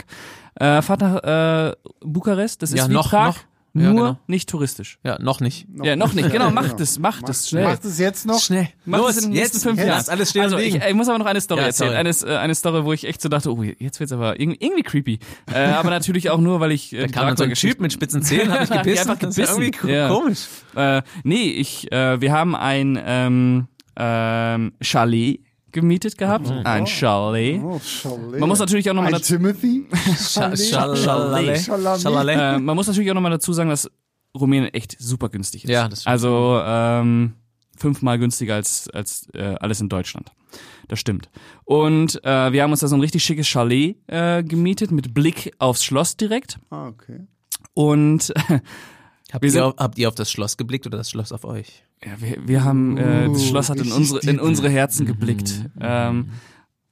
C: Äh, fahrt nach äh, Bukarest, das ist
B: Ja,
C: wie
B: noch,
C: Prag.
B: noch.
C: Nur
B: Ja, genau.
C: nicht touristisch.
B: Ja, noch nicht.
C: ja, noch nicht. Genau, macht
A: genau.
C: es, macht es schnell.
A: Macht es jetzt noch?
B: Schnell.
C: Mach
B: Los,
C: das in den
B: jetzt,
C: nächsten fünf
B: jetzt,
C: Jahren.
B: lass alles stehen
C: also
B: und
C: ich,
B: liegen.
C: ich muss aber noch eine Story
B: Ja,
C: erzählen.
B: sorry.
C: Eine, äh, eine Story, wo ich echt so dachte, oh, jetzt wird's aber irgendwie, irgendwie creepy. Äh, aber natürlich auch nur, weil ich äh,
B: Da kam dann so ein Typ mit spitzen Zähnen, hat mich
C: Hab ich
B: gebissen.
C: einfach
B: Das ist ja
C: gebissen.
B: irgendwie
C: Ja.
B: komisch.
C: Äh, nee, ich, äh, wir haben ein ähm, ähm, Chalet gemietet gehabt. Ein Chalet.
A: Oh, Chalet.
C: Man muss natürlich auch nochmal
A: Ein
C: dazu,
A: Timothy?
B: Scha- scha-
A: Chalet.
B: Schalale.
A: Schalale.
B: Schalale.
C: äh, man muss natürlich auch noch mal dazu sagen, dass Rumänien echt super günstig ist.
B: Ja, das stimmt.
C: Also ähm, fünfmal günstiger als, als äh, alles in Deutschland. Das stimmt. Und äh, wir haben uns da so ein richtig schickes Chalet äh, gemietet mit Blick aufs Schloss direkt.
A: Ah, okay.
C: Und
B: Habt,
C: Wir sind-
B: ihr auf, habt ihr auf das Schloss geblickt oder das Schloss auf euch?
C: Ja, wir, wir haben, äh,
A: Uh,
C: das Schloss hat in
A: richtig
C: unsere, in
A: deep.
C: unsere Herzen geblickt. Ähm,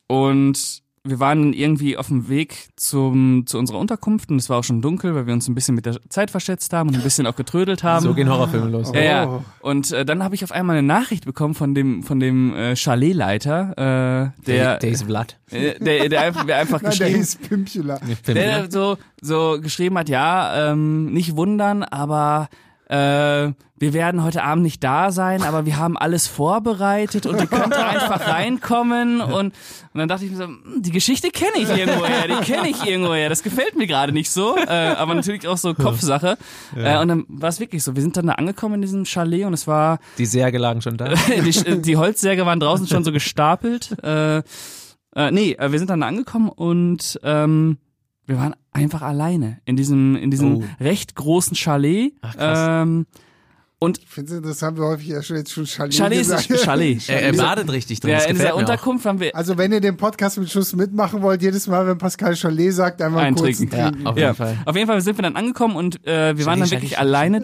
C: und wir waren dann irgendwie auf dem Weg zum, zu unserer Unterkunft und es war auch schon dunkel, weil wir uns ein bisschen mit der Zeit verschätzt haben und ein bisschen auch getrödelt haben.
B: So gehen Horrorfilme los.
C: ja,
A: Also, Oh.
C: ja. Und äh, dann habe ich auf einmal eine Nachricht bekommen von dem, von dem äh, Chaletleiter, äh, der,
B: Days Blood.
C: äh, der, der, einfach- der einfach
A: Nein, der
C: geschrieben
A: hieß Pimpula.
B: Der,
C: der so, so geschrieben hat, ja, ähm, nicht wundern, aber äh, wir werden heute Abend nicht da sein, aber wir haben alles vorbereitet und ihr könnt einfach reinkommen. Und, und dann dachte ich mir so, hm, die Geschichte kenne ich irgendwoher, die kenne ich irgendwoher. Das gefällt mir gerade nicht so, äh, aber natürlich auch so Kopfsache. Äh, und dann war es wirklich so, wir sind dann da angekommen in diesem Chalet und es war
B: die Särge lagen schon da.
C: die, Sch- die Holzsäge waren draußen schon so gestapelt. Äh, äh, nee, äh, wir sind dann angekommen und ähm, wir waren einfach alleine in diesem, in diesem
B: Oh.
C: recht großen Chalet.
B: Ach, krass.
C: ähm, und
A: Ich finde es interessant, wie häufig ja schon jetzt schon Chalet,
C: Chalet
A: gesagt.
C: ist Chalet.
B: Er, er badet richtig drin.
C: ja,
B: das
C: in
B: gefällt
C: dieser
B: mir auch.
C: Unterkunft haben wir
A: Also wenn ihr den Podcast mit Schuss mitmachen wollt, jedes Mal, wenn Pascal Chalet sagt, einmal
C: Eintrinken.
A: kurz
B: Ja,
A: trinken.
B: auf jeden
C: ja,
B: Fall.
C: auf jeden Fall sind wir dann angekommen und äh, wir waren dann
B: Chalet,
C: wirklich
B: Chalet,
C: alleine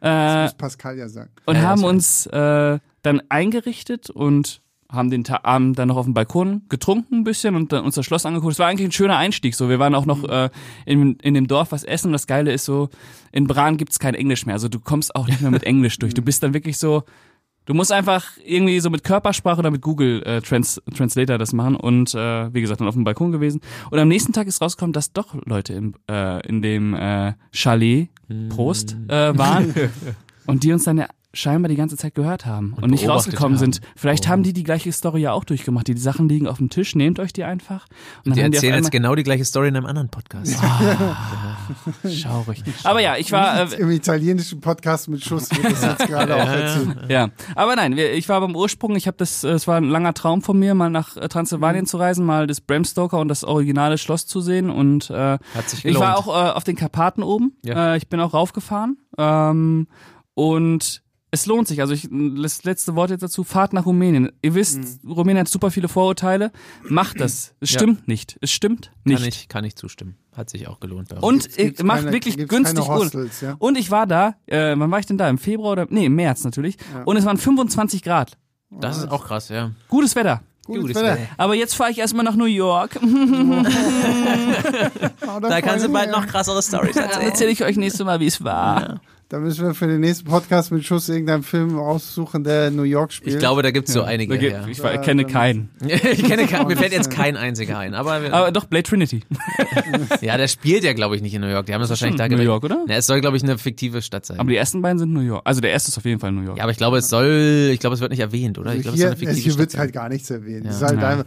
C: da. Äh,
A: Muss Pascal ja sagen.
C: und
B: Ja,
C: haben
B: das
C: uns äh, dann eingerichtet und haben den Ta Abend dann noch auf dem Balkon getrunken ein bisschen und dann uns das Schloss angeguckt. Es war eigentlich ein schöner Einstieg. So, wir waren auch
B: Mhm.
C: noch äh, in, in dem Dorf was essen und das Geile ist so, in Bran gibt's kein Englisch mehr. Also du kommst auch nicht mehr mit Englisch durch.
B: Mhm.
C: Du bist dann wirklich so, du musst einfach irgendwie so mit Körpersprache oder mit Google äh, Trans Translator das machen und äh, wie gesagt dann auf dem Balkon gewesen. Und am nächsten Tag ist rausgekommen, dass doch Leute im, äh, in dem äh, Chalet Prost
B: Hm.
C: äh, waren und die uns dann ja scheinbar die ganze Zeit gehört haben und, nicht
B: beobachtet
C: rausgekommen
B: haben. Oh.
C: sind. Vielleicht haben die die gleiche Story ja auch durchgemacht. Die Sachen liegen auf dem Tisch, nehmt euch die einfach. Und dann
B: Die
C: haben die auf
B: erzählen jetzt
C: einmal-
B: genau die gleiche Story in einem anderen Podcast. Ah,
C: schaurig. Aber ja, ich war äh,
A: Im italienischen Podcast mit Schuss wird das jetzt gerade auch erzählt.
C: Ja, aber nein, wir- ich war beim Ursprung, ich habe das, äh, es war ein langer Traum von mir, mal nach äh, Transsilvanien zu reisen, mal das Bram Stoker und das originale Schloss zu sehen und äh,
B: Hat sich
C: ich
B: gelohnt.
C: war auch äh, auf den Karpaten oben,
B: Ja.
C: äh, ich bin auch raufgefahren ähm, und es lohnt sich, also ich, das letzte Wort jetzt dazu, Fahrt nach Rumänien. Ihr wisst, Rumänien hat super viele Vorurteile, macht das, es
B: Ja.
C: stimmt nicht, es stimmt
B: kann, Also
C: nicht.
B: ich, kann ich zustimmen. Hat sich auch gelohnt. bei uns.
C: Und äh,
A: Gibt's
C: macht
A: keine-
C: wirklich
A: gibt's
C: günstig
A: keine
C: Urlaub.
A: Hostels, ja?
C: Und ich war da, äh, wann war ich denn da? Im Februar oder? Nee, im März natürlich. Und es waren 25 Grad.
B: das ist auch krass, ja.
C: Gutes Wetter.
A: Gutes
B: Gutes
A: Wetter.
B: Wetter.
C: Aber jetzt fahre ich erstmal nach New York.
A: Ah,
B: Da kannst du
A: freuen
B: bald
A: wir.
B: noch krassere Stories erzählen.
C: Erzähle ich euch nächstes Mal, wie es war.
A: Da müssen wir für den nächsten Podcast mit Schuss irgendeinen Film aussuchen, der in New York spielt.
B: Ich glaube, da gibt's so einige.
C: Da ge-
B: ja.
C: Ich war, kenne keinen.
B: Ich kenne keinen, mir fällt jetzt kein einziger ein. Aber, wir-
C: Aber doch, Blade Trinity.
B: ja, der spielt ja, glaube ich, nicht in New York. Die haben das wahrscheinlich da
C: New
B: gewählt.
C: York, oder?
B: Na, es soll, glaube ich, eine fiktive Stadt sein.
C: Aber die ersten beiden sind New York. Also der erste ist auf jeden Fall New York.
B: ja, aber ich glaube, es soll, ich glaube, es wird nicht erwähnt, oder? Ah, Ich glaube, es
A: hier,
B: soll eine fiktive
A: hier
B: Stadt
A: wird
B: sein.
A: halt gar nichts erwähnt. Es Ist halt einfach,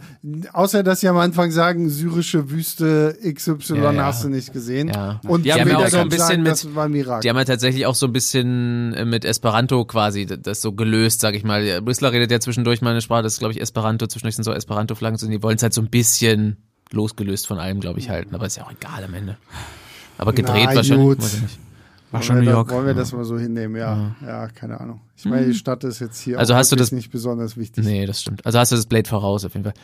A: außer, dass sie am Anfang sagen, syrische Wüste XY
B: Ja, ja.
A: hast du nicht gesehen.
B: Ja.
A: Und
B: Die haben ja
A: später
B: auch so ein
A: dann
B: bisschen
A: sagen,
B: mit-
A: das war ein Irak.
B: Die haben ja tatsächlich auch so ein bisschen äh, mit Esperanto quasi d- das so gelöst, sag ich mal. Brüsseler redet ja zwischendurch mal eine Sprache, das ist, glaube ich, Esperanto. Zwischendurch sind so Esperanto-Flaggen, und die wollen es halt so ein bisschen losgelöst von allem, glaube ich, halten. Aber ist ja auch egal am Ende. Aber gedreht
A: Na,
B: wahrscheinlich.
A: gut.
B: weiß ich nicht.
C: War
A: wollen, wir da, wollen wir das mal so hinnehmen? Ja, ja. keine Ahnung. Ich meine, die Stadt ist jetzt hier
B: Hm. Also
A: auch
B: hast du
A: wirklich
B: das-
A: nicht besonders wichtig.
B: Nee, das stimmt. Also hast du das Blade voraus, auf jeden Fall.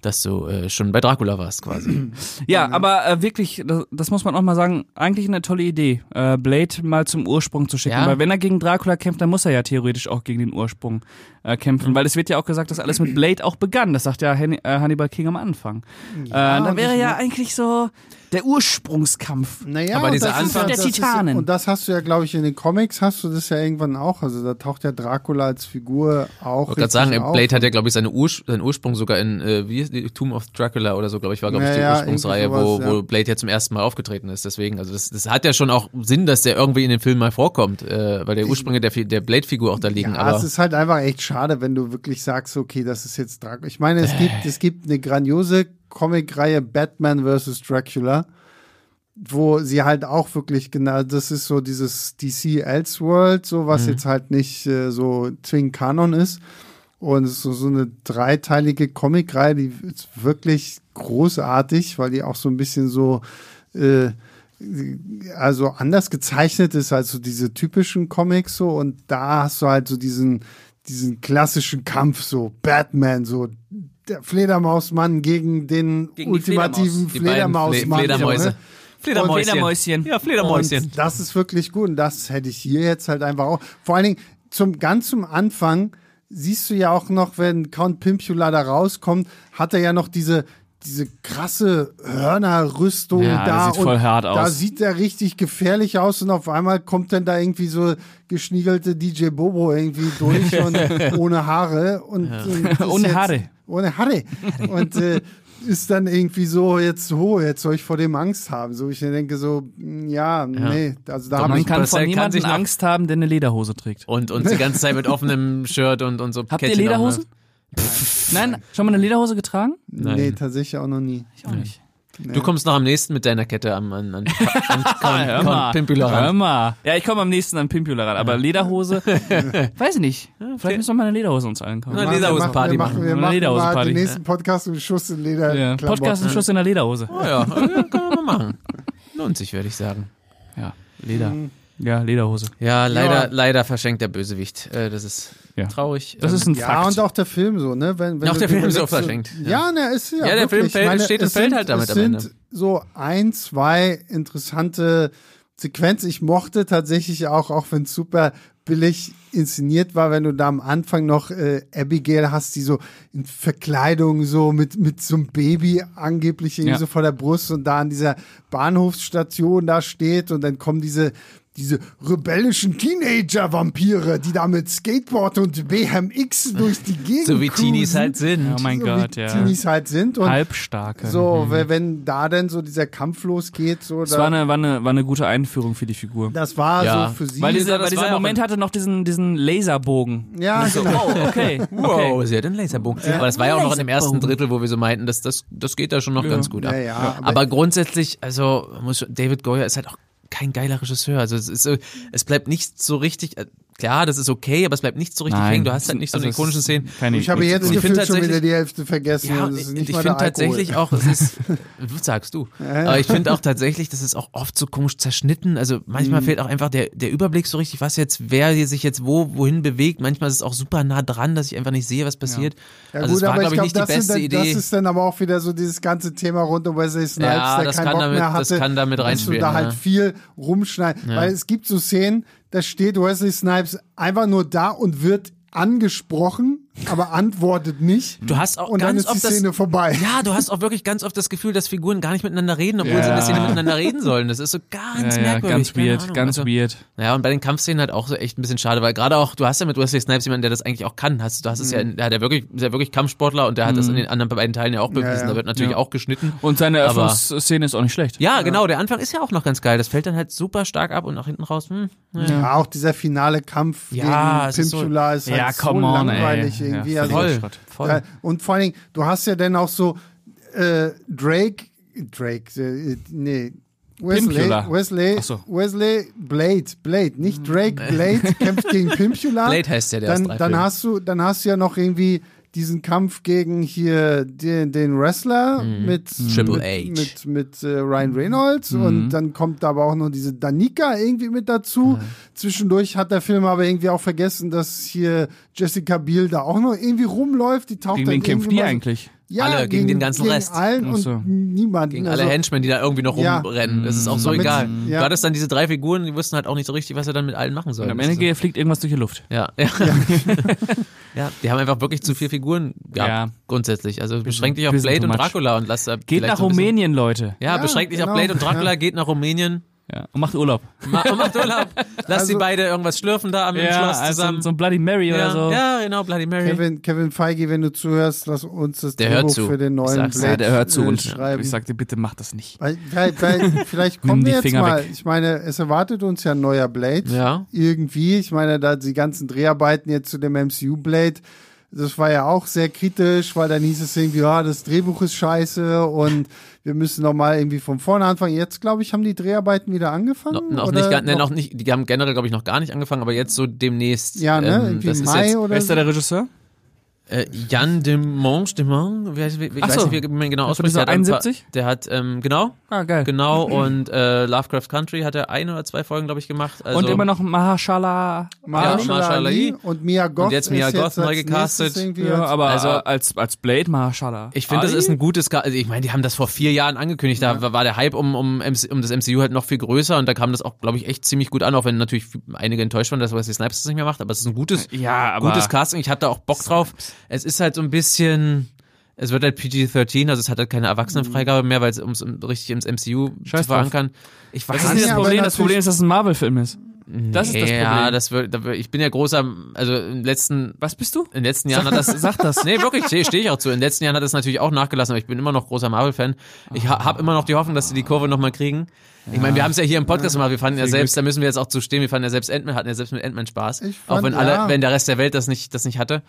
B: Dass du äh, schon bei Dracula warst, quasi.
C: Ja, aber äh, wirklich, das, das muss man auch mal sagen, eigentlich eine tolle Idee, äh, Blade mal zum Ursprung zu schicken.
B: Ja.
C: Weil wenn er gegen Dracula kämpft, dann muss er ja theoretisch auch gegen den Ursprung äh, kämpfen.
A: Mhm.
C: Weil es wird ja auch gesagt, dass alles mit Blade auch begann. Das sagt ja Hanni- äh, Hannibal King am Anfang. äh,
A: und
C: dann wäre
A: ich-
C: ja eigentlich so der Ursprungskampf.
A: Naja,
B: Aber
A: und
B: dieser
A: das ist
B: Anfang-
A: ja,
C: Der
A: das
C: Titanen.
A: Ist, und das hast du ja, glaube ich, in den Comics hast du das ja irgendwann auch. Also da taucht ja Dracula als Figur auch.
B: Ich wollte gerade sagen,
A: richtig auf.
B: Blade hat ja, glaube ich, seine Ur seinen Ursprung sogar in, äh, wie, die Tomb of Dracula oder so, glaube ich, war, glaube ich, die
A: Naja,
B: Ursprungsreihe,
A: irgendwie sowas,
B: wo, wo
A: ja.
B: Blade ja zum ersten Mal aufgetreten ist. Deswegen, also das, das hat ja schon auch Sinn, dass der irgendwie in den Filmen mal vorkommt, äh, weil der Ursprünge der, Fi- der Blade-Figur auch da liegen.
A: Ja, es
B: aber
A: ist halt einfach echt schade, wenn du wirklich sagst, okay, das ist jetzt Dracula. Ich meine, es gibt, es gibt eine grandiose Comicreihe Batman vs. Dracula, wo sie halt auch wirklich genau, das ist so dieses DC Elseworld, so was jetzt halt nicht äh, so zwingend Kanon ist. Und es ist so, so eine dreiteilige Comicreihe, die ist wirklich großartig, weil die auch so ein bisschen so äh, also anders gezeichnet ist als so diese typischen Comics so und da hast du halt so diesen diesen klassischen Kampf so Batman so der Fledermausmann gegen den
C: Gegen die
A: ultimativen
B: die beiden Fle-
A: Fledermausmann so,
B: Fledermäuse.
A: ne?
B: Fledermäuschen.
C: Fledermäuschen.
B: Ja, Fledermäuschen.
A: Und das ist wirklich gut und das hätte ich hier jetzt halt einfach auch. Vor allen Dingen zum ganz zum Anfang siehst du ja auch noch, wenn Count Pimpula da rauskommt, hat er ja noch diese diese krasse Hörnerrüstung
C: Ja,
A: da
C: das sieht voll
A: und
C: hart
A: da
C: aus.
A: sieht er richtig gefährlich aus und auf einmal kommt dann da irgendwie so geschniegelte DJ Bobo irgendwie durch und ohne Haare und, und ist
C: Ohne
A: jetzt-
C: Haare.
A: ohne Harry. Und äh, ist dann irgendwie so, jetzt, ho, jetzt soll ich vor dem Angst haben. So, ich denke so, mm, ja, nee, also da habe
C: Man
A: ich.
C: kann
B: Marcel
C: von
B: kann
C: niemandem
B: sich noch-
C: Angst haben, der eine Lederhose trägt.
B: Und, und die ganze Zeit mit offenem Shirt und, und so
C: Habt ihr
B: Kettchen auch, ne?
C: Lederhosen? Nein, schon mal eine Lederhose getragen?
A: Nee, tatsächlich auch noch nie.
C: Ich auch nicht.
B: Du kommst noch am nächsten mit deiner Kette am an, an, an, an,
C: Ah, Hör
B: an,
C: mal.
B: an Pimpüler
C: Hör
B: ran.
C: mal. Ja, ich komme am nächsten an Pimpula ran, aber Lederhose, weiß ich nicht. Vielleicht müssen wir mal eine Lederhose uns allen kaufen.
B: Na,
A: Wir machen-
B: Lederhosenparty
A: wir machen. Wir
C: machen.
A: machen mal
C: Lederhosenparty.
A: den nächsten Podcast mit Schuss in Leder.
C: Ja, Podcast ist Schuss in der Lederhose.
B: Oh ja, äh, kann man mal machen. Lohnt sich, würde ich sagen.
C: Ja, Leder. Ja, Lederhose.
B: Ja, leider,
A: Mhm. Ja.
B: leider verschenkt der Bösewicht. Äh, das ist
C: Ja.
B: traurig.
C: Das
B: Ähm,
C: ist ein
A: Ja,
C: Fakt.
A: und auch der Film so, ne? Wenn, wenn
B: Auch
A: du
B: der
A: dir
B: Film ist
A: überlegst,
B: auch
A: so-
B: verlängert, ja.
A: Ja, ne, ist ja.
B: Ja, der
A: wirklich.
B: Film fällt-
A: Ich meine,
B: steht und
A: es
B: fällt
A: sind,
B: halt damit
A: Es
B: am Ende.
A: sind so ein, zwei interessante Sequenzen. Ich mochte tatsächlich auch, auch wenn es super billig inszeniert war, wenn du da am Anfang noch äh, Abigail hast, die so in Verkleidung so mit, mit so einem Baby angeblich irgendwie
C: Ja.
A: so vor der Brust und da an dieser Bahnhofsstation da steht und dann kommen diese diese rebellischen Teenager-Vampire, die da mit Skateboard und BMX durch die Gegend
B: so wie Teenies
A: cruisen
B: halt sind.
C: oh mein
A: so
C: Gott,
A: wie
C: ja.
A: Teenies halt sind und
C: Halbstarke.
A: so, we- wenn da dann so dieser Kampf losgeht, so
C: Das war
A: da,
C: eine, war, eine, war eine gute Einführung für die Figur.
A: das war
B: Ja.
A: so für sie.
C: Weil
B: Ja,
C: dieser,
B: das
C: weil
B: war
C: dieser
B: ja auch
C: Moment
B: ein-
C: hatte noch diesen, diesen Laserbogen.
A: ja, genau.
C: Oh, okay.
B: Ah, Wow,
C: okay.
B: sie hat einen Laserbogen. Aber das war ja auch noch in dem ersten Drittel, wo wir so meinten, das, das, das geht da schon noch ganz gut ab.
A: Ja, ja, aber-
B: aber, grundsätzlich, also man muss, schon- David Goyer ist halt auch kein geiler Regisseur. Also es, ist, so- es bleibt nicht so richtig, äh, klar, das ist okay, aber es bleibt nicht so richtig
C: Nein.
B: hängen. Du hast halt nicht so
C: Also
B: eine
C: es-
B: ikonische Szene.
C: Keine
A: Ich habe
C: nichts.
A: jetzt
B: Und ich find
A: gefühlt schon wieder
B: tatsächlich-
A: die Hälfte vergessen.
B: Ja,
A: und
B: und
A: es
B: ich,
A: ist nicht
B: ich
A: mal
B: finde
A: der Alkohol.
B: tatsächlich auch, es ist, was sagst du, aber ich finde auch tatsächlich, das ist auch oft so komisch zerschnitten, also manchmal
A: Mhm.
B: fehlt auch einfach der, der Überblick so richtig, was jetzt, wer hier sich jetzt wo, wohin bewegt, manchmal ist es auch super nah dran, dass ich einfach nicht sehe, was passiert.
A: Ja,
B: also
A: gut,
B: es war,
A: aber
B: glaube
A: ich
B: ich,
A: glaube,
B: nicht die
A: das, sind
B: beste
A: dann- das
B: Idee.
A: ist dann aber auch wieder so dieses ganze Thema rund um Wesley Snipes,
B: Ja,
A: der
B: das
A: keinen
B: kann
A: Bock
B: damit-
A: mehr
B: das
A: hatte,
B: kann damit
A: dass du
B: reinspielen,
A: da
B: ja.
A: halt viel rumschneiden. Weil es gibt so Szenen, da steht Wesley Snipes einfach nur da und wird angesprochen, aber antwortet nicht.
B: Du hast auch
A: und dann
B: ganz
A: ist die
B: oft das-
A: Szene vorbei.
B: ja, du hast auch wirklich ganz oft das Gefühl, dass Figuren gar nicht miteinander reden, obwohl sie
C: Ja.
B: in der Szene miteinander reden sollen. Das ist so ganz
C: ja, ja,
B: merkwürdig.
C: ganz
B: keine
C: weird,
B: Ahnung.
C: ganz
B: also,
C: weird.
B: Ja, und bei den Kampfszenen halt auch so echt ein bisschen schade, weil gerade auch, du hast ja mit Wesley Snipes jemanden, der das eigentlich auch kann. Hast, du hast
A: Mhm.
B: es ja, in- der hat ja wirklich, ist ja wirklich Kampfsportler und der hat das in den anderen beiden Teilen ja auch bewiesen.
A: ja.
B: Da wird natürlich
C: Ja.
B: auch geschnitten.
C: Und seine
B: Aber-
C: Eröffnungsszene ist auch nicht schlecht.
B: ja, genau, der Anfang ist ja auch noch ganz geil. Das fällt dann halt super stark ab und nach hinten raus, hm, naja.
A: Ja, auch dieser finale Kampf
B: Ja, es
A: gegen
B: ist so-
A: Pimpula ist,
C: Ja,
A: halt so
C: come on, ey.
A: langweilig
C: Ja,
A: irgendwie.
C: voll.
A: also,
B: voll,
C: Schrott.
B: voll.
A: äh, und vor allen Dingen, du hast ja dann auch so äh, Drake, Drake, äh, nee, Wesley,
C: Pimpula.
A: Wesley,
C: Ach so.
A: Wesley, Blade, Blade, nicht Drake,
B: Mm.
A: Blade kämpft gegen Pimpula.
B: Blade heißt ja der aus
A: dann,
B: drei
A: dann
B: Filmen.
A: hast du, dann hast du ja noch irgendwie diesen Kampf gegen hier den, den Wrestler mit
B: Mhm. Triple
A: mit,
B: H. Mhm.
A: mit, mit äh, Ryan Reynolds und dann kommt aber auch noch diese Danica irgendwie mit dazu. Zwischendurch hat der Film aber irgendwie auch vergessen, dass hier Jessica Biel da auch noch irgendwie rumläuft. Die taucht
C: Gegen
A: dann
C: wen kämpft
A: irgendwie
C: die
A: mal so-
C: eigentlich?
A: Ja,
B: Alle, gegen den ganzen
A: gegen
B: Rest.
A: allen
C: Ach so.
A: und niemanden.
B: Gegen
A: also,
B: alle Henchmen, die da irgendwie noch
A: Ja.
B: rumrennen. Das ist auch so
A: Damit-
B: egal.
A: ja.
B: Du hattest dann diese drei Figuren, die wussten halt auch nicht so richtig, was sie dann mit allen machen sollen.
C: Und am
B: Das
C: Ende
B: ist so-
C: geht- fliegt irgendwas durch die Luft.
B: Ja, ja. ja, die haben einfach wirklich zu viele Figuren gehabt,
C: Ja.
B: grundsätzlich. Also beschränk dich auf
C: bisschen
B: Blade
C: too
B: und
C: much.
B: Dracula und lass da
C: Geht
B: vielleicht
C: nach
B: so ein bisschen-
C: Rumänien, Leute.
A: Ja,
B: Ja, beschränk dich
A: genau.
B: auf Blade und Dracula, geht nach Rumänien.
C: Ja. Und macht Urlaub.
B: Ma oh, macht Urlaub. Lass
A: Also-
B: die beide irgendwas schlürfen da am Schloss
C: also
B: zusammen.
C: so ein Bloody Mary
B: ja,
C: oder so.
B: ja, genau, Bloody Mary.
A: Kevin, Kevin Feige, wenn du zuhörst, lass uns das
B: Der hört
A: Drehbuch
B: zu.
A: für den
B: Ich
A: neuen
B: sag's.
A: Blade
C: Ja, der hört zu
A: äh,
C: und
A: schreiben.
C: ich sagte, bitte mach das nicht.
A: Weil, weil, weil, vielleicht
C: Nimm
A: kommen
C: die
A: wir jetzt
C: Finger
A: mal.
C: weg.
A: Ich meine, es erwartet uns ja ein neuer Blade.
B: Ja.
A: Irgendwie. Ich meine, da die ganzen Dreharbeiten jetzt zu dem MCU Blade, das war ja auch sehr kritisch, weil dann hieß es irgendwie, ja, das Drehbuch ist scheiße und wir müssen nochmal irgendwie von vorne anfangen. Jetzt, glaube ich, haben die Dreharbeiten wieder angefangen.
B: No, noch
A: oder
B: nicht, ga- nee, noch nicht, die haben generell, glaube ich, noch gar nicht angefangen, aber jetzt so demnächst.
A: Ja, ne?
B: ähm,
A: irgendwie
B: das ist
A: Mai
B: jetzt,
A: oder
C: Wer ist
A: so.
C: da der Regisseur?
B: Äh, Jan Demange, Demange, wie heißt- wie- ich
C: Ach
B: weiß
C: so.
B: nicht, wie man ihn genau
C: Von
B: ausspricht.
C: dieser
B: Der hat ein paar-
C: 71?
B: Der hat, ähm, genau,
C: Ah, geil.
B: genau, und äh, Lovecraft Country hat er ein oder zwei Folgen, glaube ich, gemacht. Also,
C: Und immer noch Mahashala.
A: Marshall,
B: Ja, Marshall
A: Ali
B: Ali.
A: und Mia Goth
B: jetzt Mia
A: ist
B: Goth
A: jetzt
B: neu
A: als
B: gecastet.
A: nächstes irgendwie
C: Ja,
A: als-
C: aber
B: Also-
C: also, als, als Blade Mahashala.
B: Ich finde, das
C: Ali?
B: ist ein gutes, Ga- also ich meine, die haben das vor vier Jahren angekündigt, da war der Hype um, um, MC um das MCU halt noch viel größer und da kam das auch, glaube ich, echt ziemlich gut an, auch wenn natürlich einige enttäuscht waren, dass Wesley Snipes das nicht mehr macht, aber es ist ein gutes,
C: Ja, aber.
B: gutes Casting, ich hatte auch Bock drauf. Es ist halt so ein bisschen, es wird halt PG-13, also es hat halt keine Erwachsenenfreigabe mehr, weil es ums, um, richtig ins MCU
C: Mhm. Scheiß
B: zu verankern. Ich weiß
C: das ist
A: Kannst
C: nicht das
A: aber
C: Problem. Das
A: natürlich-
C: Problem ist, dass es ein Marvel-Film ist. Das ist das
B: Ja,
C: Problem.
B: das wird, da wird- ich bin ja großer, also im letzten,
C: Was bist du?
B: in den letzten Jahren hat das, sag das. Nee, wirklich, stehe steh ich auch zu. In den letzten Jahren hat das natürlich auch nachgelassen, aber ich bin immer noch großer Marvel-Fan. Ich ha habe immer noch die Hoffnung, dass sie die Kurve nochmal kriegen. Ich meine, wir haben es ja hier im Podcast gemacht, wir fanden ja
C: Viel
B: selbst, da müssen wir jetzt auch zu stehen, wir fanden ja selbst Ant-Man, hatten ja selbst mit Ant-Man Spaß.
A: Ich
B: auch
A: fand,
B: wenn alle,
A: ja.
B: wenn der Rest der Welt das nicht, das nicht hatte.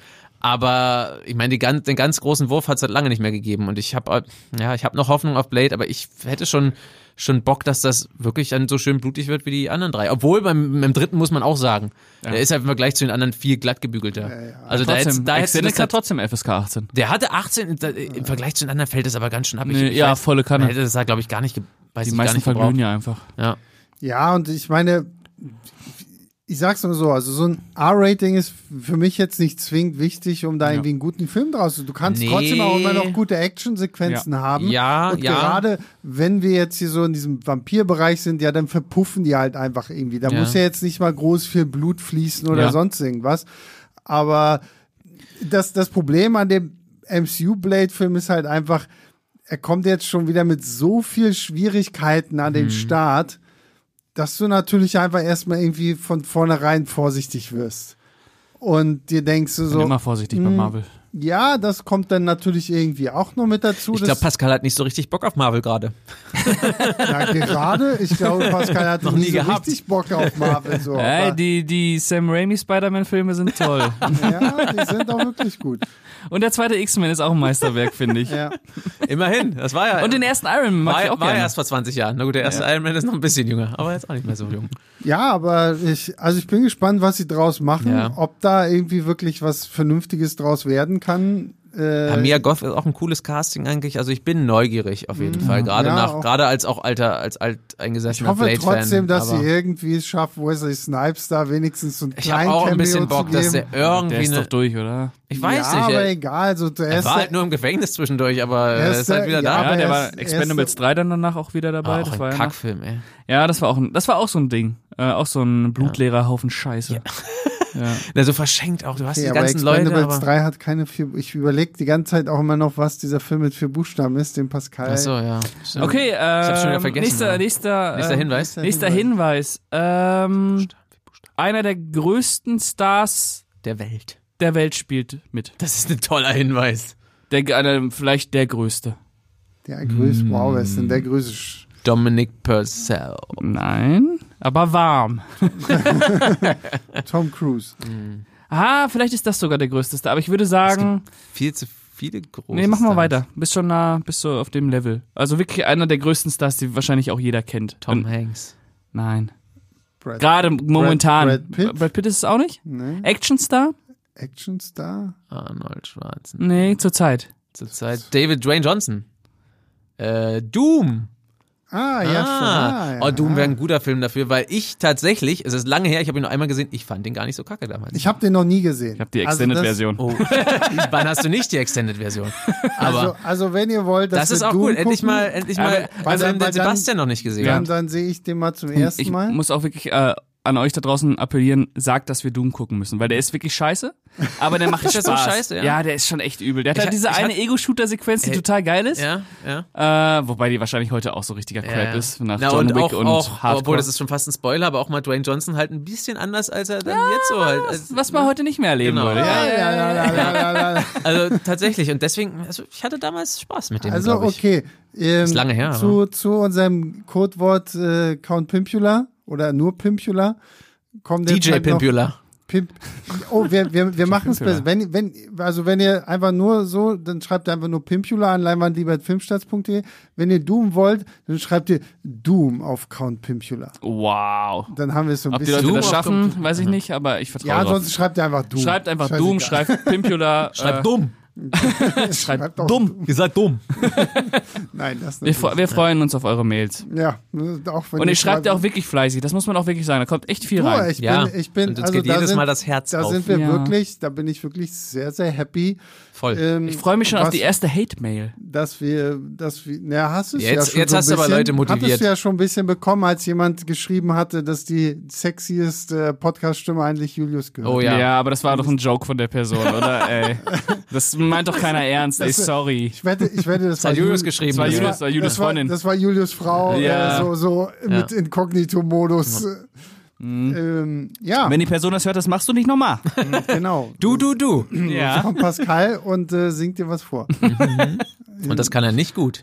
B: Aber ich meine, die ganz, den ganz großen Wurf hat es seit lange nicht mehr gegeben. Und ich habe, ja, ich habe noch Hoffnung auf Blade, aber ich hätte schon schon Bock, dass das wirklich dann so schön blutig wird wie die anderen drei. Obwohl beim, beim dritten muss man auch sagen, der ist halt im Vergleich zu den anderen viel glatt gebügelter. Also da hättest,
C: Trotzdem,
B: da hättest du das
C: Extended hat trotzdem FSK 18.
B: der hatte 18, da- im Vergleich zu den anderen fällt das aber ganz schön ab. Ich-
C: Nee,
B: ich
C: ja,
B: weiß,
C: volle
B: man
C: Kanne.
B: hätte das da, glaube ich, gar nicht, ge- weiß
C: Die
B: ich, gar
C: meisten
B: nicht gebraucht.
C: verglühen ja einfach.
B: Ja.
A: Ja, und ich meine, ich sag's nur so, also so ein R-Rating ist für mich jetzt nicht zwingend wichtig, um da irgendwie einen guten Film draus zu. Du kannst
B: Nee.
A: trotzdem auch immer noch gute Actionsequenzen
C: Ja.
A: haben.
B: Ja,
A: und
B: ja.
A: gerade wenn wir jetzt hier so in diesem Vampirbereich sind, ja, dann verpuffen die halt einfach irgendwie. Da
B: Ja.
A: muss ja jetzt nicht mal groß viel Blut fließen oder
C: Ja.
A: sonst irgendwas. Aber das, das Problem an dem MCU Blade-Film ist halt einfach, er kommt jetzt schon wieder mit so viel Schwierigkeiten an den Start, dass du natürlich einfach erstmal irgendwie von vornherein vorsichtig wirst. Und dir denkst du
C: Bin
A: so,
C: immer vorsichtig
B: Mhm.
C: bei Marvel.
A: ja, das kommt dann natürlich irgendwie auch noch mit dazu.
B: Ich
A: dass-
B: glaube, Pascal hat nicht so richtig Bock auf Marvel gerade.
A: ja, gerade, ich glaube, Pascal hat noch nie,
B: nie
A: so
B: gehabt.
A: richtig Bock auf Marvel. So,
C: Ey,
A: aber,
C: die, die Sam Raimi Spider-Man-Filme sind toll.
A: ja, die sind auch wirklich gut.
C: Und der zweite X-Men ist auch ein Meisterwerk, finde ich.
A: Ja.
B: Immerhin, das war ja.
C: Und den ersten Iron Man mag
B: war,
C: ich auch
B: war
C: gerne.
B: ja erst vor 20 Jahren. Na gut, der erste Iron Man ist noch ein bisschen jünger, aber jetzt auch nicht mehr so jung.
A: Ja, aber ich, also ich bin gespannt, was sie draus machen,
B: Ja.
A: ob da irgendwie wirklich was Vernünftiges draus werden kann.
B: Ja,
A: Äh,
B: Mia Goff ist auch ein cooles Casting eigentlich. Also ich bin neugierig auf jeden Fall. Gerade
A: Ja,
B: nach,
A: auch.
B: gerade als auch alter, als alt
A: ich
B: eingesessener
A: hoffe
B: Blade-Fan.
A: trotzdem, dass
B: aber
A: sie irgendwie es schaffen, Wesley Snipes da wenigstens so einen
B: ich habe
A: kleinen
B: auch ein
A: Cameo
B: bisschen
A: zu
B: Bock,
A: geben.
B: dass der irgendwie
C: Der ist
B: eine.
C: doch durch, oder?
B: Ich weiß
A: ja,
B: nicht.
A: aber
B: Er,
A: egal, so der
B: er
A: erste,
B: war halt nur im Gefängnis zwischendurch, aber er ist
A: Erster-
B: halt
A: ja,
B: wieder da.
A: aber
C: Ja, der
A: er
C: war
A: ist-
C: Expendables 3 dann danach auch wieder dabei.
B: Ah,
C: das
B: auch
C: war
B: ein
C: ja
B: Kackfilm, ey.
C: Ja, das war auch ein, das war auch so ein Ding. Äh, auch so ein blutleerer Haufen Scheiße.
B: Na, so verschenkt auch. Du hast
A: Okay,
B: die
A: aber
B: ganzen Leute.
A: Expendables
B: Aber,
A: 3 hat keine vier, ich überlege die ganze Zeit auch immer noch, was dieser Film mit vier Buchstaben ist, den Pascal.
B: Ach so, ja. Stimmt.
C: Okay, äh,
B: hab's schon wieder vergessen,
C: nächster,
B: aber-
C: nächster,
B: Nächster
C: äh,
B: Hinweis.
C: Nächster Hinweis. Ähm, einer der größten Stars
B: Der Welt.
C: der Welt spielt mit.
B: Das ist ein toller Hinweis.
C: Der, einer, vielleicht der größte.
A: Der
B: Mm.
A: größte, wow, wer ist denn der größte?
B: Dominic Purcell.
C: Nein. Aber warm.
A: Tom Cruise.
C: Ah, vielleicht ist das sogar der größte Star. Aber ich würde sagen,
B: Viel zu viele große.
C: nee, mach mal
B: Stars.
C: weiter. Bist schon nah, bist so auf dem Level. Also wirklich einer der größten Stars, die wahrscheinlich auch jeder kennt.
B: Tom
C: Und-
B: Hanks.
C: Nein.
A: Brad,
C: Gerade momentan.
A: Brad Pitt?
C: Brad Pitt ist es auch nicht?
A: ne?
C: Actionstar?
A: Actionstar?
B: Arnold Schwarzenegger.
C: Nee, zurzeit.
B: Zurzeit David Dwayne Johnson. Äh, Doom.
A: Ah, ja, schon. Ah, ja.
B: oh, Doom wäre ein guter Film dafür, weil ich tatsächlich, es ist lange her, ich habe ihn nur einmal gesehen, ich fand den gar nicht so kacke damals.
A: Ich habe den noch nie gesehen.
C: Ich habe die
A: Also das-
C: Extended-Version.
B: oh. Wann hast du nicht die Extended-Version? Aber
A: Also, also wenn ihr wollt, dass
B: das ist
A: wir
B: auch
A: Doom
B: gut. Endlich
A: gucken,
B: mal, endlich
C: Aber-
B: mal,
A: weil
B: also
A: dann-
B: haben den
A: weil dann-
B: Sebastian noch nicht gesehen.
A: Dann, dann sehe ich den mal zum ersten
C: ich
A: Mal.
C: muss auch wirklich äh, an euch da draußen appellieren, sagt, dass wir Doom gucken müssen, weil der ist wirklich scheiße, aber der macht
B: Ist der so
C: Spaß.
B: scheiße, ja?
C: ja, der ist schon echt übel. Der hat Äh,
B: Ich
C: da
B: ha-
C: diese
B: ich
C: eine
B: hat-
C: Ego-Shooter-Sequenz, die
B: Ey.
C: total geil ist.
B: Ja, ja.
C: Äh, wobei die wahrscheinlich heute auch so richtiger
B: ja.
C: Crap ist nach
B: Na,
C: John
B: und
C: Wick
B: auch,
C: und
B: auch,
C: Hardcore.
B: Obwohl, das ist schon fast ein Spoiler, aber auch mal Dwayne Johnson halt ein bisschen anders, als er dann jetzt so halt. Also,
C: was man heute nicht mehr erleben
B: Genau.
C: würde. Ja.
A: Ja, ja, ja, ja, ja, ja, ja.
B: also tatsächlich. Und deswegen, also ich hatte damals Spaß mit dem,
A: Also
B: glaub ich.
A: okay. Ähm, ist
B: lange her, ne?
A: Zu, zu unserem Codewort äh, Count Pimpula oder nur Pimpula kommt jetzt
B: DJ
A: halt noch
B: Pimpula.
A: Pimp. Oh, wir, wir, wir machen es
C: Pimpula.
A: besser. Wenn, wenn, also wenn ihr einfach nur so, dann schreibt ihr einfach nur Pimpula an leinwandliebertfilmstarts.de. Wenn ihr Doom wollt, dann schreibt ihr Doom auf Count Pimpula.
C: Wow.
A: Dann haben wir es so ein
C: Ob die
A: bisschen.
C: Leute
B: Doom
C: das
B: auf
C: schaffen,
B: Computer.
C: weiß ich nicht, aber ich vertraue
A: ja,
C: drauf.
A: ansonsten schreibt ihr einfach Doom.
C: Schreibt einfach Doom,
A: Scheißegal.
C: schreibt Pimpula.
B: Schreibt
C: äh,
B: dumm.
A: schreibt auch
B: Dumm. Ihr seid dumm.
A: Nein, das
C: Wir,
A: nicht.
C: fre- wir freuen uns auf eure Mails.
A: Ja, auch wenn
C: Und ihr
A: ich
C: schreibt ja
A: schreibe-
C: auch wirklich fleißig, das muss man auch wirklich sagen. Da kommt echt viel
A: Boah,
C: rein.
A: ich
B: Ja.
A: bin, ich bin,
B: Und uns
A: also
B: geht
A: da
B: jedes
A: sind,
B: Mal das Herz
A: da
B: auf.
A: sind wir
C: Ja.
A: wirklich, da bin ich wirklich sehr, sehr happy.
B: Voll.
A: ähm,
C: Ich freue mich schon auf
A: was-
C: die erste Hate-Mail.
A: Dass wir, dass wir, na, hast du es ja
B: Jetzt-
A: schon
B: jetzt
A: so ein
B: hast du aber
A: bisschen,
B: Leute motiviert.
A: Hattest du ja schon ein bisschen bekommen, als jemand geschrieben hatte, dass die sexieste Podcast-Stimme eigentlich Julius gehört.
B: Oh ja.
C: aber das war doch ein Joke von der Person, oder? Ey, das meint doch keiner ernst. Ey, sorry.
A: Ich wette, ich wette, das,
B: Das hat
A: war
B: Julius
A: Jul-
B: geschrieben.
C: das war
B: Das
C: Julius.
B: war-
C: Julius
A: das war,
C: Freundin.
A: das war Julius Frau,
C: Ja.
A: äh, so, so mit Inkognito-Modus. Ähm, ja,
C: Wenn die Person das hört, das machst du nicht nochmal.
A: genau.
B: Mhm. Du, du, du.
C: Ja.
A: Von Pascal und äh, singt dir was vor.
B: Und das kann er nicht gut.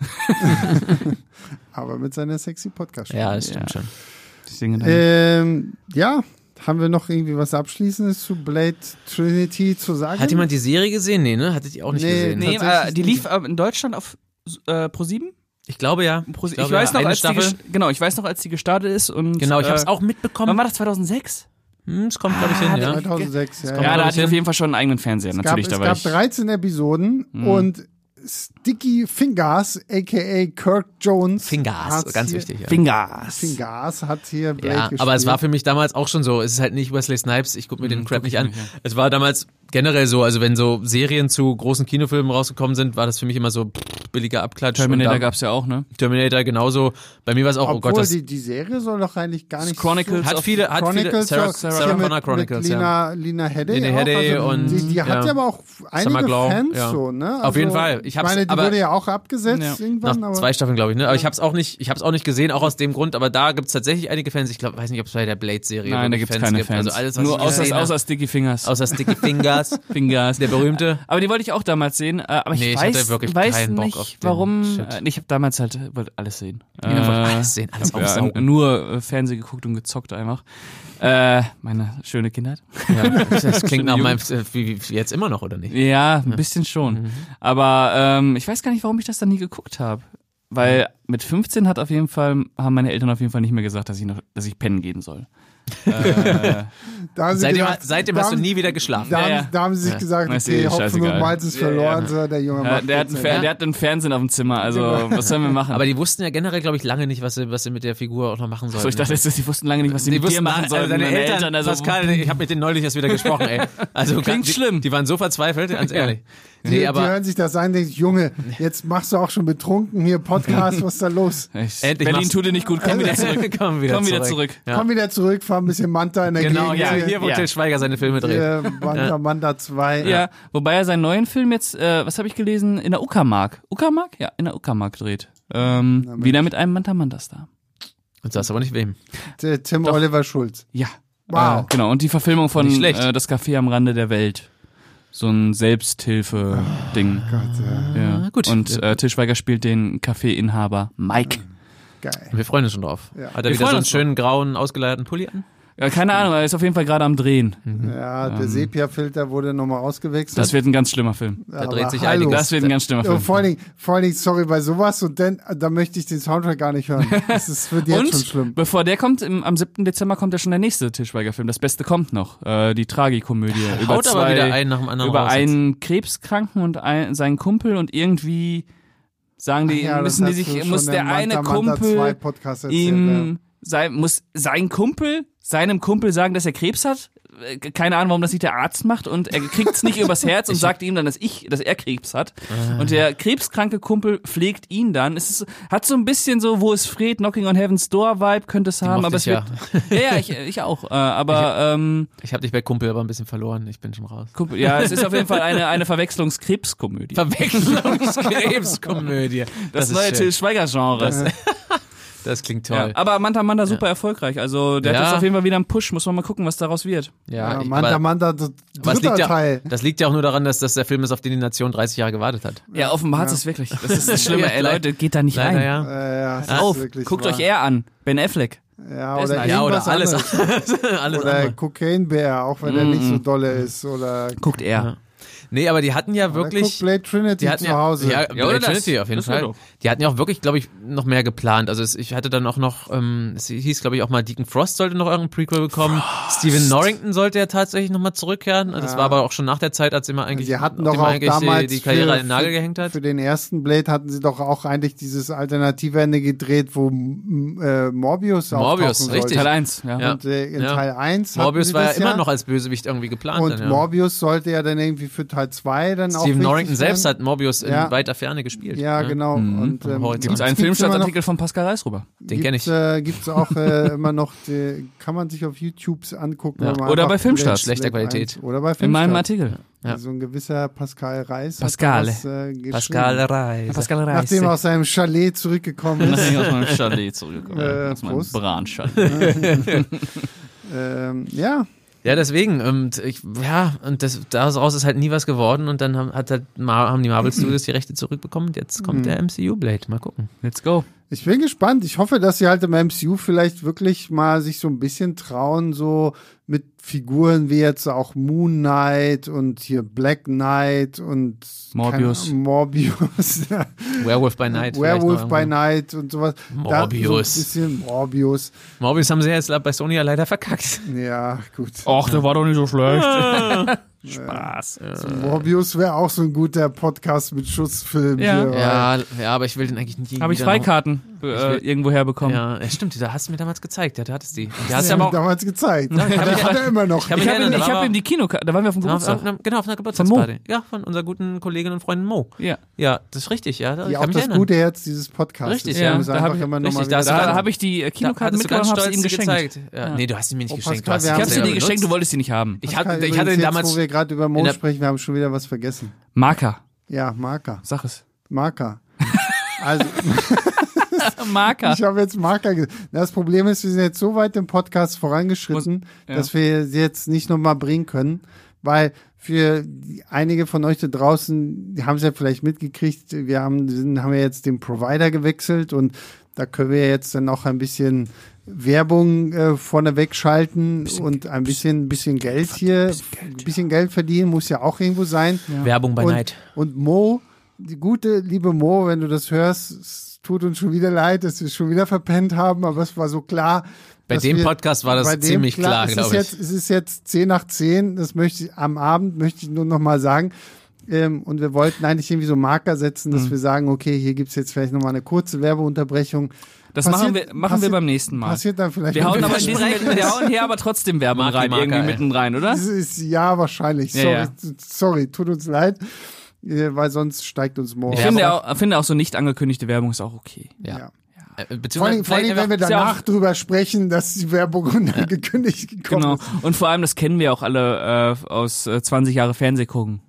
A: Aber mit seiner sexy podcast
B: Ja, das stimmt schon.
C: Ich singe
B: Mhm.
C: dann.
A: Ähm, ja, haben wir noch irgendwie was Abschließendes zu Blade Trinity zu sagen?
B: Hat jemand die Serie gesehen? Nee, ne? Hattet ihr auch nicht
A: Nee,
B: gesehen?
C: nee,
A: tatsächlich
C: äh, die lief äh, in Deutschland auf äh, Pro7.
B: Ich glaube ja.
C: Ich,
B: glaube,
C: weiß
B: ja.
C: noch,
B: Eine
C: als die,
B: Staffel.
C: ges- genau, ich weiß noch, als die gestartet ist und
B: Genau, ich habe es
C: äh,
B: auch
C: Wann
B: mitbekommen.
C: war das 2006?
B: Hm, es kommt, glaube ich, hin, ja.
A: 2006, ja.
B: kommt
A: ja.
C: Ja,
B: glaub
C: da
B: ich
C: hatte ich auf
B: hin.
C: jeden Fall schon einen eigenen Fernseher,
A: Es gab,
C: natürlich.
A: es
C: da war
A: gab
C: ich,
A: 13 Episoden
B: Mhm.
A: und Sticky Fingers, a.k.a. Kirk Jones.
B: Fingers,
A: hat's
B: ganz
A: hier,
B: wichtig. Ja.
C: Fingers.
A: Fingers hat hier Blade
B: Ja,
A: gespielt.
B: aber es war für mich damals auch schon so. Es ist halt nicht Wesley Snipes, ich
C: Mhm,
B: gucke mir den Crap nicht an. Es war damals generell so, also wenn so Serien zu großen Kinofilmen rausgekommen sind, war das für mich immer so pff, billiger Abklatsch.
C: Terminator
B: Und da-
C: gab es ja auch, ne?
B: Terminator genauso. Bei mir war es auch,
A: Obwohl
B: oh Gott, das
A: die, die Serie soll doch eigentlich gar nicht
C: Chronicles
B: hat
C: of
B: viele, hat viele,
A: Chronicles,
B: Sarah,
A: doch,
B: Sarah,
A: hier mit,
B: Connor Chronicles,
A: mit Lina,
B: ja.
A: Lina Headey,
B: Lina
A: auch. also
B: Headey und-
A: die, die hat
B: ja.
A: ja aber auch einige
B: Glau,
A: Fans
B: ja.
A: so, ne?
B: Auf jeden Fall. Ich
A: Ich
B: hab's-
A: meine, die
B: aber-
A: wurde ja auch abgesetzt
C: Ja.
B: Nach
A: irgendwann, aber
B: zwei Staffeln, glaube ich, ne? Aber ich habe es auch nicht, ich habe es auch nicht gesehen, auch aus dem Grund, aber da gibt es tatsächlich einige Fans. Ich glaube, weiß nicht, ob es bei der Blade-Serie
C: Nein, da
B: wirklich
C: gibt's keine
B: gibt.
C: Fans.
B: Also alles, was
C: Nur
B: ich gesehen
C: außer,
B: hab.
C: außer Sticky Fingers.
B: außer Sticky Fingers,
C: ne? Fingers.
B: der berühmte.
C: Aber die wollte ich auch damals sehen, äh, aber ich
B: Nee, ich
C: weiß,
B: hatte wirklich
C: weiß
B: keinen Bock
C: nicht,
B: auf den
C: warum.
B: Shit.
C: Äh, nee, ich habe damals halt äh, wollte alles sehen.
B: Jeder wollte alles sehen, alles
C: hab,
B: aufsaugen.
C: äh, nur äh, Fernsehen geguckt und gezockt einfach. Äh, meine schöne Kindheit.
B: Ja, das klingt nach meinem, äh, wie, wie jetzt immer noch, oder nicht?
C: Ja, ein bisschen schon.
B: Mhm.
C: Aber ähm, ich weiß gar nicht, warum ich das dann nie geguckt habe. Weil mit 15 hat auf jeden Fall, haben meine Eltern auf jeden Fall nicht mehr gesagt, dass ich noch, dass ich pennen gehen soll.
A: da haben sie
B: Seitdem,
A: gedacht,
B: seitdem
A: da
B: hast du
A: haben-
B: nie wieder geschlafen.
A: Da,
C: Ja,
A: haben,
C: ja.
A: da haben sie sich
B: Ja.
A: gesagt,
C: Ist
A: okay,
C: eh
A: Hopfen
C: scheißegal.
A: und Malz ist
B: Ja,
A: verloren, so, der Junge
C: Ja,
A: macht
C: Äh, der, hat einen
A: jetzt halt-
C: Fer
B: Ja.
C: der hat einen Fernsehen auf dem Zimmer, also was sollen wir machen?
B: Genau. Aber die wussten ja generell, glaube ich, lange nicht, was sie, was sie mit der Figur auch noch machen sollten.
C: so, ich dachte, jetzt, die wussten lange nicht, was sie
B: die
C: mit dir
B: wussten
C: machen
B: machen, also
C: sollten.
B: deine
C: Meine
B: Eltern,
C: also,
B: Pascal, ich habe mit denen neulich erst wieder gesprochen, ey. Also
C: Klingt
B: die,
C: schlimm.
B: Die waren so verzweifelt, ganz ehrlich.
A: Die,
B: Nee,
A: die
B: aber
A: hören sich das an, denken, Junge, jetzt machst du auch schon betrunken hier Podcast, was ist da los?
C: Ich,
B: Endlich
C: Berlin
B: machst-
C: tut dir nicht gut, komm wieder zurück.
B: Komm wieder
C: Komm wieder
B: zurück.
C: zurück.
B: Ja.
A: Komm wieder zurück, fahr ein bisschen Manta in der
B: Genau,
A: Gegend.
B: ja,
A: hier,
B: hier, wo
C: Ja.
B: Till Schweiger seine Filme dreht.
A: hier, Manta, Manta 2.
C: Ja, wobei er seinen neuen Film jetzt, äh, was habe ich gelesen, in der Uckermark. Uckermark? Ja, in der Uckermark dreht. Ähm, wieder mit einem Manta Manta Star.
B: Und sagst aber nicht wem.
A: T- Tim Oliver Schulz.
C: Ja.
A: Wow.
C: Äh, genau, und die Verfilmung von
B: Nicht schlecht.
C: äh, Das Café am Rande der Welt. So ein Selbsthilfe-Ding.
A: Gott,
C: ja.
B: Ah, gut.
C: Und äh, Tischweiger spielt den Café-Inhaber Mike.
A: äh, geil.
B: Wir freuen uns schon drauf.
A: Ja.
B: Hat er
C: Wir
B: wieder
C: freuen
B: so einen
C: uns
B: schönen grauen, ausgeleierten Pulli an?
C: Ja, keine Ahnung, er ist auf jeden Fall gerade am Drehen.
B: Mhm.
A: Ja,
B: Ähm.
A: der Sepia-Filter wurde nochmal ausgewechselt.
C: Das wird ein ganz schlimmer Film.
A: da
B: dreht sich
A: hallo.
B: einiges.
C: Das wird ein ganz schlimmer
A: Ja,
C: Film.
A: vor, allen Dingen, vor allen Dingen, sorry, bei sowas und dann, da möchte ich den Soundtrack gar nicht hören. Das ist, wird jetzt
C: Und
A: schon schlimm.
C: bevor der kommt, im, am 7. Dezember kommt ja schon der nächste Tischweiger-Film. Das Beste kommt noch. Äh, die Tragikomödie. über
B: Haut aber
C: zwei,
B: wieder einen nach dem anderen
C: Über
B: raus jetzt.
C: einen Krebskranken und ein, seinen Kumpel und irgendwie sagen die,
A: Ja, das
C: müssen die
A: hast du
C: sich,
A: schon
C: muss der
A: im
C: eine
A: Manta Manta 2
C: Kumpel
A: Podcast erzählt, ja.
C: ihm, sein, muss sein Kumpel seinem Kumpel sagen, dass er Krebs hat? äh, keine Ahnung, warum das nicht der Arzt macht und er kriegt es nicht übers Herz und sagt ihm dann, dass ich, dass er Krebs hat.
B: Ah.
C: Und der krebskranke Kumpel pflegt ihn dann. Es ist, hat so ein bisschen so, wo ist Fred, Knocking on Heaven's Door Vibe könnte es haben,
B: mochte
C: aber es
B: ich ja.
C: wird, ja, ja, ich, ich auch, äh, aber, ähm,
B: Ich habe dich bei Kumpel aber ein bisschen verloren. Ich bin schon raus.
C: Kumpel, ja, es ist auf jeden Fall eine, eine Verwechslungskrebskomödie.
B: Verwechslungskrebskomödie.
C: das, neue Til Schweiger-Genre.
B: Das klingt
C: Ja,
B: toll.
C: aber Manta Manta super erfolgreich. Also der hat
B: Ja.
C: jetzt auf jeden Fall wieder einen Push. Muss man mal gucken, was daraus wird.
B: Ja,
A: Ja,
B: ich-
A: Manta
B: aber-
A: Manta, d-
B: aber es
A: dritter
B: liegt ja,
A: Teil.
B: das liegt ja auch nur daran, dass das der Film ist, auf den die Nation 30 Jahre gewartet hat.
C: Ja, offenbar hat es wirklich. Das ist das Schlimme.
B: Ja,
C: Ey,
B: leider-
C: Leute, geht da nicht rein.
B: Leider ja.
A: Äh, ja, es ist
C: Auf,
A: wirklich
C: guckt
A: wahr.
C: euch er an. Ben Affleck.
A: Ja,
C: Der ist
A: oder
C: nice. Ja,
B: oder
A: irgendwas
B: alles
A: anderes.
B: Alles
A: Oder
B: andere. Mhm.
A: Cocaine Bear, auch wenn er nicht so dolle ist. Oder
C: Guckt er.
B: Nee, aber die hatten ja
A: Guck
B: wirklich.
A: Blade Trinity
B: Die hatten
A: zu
B: ja,
A: Hause.
B: ja,
C: oder
B: Blade
C: das.
B: Trinity auf jeden
C: Das war
B: Fall.
C: doof.
B: Die hatten ja auch wirklich, glaube ich, noch mehr geplant. Also es, ich hatte dann auch noch, ähm, es hieß, glaube ich, auch mal Deacon Frost sollte noch irgendein Prequel bekommen. Steven Norrington sollte ja tatsächlich nochmal zurückkehren. Das war aber auch schon nach der Zeit, als immer eigentlich,
A: Sie hatten doch
B: nachdem er
A: auch
B: eigentlich die-
A: damals
B: die Karriere
A: für,
B: an den Nagel gehängt hat.
A: Für, für den ersten Blade hatten sie doch auch eigentlich dieses alternative Ende gedreht, wo m- äh, Morbius
B: Morbius,
A: auftauchen
B: richtig.
C: Teil
A: sollte.
C: 1. Ja.
B: Ja.
A: Und äh, in
B: Ja.
A: Teil 1
B: Morbius
A: hatten sie
B: war ja
A: das
B: immer
A: ja.
B: noch als Bösewicht irgendwie geplant.
A: Und
B: dann, ja.
A: Morbius sollte ja dann irgendwie für Teil 2 dann auch
B: Steven
A: wichtig
B: Norrington selbst Mhm.
A: werden.
B: hat Morbius
A: Ja.
B: in weiter Ferne gespielt. ne?
A: Ja, genau. Und
B: Am Horizont.
C: Gibt's einen
A: gibt's immer noch-
C: Filmstadtartikel von Pascal Reisruber.
B: Den kenne ich.
A: Gibt's, äh, gibt's auch äh, immer noch, die, kann man sich auf YouTubes angucken.
B: Ja.
A: wenn man
C: Oder
A: einfach
C: bei Filmstart.
A: Blade-
B: Schlechter
A: Blade
B: Qualität.
A: 1 Oder bei Filmstart.
C: In meinem Artikel.
B: Ja.
A: So ein gewisser Pascal Reis. hat
C: Pascale.
A: Das, äh, geschrieben.
B: Pascal Reis.
C: Pascal Reis.
A: Nachdem er aus seinem Chalet zurückgekommen ist.
C: Nachdem ich aus meinem Chalet zurückgekommen
A: Äh,
C: bin. Aus meinem
A: Prost.
C: Branchalet.
A: ähm, ja,
B: Ja, deswegen. Und ich, ja, und das, daraus ist halt nie was geworden. Und dann haben, hat halt, Mar- haben die Marvel Studios die Rechte zurückbekommen. Und jetzt
A: Mhm.
B: kommt der MCU Blade. Mal gucken.
C: Let's go.
A: ich bin gespannt. Ich hoffe, dass sie halt im MCU vielleicht wirklich mal sich so ein bisschen trauen, so mit Figuren wie jetzt auch Moon Knight und hier Black Knight und
C: Morbius.
A: keine Ahnung, Morbius, ja.
B: Werewolf by Night. vielleicht
A: Werewolf
B: noch
A: by
B: irgendwo.
A: Night und sowas. Da So ein
B: Morbius.
A: bisschen Morbius.
B: Morbius haben sie ja jetzt bei Sony ja leider verkackt.
A: Ja, gut.
B: Oh.
C: Ach, der war doch nicht so schlecht. Spaß.
A: Morbius wäre auch so ein guter Podcast mit Schussfilm.
C: Ja.
A: Hier, weil-
B: Ja, ja, aber ich will den eigentlich nie.
C: Habe Genau. ich
B: wieder noch-
C: Freikarten äh, irgendwo herbekommen.
B: Ja, ja, stimmt. Da hast du mir damals gezeigt. Ja, da hattest du die. Und die
A: Das
B: hast du
A: haben
B: aber
A: wir
B: auch.
A: damals gezeigt. Das hat er immer noch.
B: Ich hab
C: Ich habe ihm,
B: Da
C: ich
B: war-
C: hab ihm die Kinokarte, da waren wir auf dem
B: Auf,
C: Geburtstag.
B: irgendeiner- genau, auf einer Geburtstagsparty. ja, von unserer guten Kollegin und Freundin Mo.
C: Ja.
B: Ja, das ist richtig, ja. Da, ich
A: Ja,
B: kann
A: auch
B: mich
A: das
B: erinnern.
A: gute Herz dieses Podcasts.
B: Richtig,
A: Wir
C: ja.
A: haben es
C: Da
A: einfach
C: hab ich-
A: immer noch
B: richtig,
A: mal
B: da
A: wieder
B: hast du
C: Da
B: ganz-
A: dran.
C: habe ich die äh,
B: Da
C: Kinokarte
B: hattest du ganz
C: mitgenommen und habe
B: stolz
C: sie ihm
B: die
C: geschenkt.
B: gezeigt. Ja. Nee, du hast sie mir nicht
A: Oh,
B: geschenkt.
A: Pascal,
B: du hast
A: wir
C: Ich
A: haben
C: habe
A: sie
C: sie
B: selber
C: dir geschenkt,
B: benutzt.
C: du wolltest sie nicht haben.
B: Ich
A: Pascal,
B: hatte, ich
A: übrigens
B: hatte den
A: jetzt,
B: damals.
A: wo wir gerade über Mo
B: in der-
A: sprechen, wir haben schon wieder was vergessen.
C: Marker,
A: Ja, Marker.
C: sag es.
A: Marker. Also,
C: Marker.
A: ich habe jetzt Marker gesagt. Das Problem ist, wir sind jetzt so weit im Podcast vorangeschritten,
C: ja.
A: dass wir sie jetzt nicht nochmal bringen können, weil für die- einige von euch da draußen, die haben es ja vielleicht mitgekriegt, wir haben, sind, haben ja jetzt den Provider gewechselt und da können wir jetzt dann auch ein bisschen Werbung äh, vorne wegschalten und ein bisschen, bisschen Geld hier, ein bisschen Geld verdienen, muss ja auch irgendwo sein.
B: Werbung bei
A: und,
B: Night.
A: Und Mo, die gute, liebe Mo, wenn du das hörst, es tut uns schon wieder leid, dass wir es schon wieder verpennt haben, aber es war so klar.
B: Bei
A: dass
B: dem
A: wir-
B: Podcast war das
A: bei dem
B: ziemlich klar,
A: es ist
B: glaube ich.
A: Jetzt, es ist jetzt 10 nach 10, das möchte ich, am Abend möchte ich nur noch mal sagen. Ähm, und wir wollten eigentlich irgendwie so Marker setzen,
C: Mhm.
A: dass wir sagen, okay, hier gibt's jetzt vielleicht noch mal eine kurze Werbeunterbrechung.
C: Das
A: Passiert-
C: machen wir, machen wir
A: passiert-
C: beim nächsten Mal.
A: Passiert dann vielleicht.
C: Wir hauen, aber
A: das
C: in diesem, wir hauen hier aber trotzdem Werbung
B: Marki
C: rein,
B: Marker,
C: irgendwie
B: ey.
C: mitten rein, oder?
A: ist, ja, wahrscheinlich.
C: Ja,
A: sorry,
C: ja.
A: t- sorry, tut uns leid, äh, weil sonst steigt uns Mo.
C: Ich
A: auf.
C: finde auch, finde auch so nicht angekündigte Werbung ist auch okay.
A: Ja.
B: Ja. Äh,
A: Vor
B: Beziehungsweise
A: allem, vor allem, wenn
B: vielleicht
A: wir
B: einfach-
C: ist ja
A: danach drüber sprechen, dass die Werbung unangekündigt gekommen
C: Genau.
A: ist.
C: Und vor allem, das kennen wir auch alle äh, aus äh, 20 Jahre Fernsehgucken.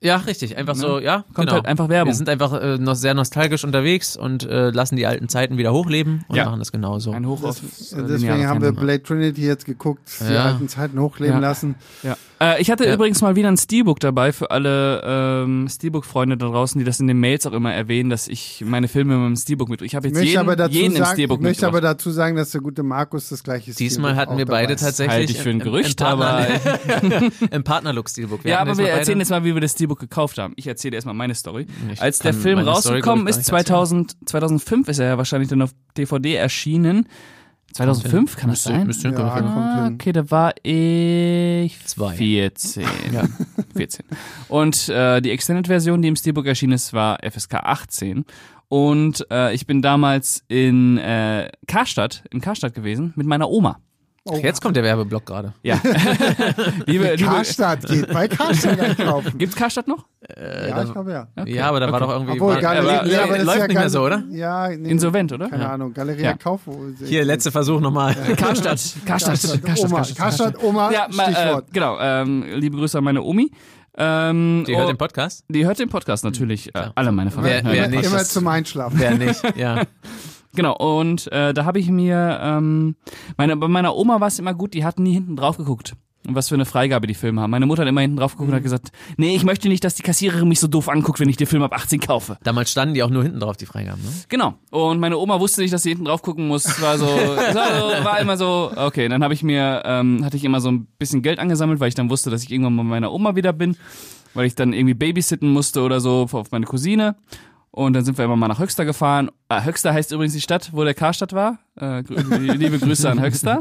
B: ja, richtig. Einfach so, ja.
C: Kommt
B: genau.
C: halt einfach Werbung.
B: Wir sind einfach äh, noch sehr nostalgisch unterwegs und äh, lassen die alten Zeiten wieder hochleben und
C: Ja.
B: machen das genauso.
C: Ein Hoch auf äh,
A: Deswegen haben wir Blade Trinity jetzt geguckt, die
B: Ja.
A: alten Zeiten hochleben
C: Ja.
A: lassen.
C: Ja. Äh, ich hatte
B: Ja.
C: übrigens mal wieder ein Steelbook dabei für alle ähm, Steelbook-Freunde da draußen, die das in den Mails auch immer erwähnen, dass ich meine Filme mit dem Steelbook mit. Ich habe
A: Ich
C: jetzt
A: möchte,
C: jeden,
A: aber, dazu
C: jeden im
A: sagen, ich
C: Steelbook
A: möchte aber
C: mitgebracht.
A: dazu sagen, dass der gute Markus das gleiche ist.
B: Diesmal hatten wir beide tatsächlich.
C: Halte ich für ein
B: im- im- im
C: Gerücht,
B: Partner-
C: aber
B: Im Partnerlook-Steelbook.
C: Ja, aber wir erzählen
B: jetzt.
C: jetzt mal, wie wir das Steelbook gekauft haben. Ich erzähle erstmal meine Story.
B: Ich
C: Als der
B: kann
C: Film
B: meine Story,
C: rausgekommen
B: glaub ich,
C: ist,
B: gar nicht
C: 2000, 2005 ist er ja wahrscheinlich dann auf DVD erschienen. 2005, kann das sein?
B: Müsste
A: Ja,
B: hinkommen.
A: kommt
C: Ah,
A: hin.
C: okay, da war ich
B: Zwei.
C: 14. 14. Und äh, die Extended-Version, die im Steelbook erschienen ist, war FSK 18. Und äh, ich bin damals in äh, Karstadt, in Karstadt gewesen, mit meiner Oma.
A: Oh,
B: Jetzt kommt der Werbeblock gerade.
C: Ja. liebe, liebe,
A: Karstadt geht bei Karstadt einkaufen.
C: gibt's Karstadt noch?
A: ja, ich glaube ja.
B: Ja, aber da war doch irgendwie.
A: Obwool,
B: war,
A: Galerie,
B: aber, äh,
A: nee, aber das ist
B: läuft
A: ja
B: nicht
A: kein-
B: mehr so, oder?
A: Ja, nee,
C: Insolvent, oder?
A: keine Ahnung. Galeria
C: Ja.
A: Kauf.
B: Hier, letzter Versuch nochmal.
C: Karstadt. Karstadt.
A: Karstadt, Oma. Karstadt, Oma,
C: Ja, ma, äh,
A: Stichwort.
C: genau. Ähm, liebe Grüße an meine Omi. Ähm,
B: Die hört den Podcast?
C: die hört den Podcast natürlich. Äh, alle meine
B: Wer-
C: Verwandten.
B: wer
C: hören den
B: nicht?
A: Immer
B: das-
A: zum Einschlafen.
B: Wer nicht, ja.
C: Genau, und äh, da habe ich mir, ähm, meine, bei meiner Oma war es immer gut, die hat nie hinten drauf geguckt. Und was für eine Freigabe die Filme haben. Meine Mutter hat immer hinten drauf
B: Mhm.
C: geguckt und hat gesagt, nee, ich möchte nicht, dass die Kassiererin mich so doof anguckt, wenn ich den Film ab 18 kaufe.
B: Damals standen die auch nur hinten drauf, die Freigaben, ne?
C: Genau. Und meine Oma wusste nicht, dass sie hinten drauf gucken muss. Es War so, es war, so, war immer so, okay, dann habe ich mir, ähm, hatte ich immer so ein bisschen Geld angesammelt, weil ich dann wusste, dass ich irgendwann bei meiner Oma wieder bin, weil ich dann irgendwie babysitten musste oder so auf meine Cousine. Und dann sind wir immer mal nach Höxter gefahren. Ah, Höxter heißt übrigens die Stadt, wo der Karstadt war. Äh, grü- liebe Grüße an Höxter.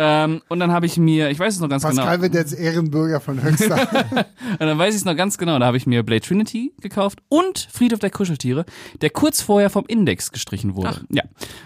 C: Ähm, und dann habe ich mir, ich weiß es noch ganz genau.
A: Pascal wird jetzt Ehrenbürger von Höxter.
C: Und dann weiß ich es noch ganz genau. Da habe ich mir Blade Trinity gekauft und Friedhof der Kuscheltiere, der kurz vorher vom Index gestrichen wurde. Ja.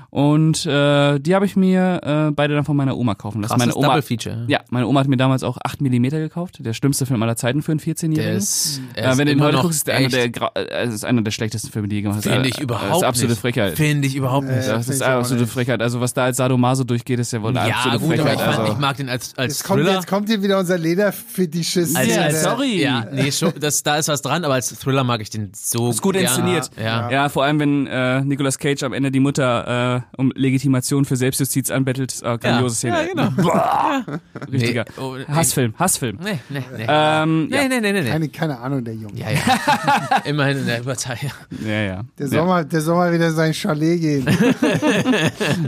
C: Und äh, die habe ich mir äh, beide dann von meiner Oma kaufen lassen.
B: Krasses
C: Meine Oma,
B: Double Feature.
C: ja, meine Oma hat mir damals auch 8 mm gekauft. Der schlimmste Film aller Zeiten für einen 14-Jährigen.
B: Der ist,
C: Äh,
B: er ist
C: wenn du ihn
B: immer
C: heute
B: noch
C: guckst, ist der einer
B: echt-
C: der, gra- äh, es ist einer der schlechtesten Filme, die je gemacht
B: Finde
C: ist.
B: ich
C: Äh,
B: überhaupt
C: Das ist
B: nicht.
C: absolute Frechheit.
B: Finde ich überhaupt nicht.
A: Ja,
C: das
A: find
C: ist
A: ich auch
C: absolute
A: nicht.
C: Frechheit. Also was da als Sadomaso durchgeht, ist ja wohl eine
B: ja,
C: absolute
B: gut, aber
C: Frechheit.
B: ich, fand,
C: also.
B: ich mag den als, als
A: Jetzt kommt,
B: Thriller.
A: jetzt kommt hier wieder unser Lederfetischist. äh,
B: als,
C: Ja,
A: der-
B: als,
C: sorry.
B: Ja, nee, schon, das, da ist was dran, aber als Thriller mag ich den so
C: Ist gut
B: gerne.
C: inszeniert.
B: Ja.
C: Ja, vor allem, wenn äh, Nicolas Cage am Ende die Mutter äh, um Legitimation für Selbstjustiz anbettelt, ist auch grandiose
B: Ja,
C: Szene.
B: genau.
C: Boah, richtiger.
B: Nee, oh, nee.
C: Hassfilm, Hassfilm.
B: Nee, nee, nee.
C: Ähm,
B: nee, nee, nee, nee, nee.
A: Keine, keine Ahnung, der Junge.
B: Ja, ja. Immerhin in der Überteil.
C: Ja, ja.
A: Der soll, mal, der soll mal wieder in sein Chalet gehen.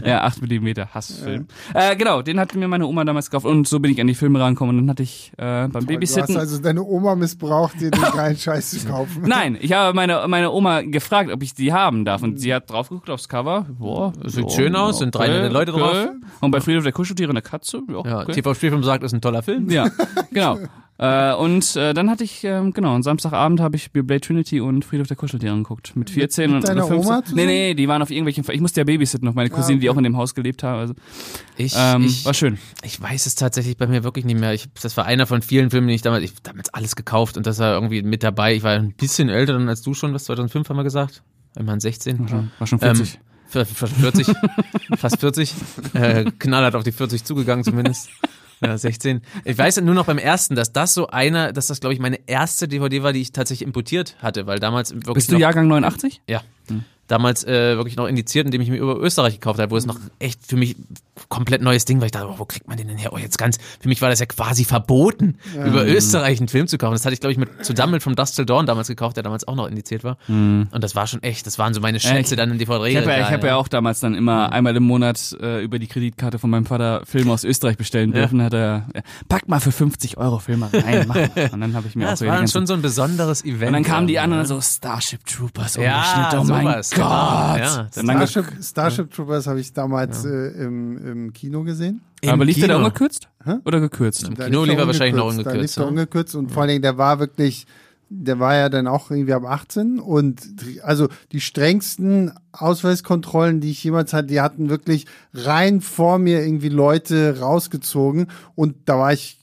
C: Ja, 8 mm Hassfilm. Äh, genau, den hatte mir meine Oma damals gekauft und so bin ich an die Filme rangekommen und dann hatte ich äh, beim
A: Du hast
C: Babysitten.
A: also deine Oma missbraucht, dir den geilen Scheiß zu kaufen.
C: Nein, ich habe meine, meine Oma gefragt, ob ich die haben darf. Und sie hat drauf geguckt aufs Cover. Boah,
B: Sieht schön aus, sind drei nette Leute drauf.
C: Und bei Friedhof der Kuscheltiere eine Katze. Ja,
B: Ja,
C: okay.
B: TV Spielfilm sagt, ist ein toller Film.
C: Ja, genau. Äh, und äh, dann hatte ich, ähm, genau, am Samstagabend habe ich mir Blade Trinity und Friedhof der Kuscheltiere angeguckt. Mit 14 und
A: deiner
C: mit 15.
A: Oma zusammen?
C: Nee, nee, die waren auf irgendwelchen, ich musste ja babysitten auf meine Cousine, die auch in dem Haus gelebt haben. Also,
B: Ich,
C: ähm,
B: ich,
C: war schön.
B: ich weiß es tatsächlich bei mir wirklich nicht mehr. Ich, das war einer von vielen Filmen, den ich damals, ich hab damals alles gekauft und das war irgendwie mit dabei. Ich war ein bisschen älter dann als du schon, was 2005 haben wir gesagt? Immerhin 16.
C: War schon 40.
B: Ähm, f- fast 40, fast 40. Äh, knallhart auf die 40 zugegangen zumindest. Ja, 16. Ich weiß nur noch beim ersten, dass das so einer, dass das glaube ich meine erste DVD war, die ich tatsächlich importiert hatte, weil damals wirklich
C: Bist du
B: noch,
C: Jahrgang 89?
B: ja.
C: Hm.
B: Damals äh, wirklich noch indiziert, indem ich mir über Österreich gekauft habe, wo es noch echt für mich komplett neues Ding war. Ich dachte, oh, wo kriegt man den denn her? Oh, jetzt ganz. Für mich war das ja quasi verboten,
C: Hm.
B: über Österreich einen Film zu kaufen. Das hatte ich, glaube ich, mit, zusammen mit vom Dust Till Dawn damals gekauft, der damals auch noch indiziert war. Und das war schon echt. Das waren so meine
C: Hm. ich-
B: Schätze dann in DVD.
C: Ich habe ja, ich hab ja auch damals dann immer einmal im Monat äh, über die Kreditkarte von meinem Vater Filme aus Österreich bestellen dürfen. Hat er, äh, pack mal für 50 Euro Filme rein, mach mal. Und dann habe ich mir
B: Ja,
C: auch
B: das
C: so
B: war
C: die
B: dann
C: ganzen-
B: schon so ein besonderes Event.
C: Und dann kamen die
B: Ja.
C: anderen so Starship Troopers
B: Ja,
C: umgeschnitten. Oh mein
B: sowas,
C: Gott.
B: genau. Ja,
C: dann lang-
A: Starship, Starship Troopers habe ich damals äh, im, im Kino gesehen.
B: Im
C: Aber lief der da
B: Kino.
C: ungekürzt? Oder gekürzt?
A: Da
B: Kino
A: lief er
B: lief er wahrscheinlich noch
A: Da lief
B: ungekürzt,
A: er
B: ne?
A: ungekürzt und vor allen Dingen, der war wirklich, der war ja dann auch irgendwie ab 18 und die- also die strengsten Ausweiskontrollen, die ich jemals hatte, die hatten wirklich rein vor mir irgendwie Leute rausgezogen und da war ich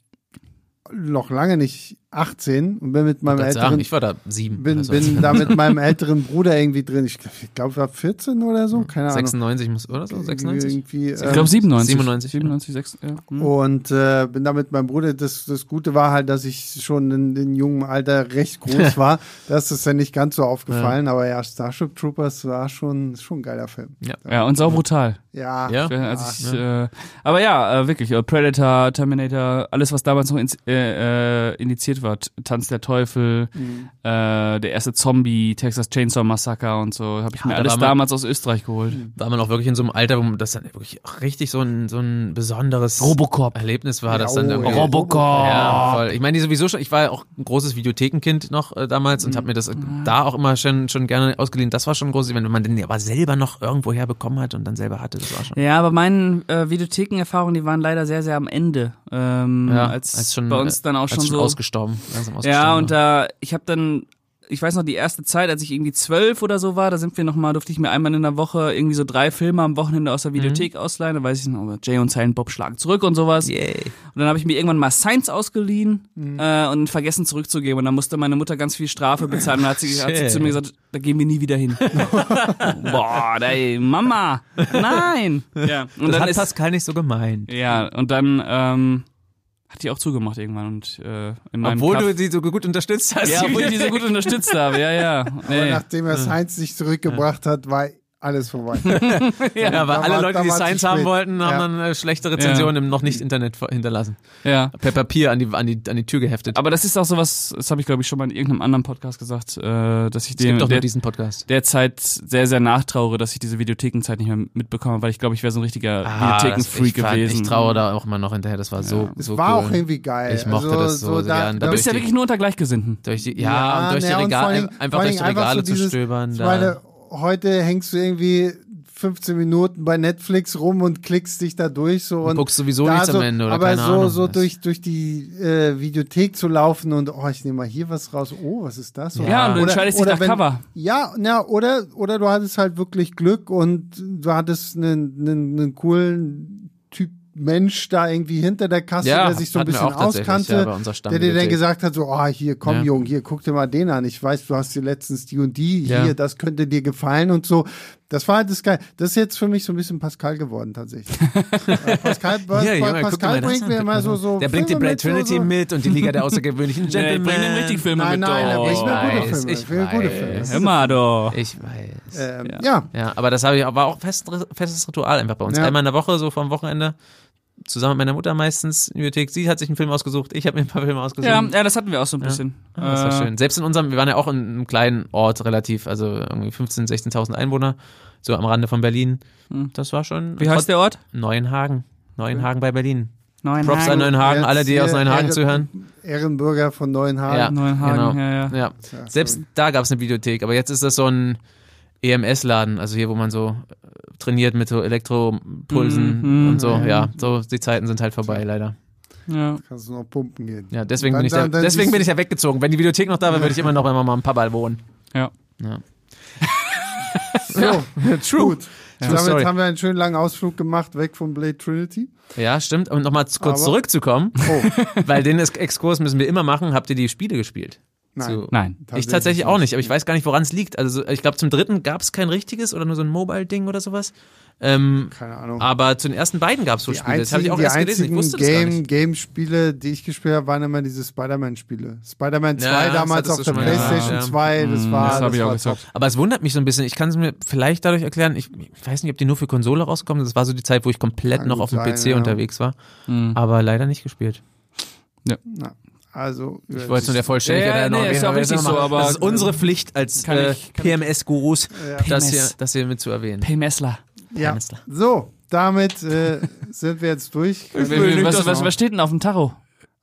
A: noch lange nicht 18 und bin mit meinem
B: Ich, sagen,
A: älteren
B: ich war Also da sieben.
A: bin,
B: oder so.
A: bin da mit meinem älteren Bruder irgendwie drin. Ich glaube, ich, glaub, ich war 14 oder so, keine Ahnung.
B: 96 muss, oder so? 96?
A: Irgendwie, ähm,
C: Ich glaube 97.
B: 97,
C: 97, 6, ja. Hm.
B: Oh.
A: Und äh, bin da mit meinem Bruder. Das, das Gute war halt, dass ich schon in, in jungem Alter recht groß war. Das ist ja nicht ganz so aufgefallen, aber ja, Starship Troopers war schon, schon ein geiler Film.
C: Ja, und sau brutal.
A: Ja,
B: Ja.
C: Ja, also ich,
B: ne?
C: äh, aber ja, äh, wirklich. Äh, Predator, Terminator, alles, was damals noch ins, äh, äh, indiziert war. T- Tanz der Teufel,
B: Mhm.
C: äh, der erste Zombie, Texas Chainsaw Massacre und so. Habe ich mir
B: da
C: alles
B: war man-
C: damals aus Österreich geholt.
B: War man auch wirklich in so einem Alter, wo man das dann wirklich auch richtig so ein, so ein besonderes
C: Robocop.
B: Erlebnis war, das
A: Ja,
B: dann
A: oh,
B: irgendwie.
A: ja.
C: Robocop.
B: Ja, voll. Ich meine, die sowieso schon, ich war ja auch ein großes Videothekenkind noch äh, damals und habe mir das äh,
A: Mhm.
B: da auch immer schon, schon gerne ausgeliehen. Das war schon ein großes Event, wenn man den aber selber noch irgendwo herbekommen hat und dann selber hatte, das war schon.
C: Ja, aber meine äh, Videothekenerfahrungen, die waren leider sehr, sehr am Ende. Ähm,
B: Ja,
C: als,
B: Mhm. als schon,
C: bei uns dann auch
B: als
C: schon so
B: ausgestorben. Langsam ausgestorben
C: Ja, und
B: war.
C: da, ich habe dann ich weiß noch, die erste Zeit, als ich irgendwie zwölf oder so war, da sind wir nochmal, durfte ich mir einmal in der Woche irgendwie so drei Filme am Wochenende
B: Mhm.
C: aus der Videothek ausleihen. Da weiß ich noch, aber Jay und Silent Bob schlagen zurück und sowas.
B: Yay.
C: Und dann habe ich mir irgendwann mal Science ausgeliehen
B: Mhm.
C: äh, und vergessen zurückzugeben. Und dann musste meine Mutter ganz viel Strafe bezahlen. Und dann hat sie, hat sie
B: Shit.
C: zu mir gesagt, da gehen wir nie wieder hin. Boah, ey, Mama, nein. Ja, und
B: Das
C: dann
B: hat
C: ist,
B: Pascal nicht so gemeint.
C: ja, und dann ähm, hat die auch zugemacht irgendwann. Und äh, in meinem
B: Obwohl
C: Kaff-
B: du sie so gut unterstützt hast.
C: ja, obwohl ich die so gut unterstützt habe, ja, ja.
A: Aber
C: Nee.
A: nachdem er Science sich zurückgebracht hat, war alles vorbei.
B: ja, aber
A: da
B: alle
A: war-
B: Leute,
A: da
B: die
A: war zu
B: Science haben
A: spät.
B: wollten, haben
A: Ja.
B: dann äh, schlechte Rezensionen im noch nicht Internet ver- hinterlassen.
C: Ja.
B: Per Papier an die, an die, an die Tür geheftet.
C: Aber das ist auch sowas, das habe ich glaube ich schon mal in irgendeinem anderen Podcast gesagt, äh, dass ich
B: es
C: dem,
B: gibt doch
C: der,
B: nur diesen Podcast.
C: derzeit sehr, sehr nachtraure, dass ich diese Videothekenzeit nicht mehr mitbekomme, weil ich glaube, ich wäre so ein
B: Ah,
C: richtiger
B: das, ich,
C: Videothekenfreak
B: fand-
C: gewesen.
B: ich traue da auch immer noch hinterher, das war so,
A: Es
B: so
A: war
B: cool.
A: auch irgendwie geil.
B: Ich mochte
A: also,
B: das so sehr
A: da,
B: gern.
A: da
C: Du bist ja
B: Durch die-
C: wirklich nur unter Gleichgesinnten.
B: Durch die, ja, und durch
A: ne,
B: die
A: vor allen
B: Regale,
A: Dingen-
B: einfach
A: vor allen
B: durch die
A: Dingen
B: Regale
A: so
B: zu
A: dieses-
B: stöbern.
A: Ich
B: Da.
A: meine, heute hängst du irgendwie 15 Minuten bei Netflix rum und klickst dich da durch so und
B: guckst sowieso
A: da
B: nichts am
A: so,
B: Ende oder
A: aber
B: keine
A: so
B: Ahnung
A: so
B: was.
A: durch durch die äh, Videothek zu laufen und oh ich nehme mal hier was raus oh was ist das
B: Ja,
C: Ja, und du
A: Oder-
C: entscheidest dich
A: oder
C: nach
A: wenn-
C: Cover.
A: ja na oder oder du hattest halt wirklich Glück und du hattest einen einen, einen coolen Typ Mensch da irgendwie hinter der Kasse
B: Ja,
A: der sich so ein
B: hatten wir
A: bisschen
B: auch tatsächlich,
A: auskannte
B: ja, bei unserer
A: der dir dann
B: Stammbibliothek.
A: gesagt hat so ah hier komm
B: Ja.
A: Junge hier guck dir mal den an ich weiß du hast dir letztens die und die
B: Ja.
A: hier das könnte dir gefallen und so das war halt das geil das ist jetzt für mich so ein bisschen Pascal geworden tatsächlich Äh, Pascal,
B: Hier, Junge, guck dir
A: Pascal
B: mal das
A: bringt
B: an,
A: mir
B: guck
A: immer
B: mal
A: so,
B: das
A: so
B: an. Der bringt die
A: Filme
B: Blade
A: mit, so-
B: Trinity
A: so.
B: mit und die Liga der außergewöhnlichen
C: Ja, ich
B: Gentlemen.
C: bring den richtig Filme
A: Nein,
C: mit.
A: nein, er
C: doch.
A: bringt mir gute
B: weiß,
A: Filme.
B: ich
A: will gute Filme.
B: weiß.
C: Hör mal doch.
B: Ich weiß.
A: Ähm, ja.
B: Ja, aber das habe ich auch, war auch fest, festes Ritual einfach bei uns.
A: Ja.
B: Einmal in der Woche, so vom Wochenende, zusammen mit meiner Mutter meistens in der Bibliothek. Sie hat sich einen Film ausgesucht, ich habe mir ein paar Filme ausgesucht.
C: Ja, ja, das hatten wir auch so ein bisschen.
B: Ah, Das war
C: Äh,
B: schön. Selbst in unserem, wir waren ja auch in einem kleinen Ort relativ, also irgendwie 15.000, 16.000 Einwohner, so am Rande von Berlin. Das war schon.
C: Hm. Wie heißt der Ort?
B: Neuenhagen. Neuenhagen bei Berlin.
C: Neuenhagen.
B: Props an Neuenhagen,
A: Jetzt
B: alle, die
A: hier,
B: aus Neuenhagen
A: Ehre-
B: zuhören.
A: Ehrenbürger von Neuenhagen.
B: Genau.
C: Neuenhagen, ja, ja.
A: Ja,
B: Selbst da gab es eine Bibliothek, aber jetzt ist das so ein EMS-Laden, also hier, wo man so äh, trainiert mit so Elektropulsen
C: Mm, mm,
B: und so.
A: ja.
B: Ja, so die Zeiten sind halt vorbei, leider.
C: Ja.
A: Kannst du noch pumpen gehen.
B: Ja, deswegen,
A: Dann-
B: bin, ich da,
A: dann- dann
B: deswegen
A: siehst
B: bin ich ja weggezogen. Wenn die Bibliothek noch da wäre, würde ich immer noch bei Mama und Papa wohnen.
C: Ja.
B: Ja.
A: So,
B: True.
A: gut. Damit
B: sorry.
A: haben wir einen schönen langen Ausflug gemacht, weg von Blade Trinity.
B: Ja, stimmt. Und nochmal kurz
A: Aber-
B: zurückzukommen,
A: Oh,
B: weil den Ex- Exkurs müssen wir immer machen. Habt ihr die Spiele gespielt?
A: nein.
B: Zu-
C: Nein.
B: Ich tatsächlich auch nicht, aber ich weiß gar nicht, woran es liegt. Also ich glaube, zum dritten gab es kein richtiges oder nur so ein Mobile-Ding oder sowas. Ähm,
A: Keine Ahnung.
B: aber zu den ersten beiden gab es so
A: die
B: Spiele. das habe ich
A: einzigen,
B: auch
A: die
B: erst gelesen. Ich
A: einzigen
B: wusste das gar nicht.
A: Game, Game-Spiele, die ich gespielt habe, waren immer diese Spider-Man-Spiele. Spider-Man 2
B: Ja, das
A: damals
B: hattest
A: auf
B: du
A: der
B: schon mal gesagt,
A: Playstation
B: ja. Mhm,
A: 2, das war,
C: Mm, das habe ich auch
A: war
C: gesagt.
B: Aber es wundert mich so ein bisschen. Ich kann es mir vielleicht dadurch erklären. Ich, ich weiß nicht, ob die nur für Konsole rausgekommen sind. Das war so die Zeit, wo ich komplett
A: Kann
B: noch
A: gut
B: auf dem
A: sein,
B: PC
A: ja.
B: unterwegs war.
C: Mm.
B: Aber leider nicht gespielt.
A: Na, also,
B: Ich wollte es nur der Vollständigkeit
C: Ja, ja,
B: erneut
C: Äh, nee,
B: erwähnen,
C: ist ja auch
B: aber wir
C: richtig
B: sind noch
C: so,
B: mal-
C: aber-
B: Das ist unsere Pflicht als
C: Kann
B: äh,
C: ich- kann ich-
B: PMS-Gurus, das hier,
C: PMS.
B: das hier mit zu erwähnen.
C: Pay Messler.
A: ja.
B: Meister.
A: So, damit äh, sind wir jetzt durch.
C: Was, was, was, was steht denn auf dem Tacho?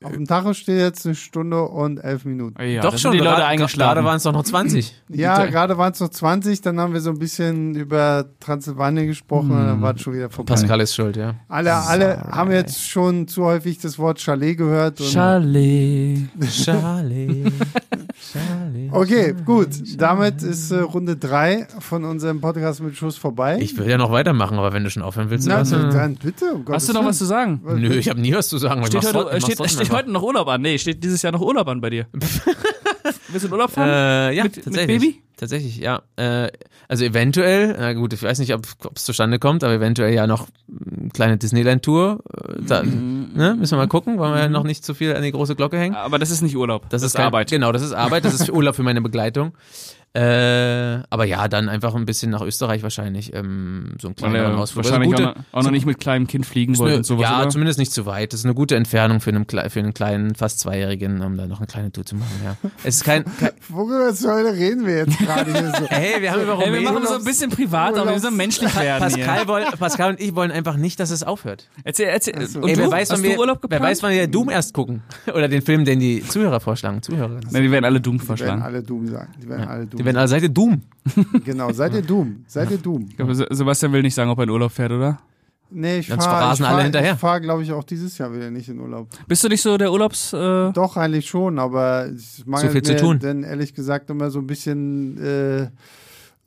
A: Auf dem Tacho steht jetzt eine Stunde und elf Minuten.
C: Ja,
B: Doch
C: da
B: schon,
C: sind die Leute
B: gerade-
C: eingeschlafen.
B: Gerade waren es doch noch 20.
A: Ja, gerade waren es noch 20, dann haben wir so ein bisschen über Transsilvanien gesprochen und
B: Hm.
A: dann war es schon wieder vorbei.
B: Pascal ist schuld, ja.
A: Alle, alle haben jetzt schon zu häufig das Wort Chalet gehört. Und
C: Charlie.
B: Charlie. Charlie.
A: okay, gut. Damit ist äh, Runde drei von unserem Podcast mit Schuss vorbei.
B: Ich Hm. will ja noch weitermachen, aber wenn du schon aufhören willst,
A: Na,
B: Sebastian.
A: dann, dann bitte. Um
C: Hast du noch was zu sagen?
B: Nö, ich habe nie was zu sagen.
C: Steht,
B: ich mach's
C: heute,
B: trotzdem-
C: äh,
B: mach's
C: steht,
B: trotzdem
C: steht
B: einfach.
C: heute noch Urlaub an? Nee, steht dieses Jahr noch Urlaub an bei dir. Willst du in Urlaub fahren?
B: Äh, ja,
C: Mit- mit
B: tatsächlich.
C: Baby?
B: Tatsächlich, ja. Äh, also eventuell, na gut, ich weiß nicht, ob es zustande kommt, aber eventuell ja noch eine kleine Disneyland-Tour. Äh, Da,
C: Mhm.
B: ne? Müssen wir mal gucken, wollen wir ja noch nicht zu viel an die große Glocke hängen.
C: Aber Hm? das ist nicht Urlaub.
B: Das, ist kein- Genau, das ist Arbeit, das ist Urlaub für meine Begleitung. Äh, aber ja, dann einfach ein bisschen nach Österreich wahrscheinlich, ähm, so ein
C: Weil
B: kleiner
C: er
B: Ausflug. Also
C: wahrscheinlich
B: gute-
C: auch, noch, auch noch nicht mit kleinem Kind fliegen
B: Nö,
C: wollte und sowas.
B: ja,
C: oder?
B: zumindest nicht zu weit. Das ist eine gute Entfernung für einen, Kle- für einen kleinen, fast Zweijährigen, um da noch eine kleine Tour zu machen, ja. Es ist kein, kein
A: Worüber zur Hölle reden wir jetzt gerade hier so?
B: hey, wir haben über
C: Hey, wir
B: Rumänien-
C: machen so ein bisschen privat, aber wir müssen menschlich werden
B: Pascal, woll, Pascal und ich wollen einfach nicht, dass es aufhört.
C: hier. Erzähl, erzähl.
A: so.
C: Und
B: Ey,
C: du?
B: wer weiß,
C: Hast
B: wann
C: du
B: wir,
C: Urlaub
B: wer
C: geplant?
B: weiß, wann wir Doom erst gucken. Oder den Film, den die Zuhörer vorschlagen. Zuhörerinnen.
C: Nein, die werden alle Doom
A: Die werden
C: vorschlagen.
A: alle Doom sagen. Die werden alle
B: Die
A: Doom.
B: werden alle, seid ihr Doom?
A: Genau, seid ihr Doom. Seid ihr Doom.
C: Ich glaube, Se- Sebastian will nicht sagen, ob er in Urlaub fährt, oder?
A: Nee, ich
B: Sonst
A: fahre, ich
B: rasen alle
A: fahre,
B: hinterher.
A: fahr, glaube ich, auch dieses Jahr wieder nicht in Urlaub.
C: Bist du nicht so der Urlaubs... Äh,
A: Doch, eigentlich schon, aber es mangelt
B: viel zu
A: mir
B: tun.
A: denn ehrlich gesagt immer so ein bisschen äh,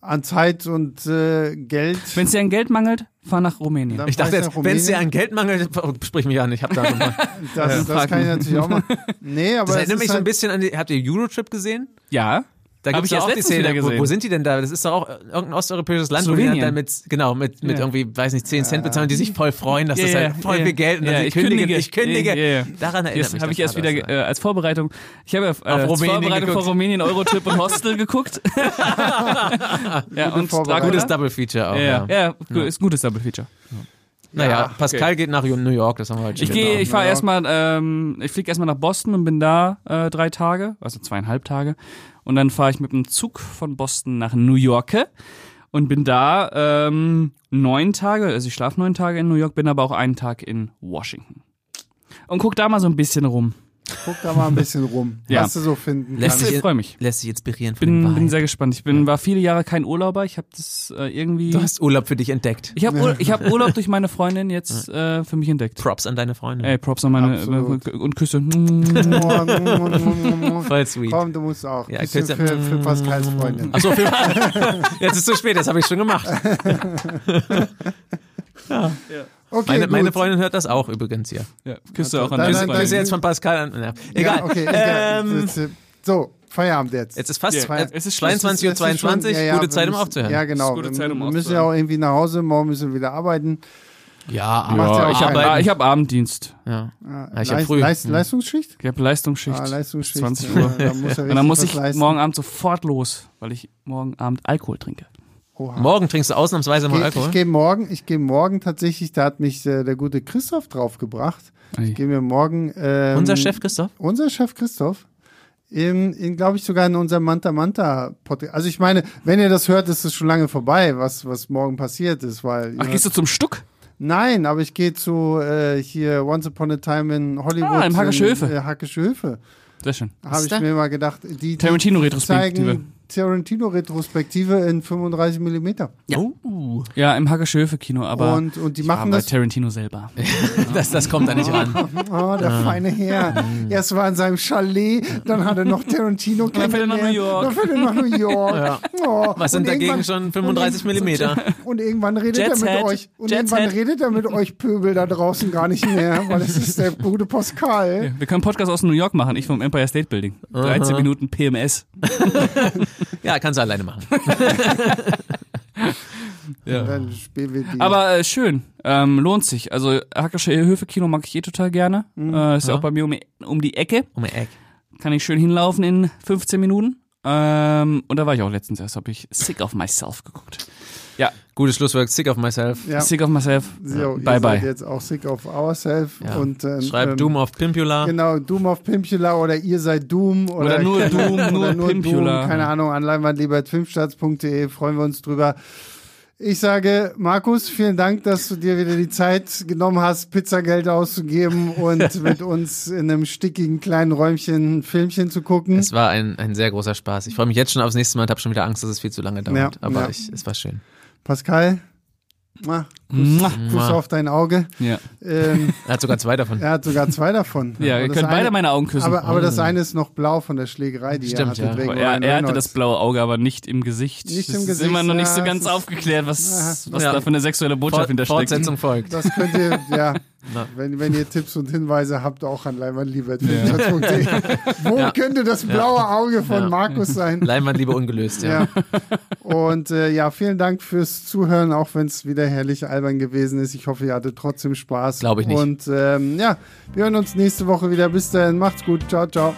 A: an Zeit und äh, Geld.
C: Wenn es dir an Geld mangelt, fahr nach Rumänien.
A: Dann
B: Ich dachte
A: fahr nach
B: jetzt, wenn es dir
A: Rumänien.
B: an Geld mangelt, oh, sprich mich an, ich habe da nochmal.
A: das, das
C: fragen.
A: kann ich natürlich auch machen. Nee, aber
B: Das
A: es
B: erinnert
A: ist
B: mich so ein
A: halt-
B: bisschen an die, habt ihr Eurotrip gesehen?
C: ja.
B: Da
C: Hab
B: gibt's
C: ich
B: ja
C: erst
B: auch die
C: letztens
B: Szene,
C: wieder gesehen.
B: Wo, wo sind die denn da? Das ist doch auch irgendein osteuropäisches Land, wo die
C: Slowenien.
B: dann mit, genau, mit, mit
C: Ja.
B: irgendwie, weiß nicht, 10 Cent bezahlen und die sich voll freuen, dass
C: Ja,
B: das
C: ja,
B: halt voll
C: ja.
B: viel Geld und
C: Ja,
B: dann sie
C: ich
B: kündigen,
C: kündige.
B: ich kündige.
C: Ja, ja.
B: Daran erinnert
C: Das
B: mich
C: habe
B: das
C: ich erst
B: gerade,
C: wieder ge-
B: also.
C: äh, als Vorbereitung. Ich habe ja, äh, als
B: Rumänien
C: Vorbereitung
B: geguckt.
C: vor Rumänien Eurotrip und Hostel geguckt. ja,
A: Vorbereitung.
C: und Dracula.
B: Gutes Double Feature auch,
C: ja,
B: ja.
C: ja. ja, ist ein gutes Double Feature.
B: Naja,
A: Ja,
B: Pascal geht nach New York, das haben wir heute schon
C: Ich gehe,
B: mitgenommen.
C: ich fahre
A: Ja.
C: erstmal, ähm, ich fliege erstmal nach Boston und bin da äh, drei Tage, also zweieinhalb Tage. Und dann fahre ich mit dem Zug von Boston nach New York und bin da ähm, neun Tage, also ich schlafe neun Tage in New York, bin aber auch einen Tag in Washington. Und guck da mal so ein bisschen rum.
A: Guck da mal ein bisschen rum,
C: Ja.
A: was du so finden
B: Lässt
A: kannst.
B: sich-
C: Ich freue mich.
B: Lässt sich inspirieren von
C: Bin,
B: dem
C: bin
B: Wein.
C: sehr gespannt. Ich bin, war viele Jahre kein Urlauber. Ich habe das äh, irgendwie.
B: Du hast Urlaub für dich entdeckt.
C: Ich habe Ur ich hab Urlaub durch meine Freundin jetzt äh, für mich entdeckt.
B: Props an deine Freunde.
C: Ey, Props an meine
A: Absolut.
C: und Küsse.
B: Voll sweet.
A: Komm, du musst auch.
B: Ja,
A: bisschen
B: Christian-
A: für, für Pascals Freundin.
B: Achso, für Jetzt ist es zu spät, das habe ich schon gemacht.
A: Okay,
B: Meine,
A: gut.
B: meine Freundin hört das auch übrigens hier.
C: Ja, Küsse auch an
A: Dann-
C: meine
A: dann-
B: Das ist
C: Freundin.
B: jetzt von Pascal an. Na, egal.
A: Ja, okay, egal.
B: Ähm,
A: Das ist, äh, so, Feierabend jetzt.
B: jetzt ist fast
C: Ja,
B: äh,
C: es ist schon-
B: 22.22 Uhr,
A: Es ist schon- ja, ja,
B: gute
A: wir
B: Zeit, um
A: müssen-
B: aufzuhören.
A: Ja, genau.
C: gute
A: Wir-
C: Zeit, um
A: wir müssen ja
C: aufzuhören.
A: auch irgendwie nach Hause, morgen müssen wir wieder arbeiten.
B: ja,
A: Macht ja
C: Ja,
A: auch
C: ich habe
A: Arbeit.
C: ah, ich hab Abenddienst.
B: Ja.
A: Ah,
B: ich hab
A: Leis-
B: früh.
A: Leis-
B: Hm.
A: Leistungsschicht?
C: Ich habe Leistungsschicht.
A: Ah, Leistungsschicht.
C: 20
A: Ja,
C: Uhr.
A: da muss er
C: Und dann muss
A: richtig
C: ich
A: was leisten.
C: morgen Abend sofort los, weil ich morgen Abend Alkohol trinke.
A: Oha.
B: Morgen trinkst du ausnahmsweise mal
A: Geh-
B: Alkohol.
A: Ich gehe morgen, ich gehe morgen tatsächlich, da hat mich äh, der gute Christoph draufgebracht. Gehen wir morgen. Ähm,
B: Unser Chef Christoph?
A: Unser Chef Christoph. In, in glaube ich, sogar in unserem Manta Manta Podcast. Also ich meine, wenn ihr das hört, ist es schon lange vorbei, was, was morgen passiert ist, weil.
C: Ach, gehst du zum Stuck?
A: Nein, aber ich gehe zu äh, hier Once Upon a Time in Hollywood.
C: Ah, im Hackische
A: in,
C: Höfe.
A: Äh, Hackische Höfe.
C: Sehr schön.
A: Habe
B: ist
A: ich
B: da?
A: mir mal gedacht. Die, die
C: Tarantino-Retrospektive.
A: zeigen Tarantino-Retrospektive in 35 mm.
B: Ja.
C: Oh. Ja, im Hackerschöfe-Kino, aber
A: Und, und die
C: ich war
A: machen
C: bei
A: das.
C: Tarantino selber.
B: Das, das kommt da nicht ran.
A: Oh, der
C: Ah.
A: feine Herr.
C: Mhm.
A: Erst war er in seinem Chalet, dann hat er noch Tarantino
C: dann fährt er nach
A: kennengelernt,
C: New York.
A: Dann fährt er nach New York. Oh,
B: Was sind
A: und
B: dagegen
A: irgendwann-
B: schon 35 Millimeter?
A: Und irgendwann redet
C: Jet
A: er mit
C: Set.
A: euch. Und
C: Jet
A: irgendwann
C: Set.
A: redet er mit euch Pöbel da draußen gar nicht mehr, weil es ist der gute Pascal.
C: Wir können Podcast aus New York machen, ich vom Empire State Building. 13 Minuten PMS.
B: Ja, kannst du alleine machen.
A: Und Dann spielen wir die.
C: Aber äh, schön, ähm, lohnt sich. Also Hackersche Höfe-Kino mag ich eh total gerne.
A: Mhm.
C: Äh, ist ja. auch bei mir um, um die Ecke.
B: Um die Ecke.
C: Kann ich schön hinlaufen in 15 Minuten. Ähm, und da war ich auch letztens erst, habe ich Sick of Myself geguckt. Ja,
B: Gutes Schlusswort, sick of myself.
A: ja.
C: Sick of Myself.
A: So, ihr
C: bye,
A: seid
C: bye.
A: jetzt auch sick of ourself
B: Ja.
A: und ähm,
B: Schreib
A: ähm,
B: Doom auf Pimpula.
A: Genau, Doom auf Pimpula oder ihr seid Doom oder,
C: Oder nur
A: keine-
C: Doom, nur Pimpula.
A: keine Ahnung, an leinwandliebertfilmstarts.de, freuen wir uns drüber. Ich sage, Markus, vielen Dank, dass du dir wieder die Zeit genommen hast, Pizzageld auszugeben und mit uns in einem stickigen kleinen Räumchen ein Filmchen zu gucken.
B: Es war ein, ein sehr großer Spaß. Ich freue mich jetzt schon aufs nächste Mal und habe schon wieder Angst, dass es viel zu lange dauert.
A: Ja,
B: Aber
A: ja.
B: Ich, es war schön.
A: Pascal, ma,
C: Mua.
A: Kuss auf dein Auge.
C: Ja,
A: Ähm,
B: Er hat sogar zwei davon.
A: er hat sogar zwei davon.
C: ja ihr
A: Und das
C: könnt beide
A: eine-
C: meine Augen küssen. Oh,
A: aber, aber das eine ist noch blau von der Schlägerei, die
B: Stimmt,
A: er
B: ja.
A: hatte. wegen
C: er,
A: Ryan
C: er hatte
A: Reynolds.
C: das blaue Auge, aber nicht im Gesicht.
A: Nicht
C: das
A: im
C: ist
A: Gesicht,
C: immer noch nicht
A: ja,
C: so
A: es
C: ganz
A: ist-
C: aufgeklärt, was, was
B: Ja.
C: da für eine sexuelle Botschaft
B: Fort-
C: hintersteckt.
B: Fortsetzung folgt.
A: Das könnt ihr, ja,
B: Na.
A: wenn, wenn ihr Tipps und Hinweise habt, auch an leinwandliebert.de. Wo
B: Ja.
A: könnte das blaue Auge von
B: Ja.
A: Markus sein?
B: Leinwand lieber ungelöst, ja.
A: Ja. Und äh, ja, vielen Dank fürs Zuhören, auch wenn es wieder herrlich albern gewesen ist. Ich hoffe, ihr hattet trotzdem Spaß.
B: Glaub ich nicht.
A: Und ähm, ja, wir hören uns nächste Woche wieder. Bis dahin, macht's gut. Ciao, ciao.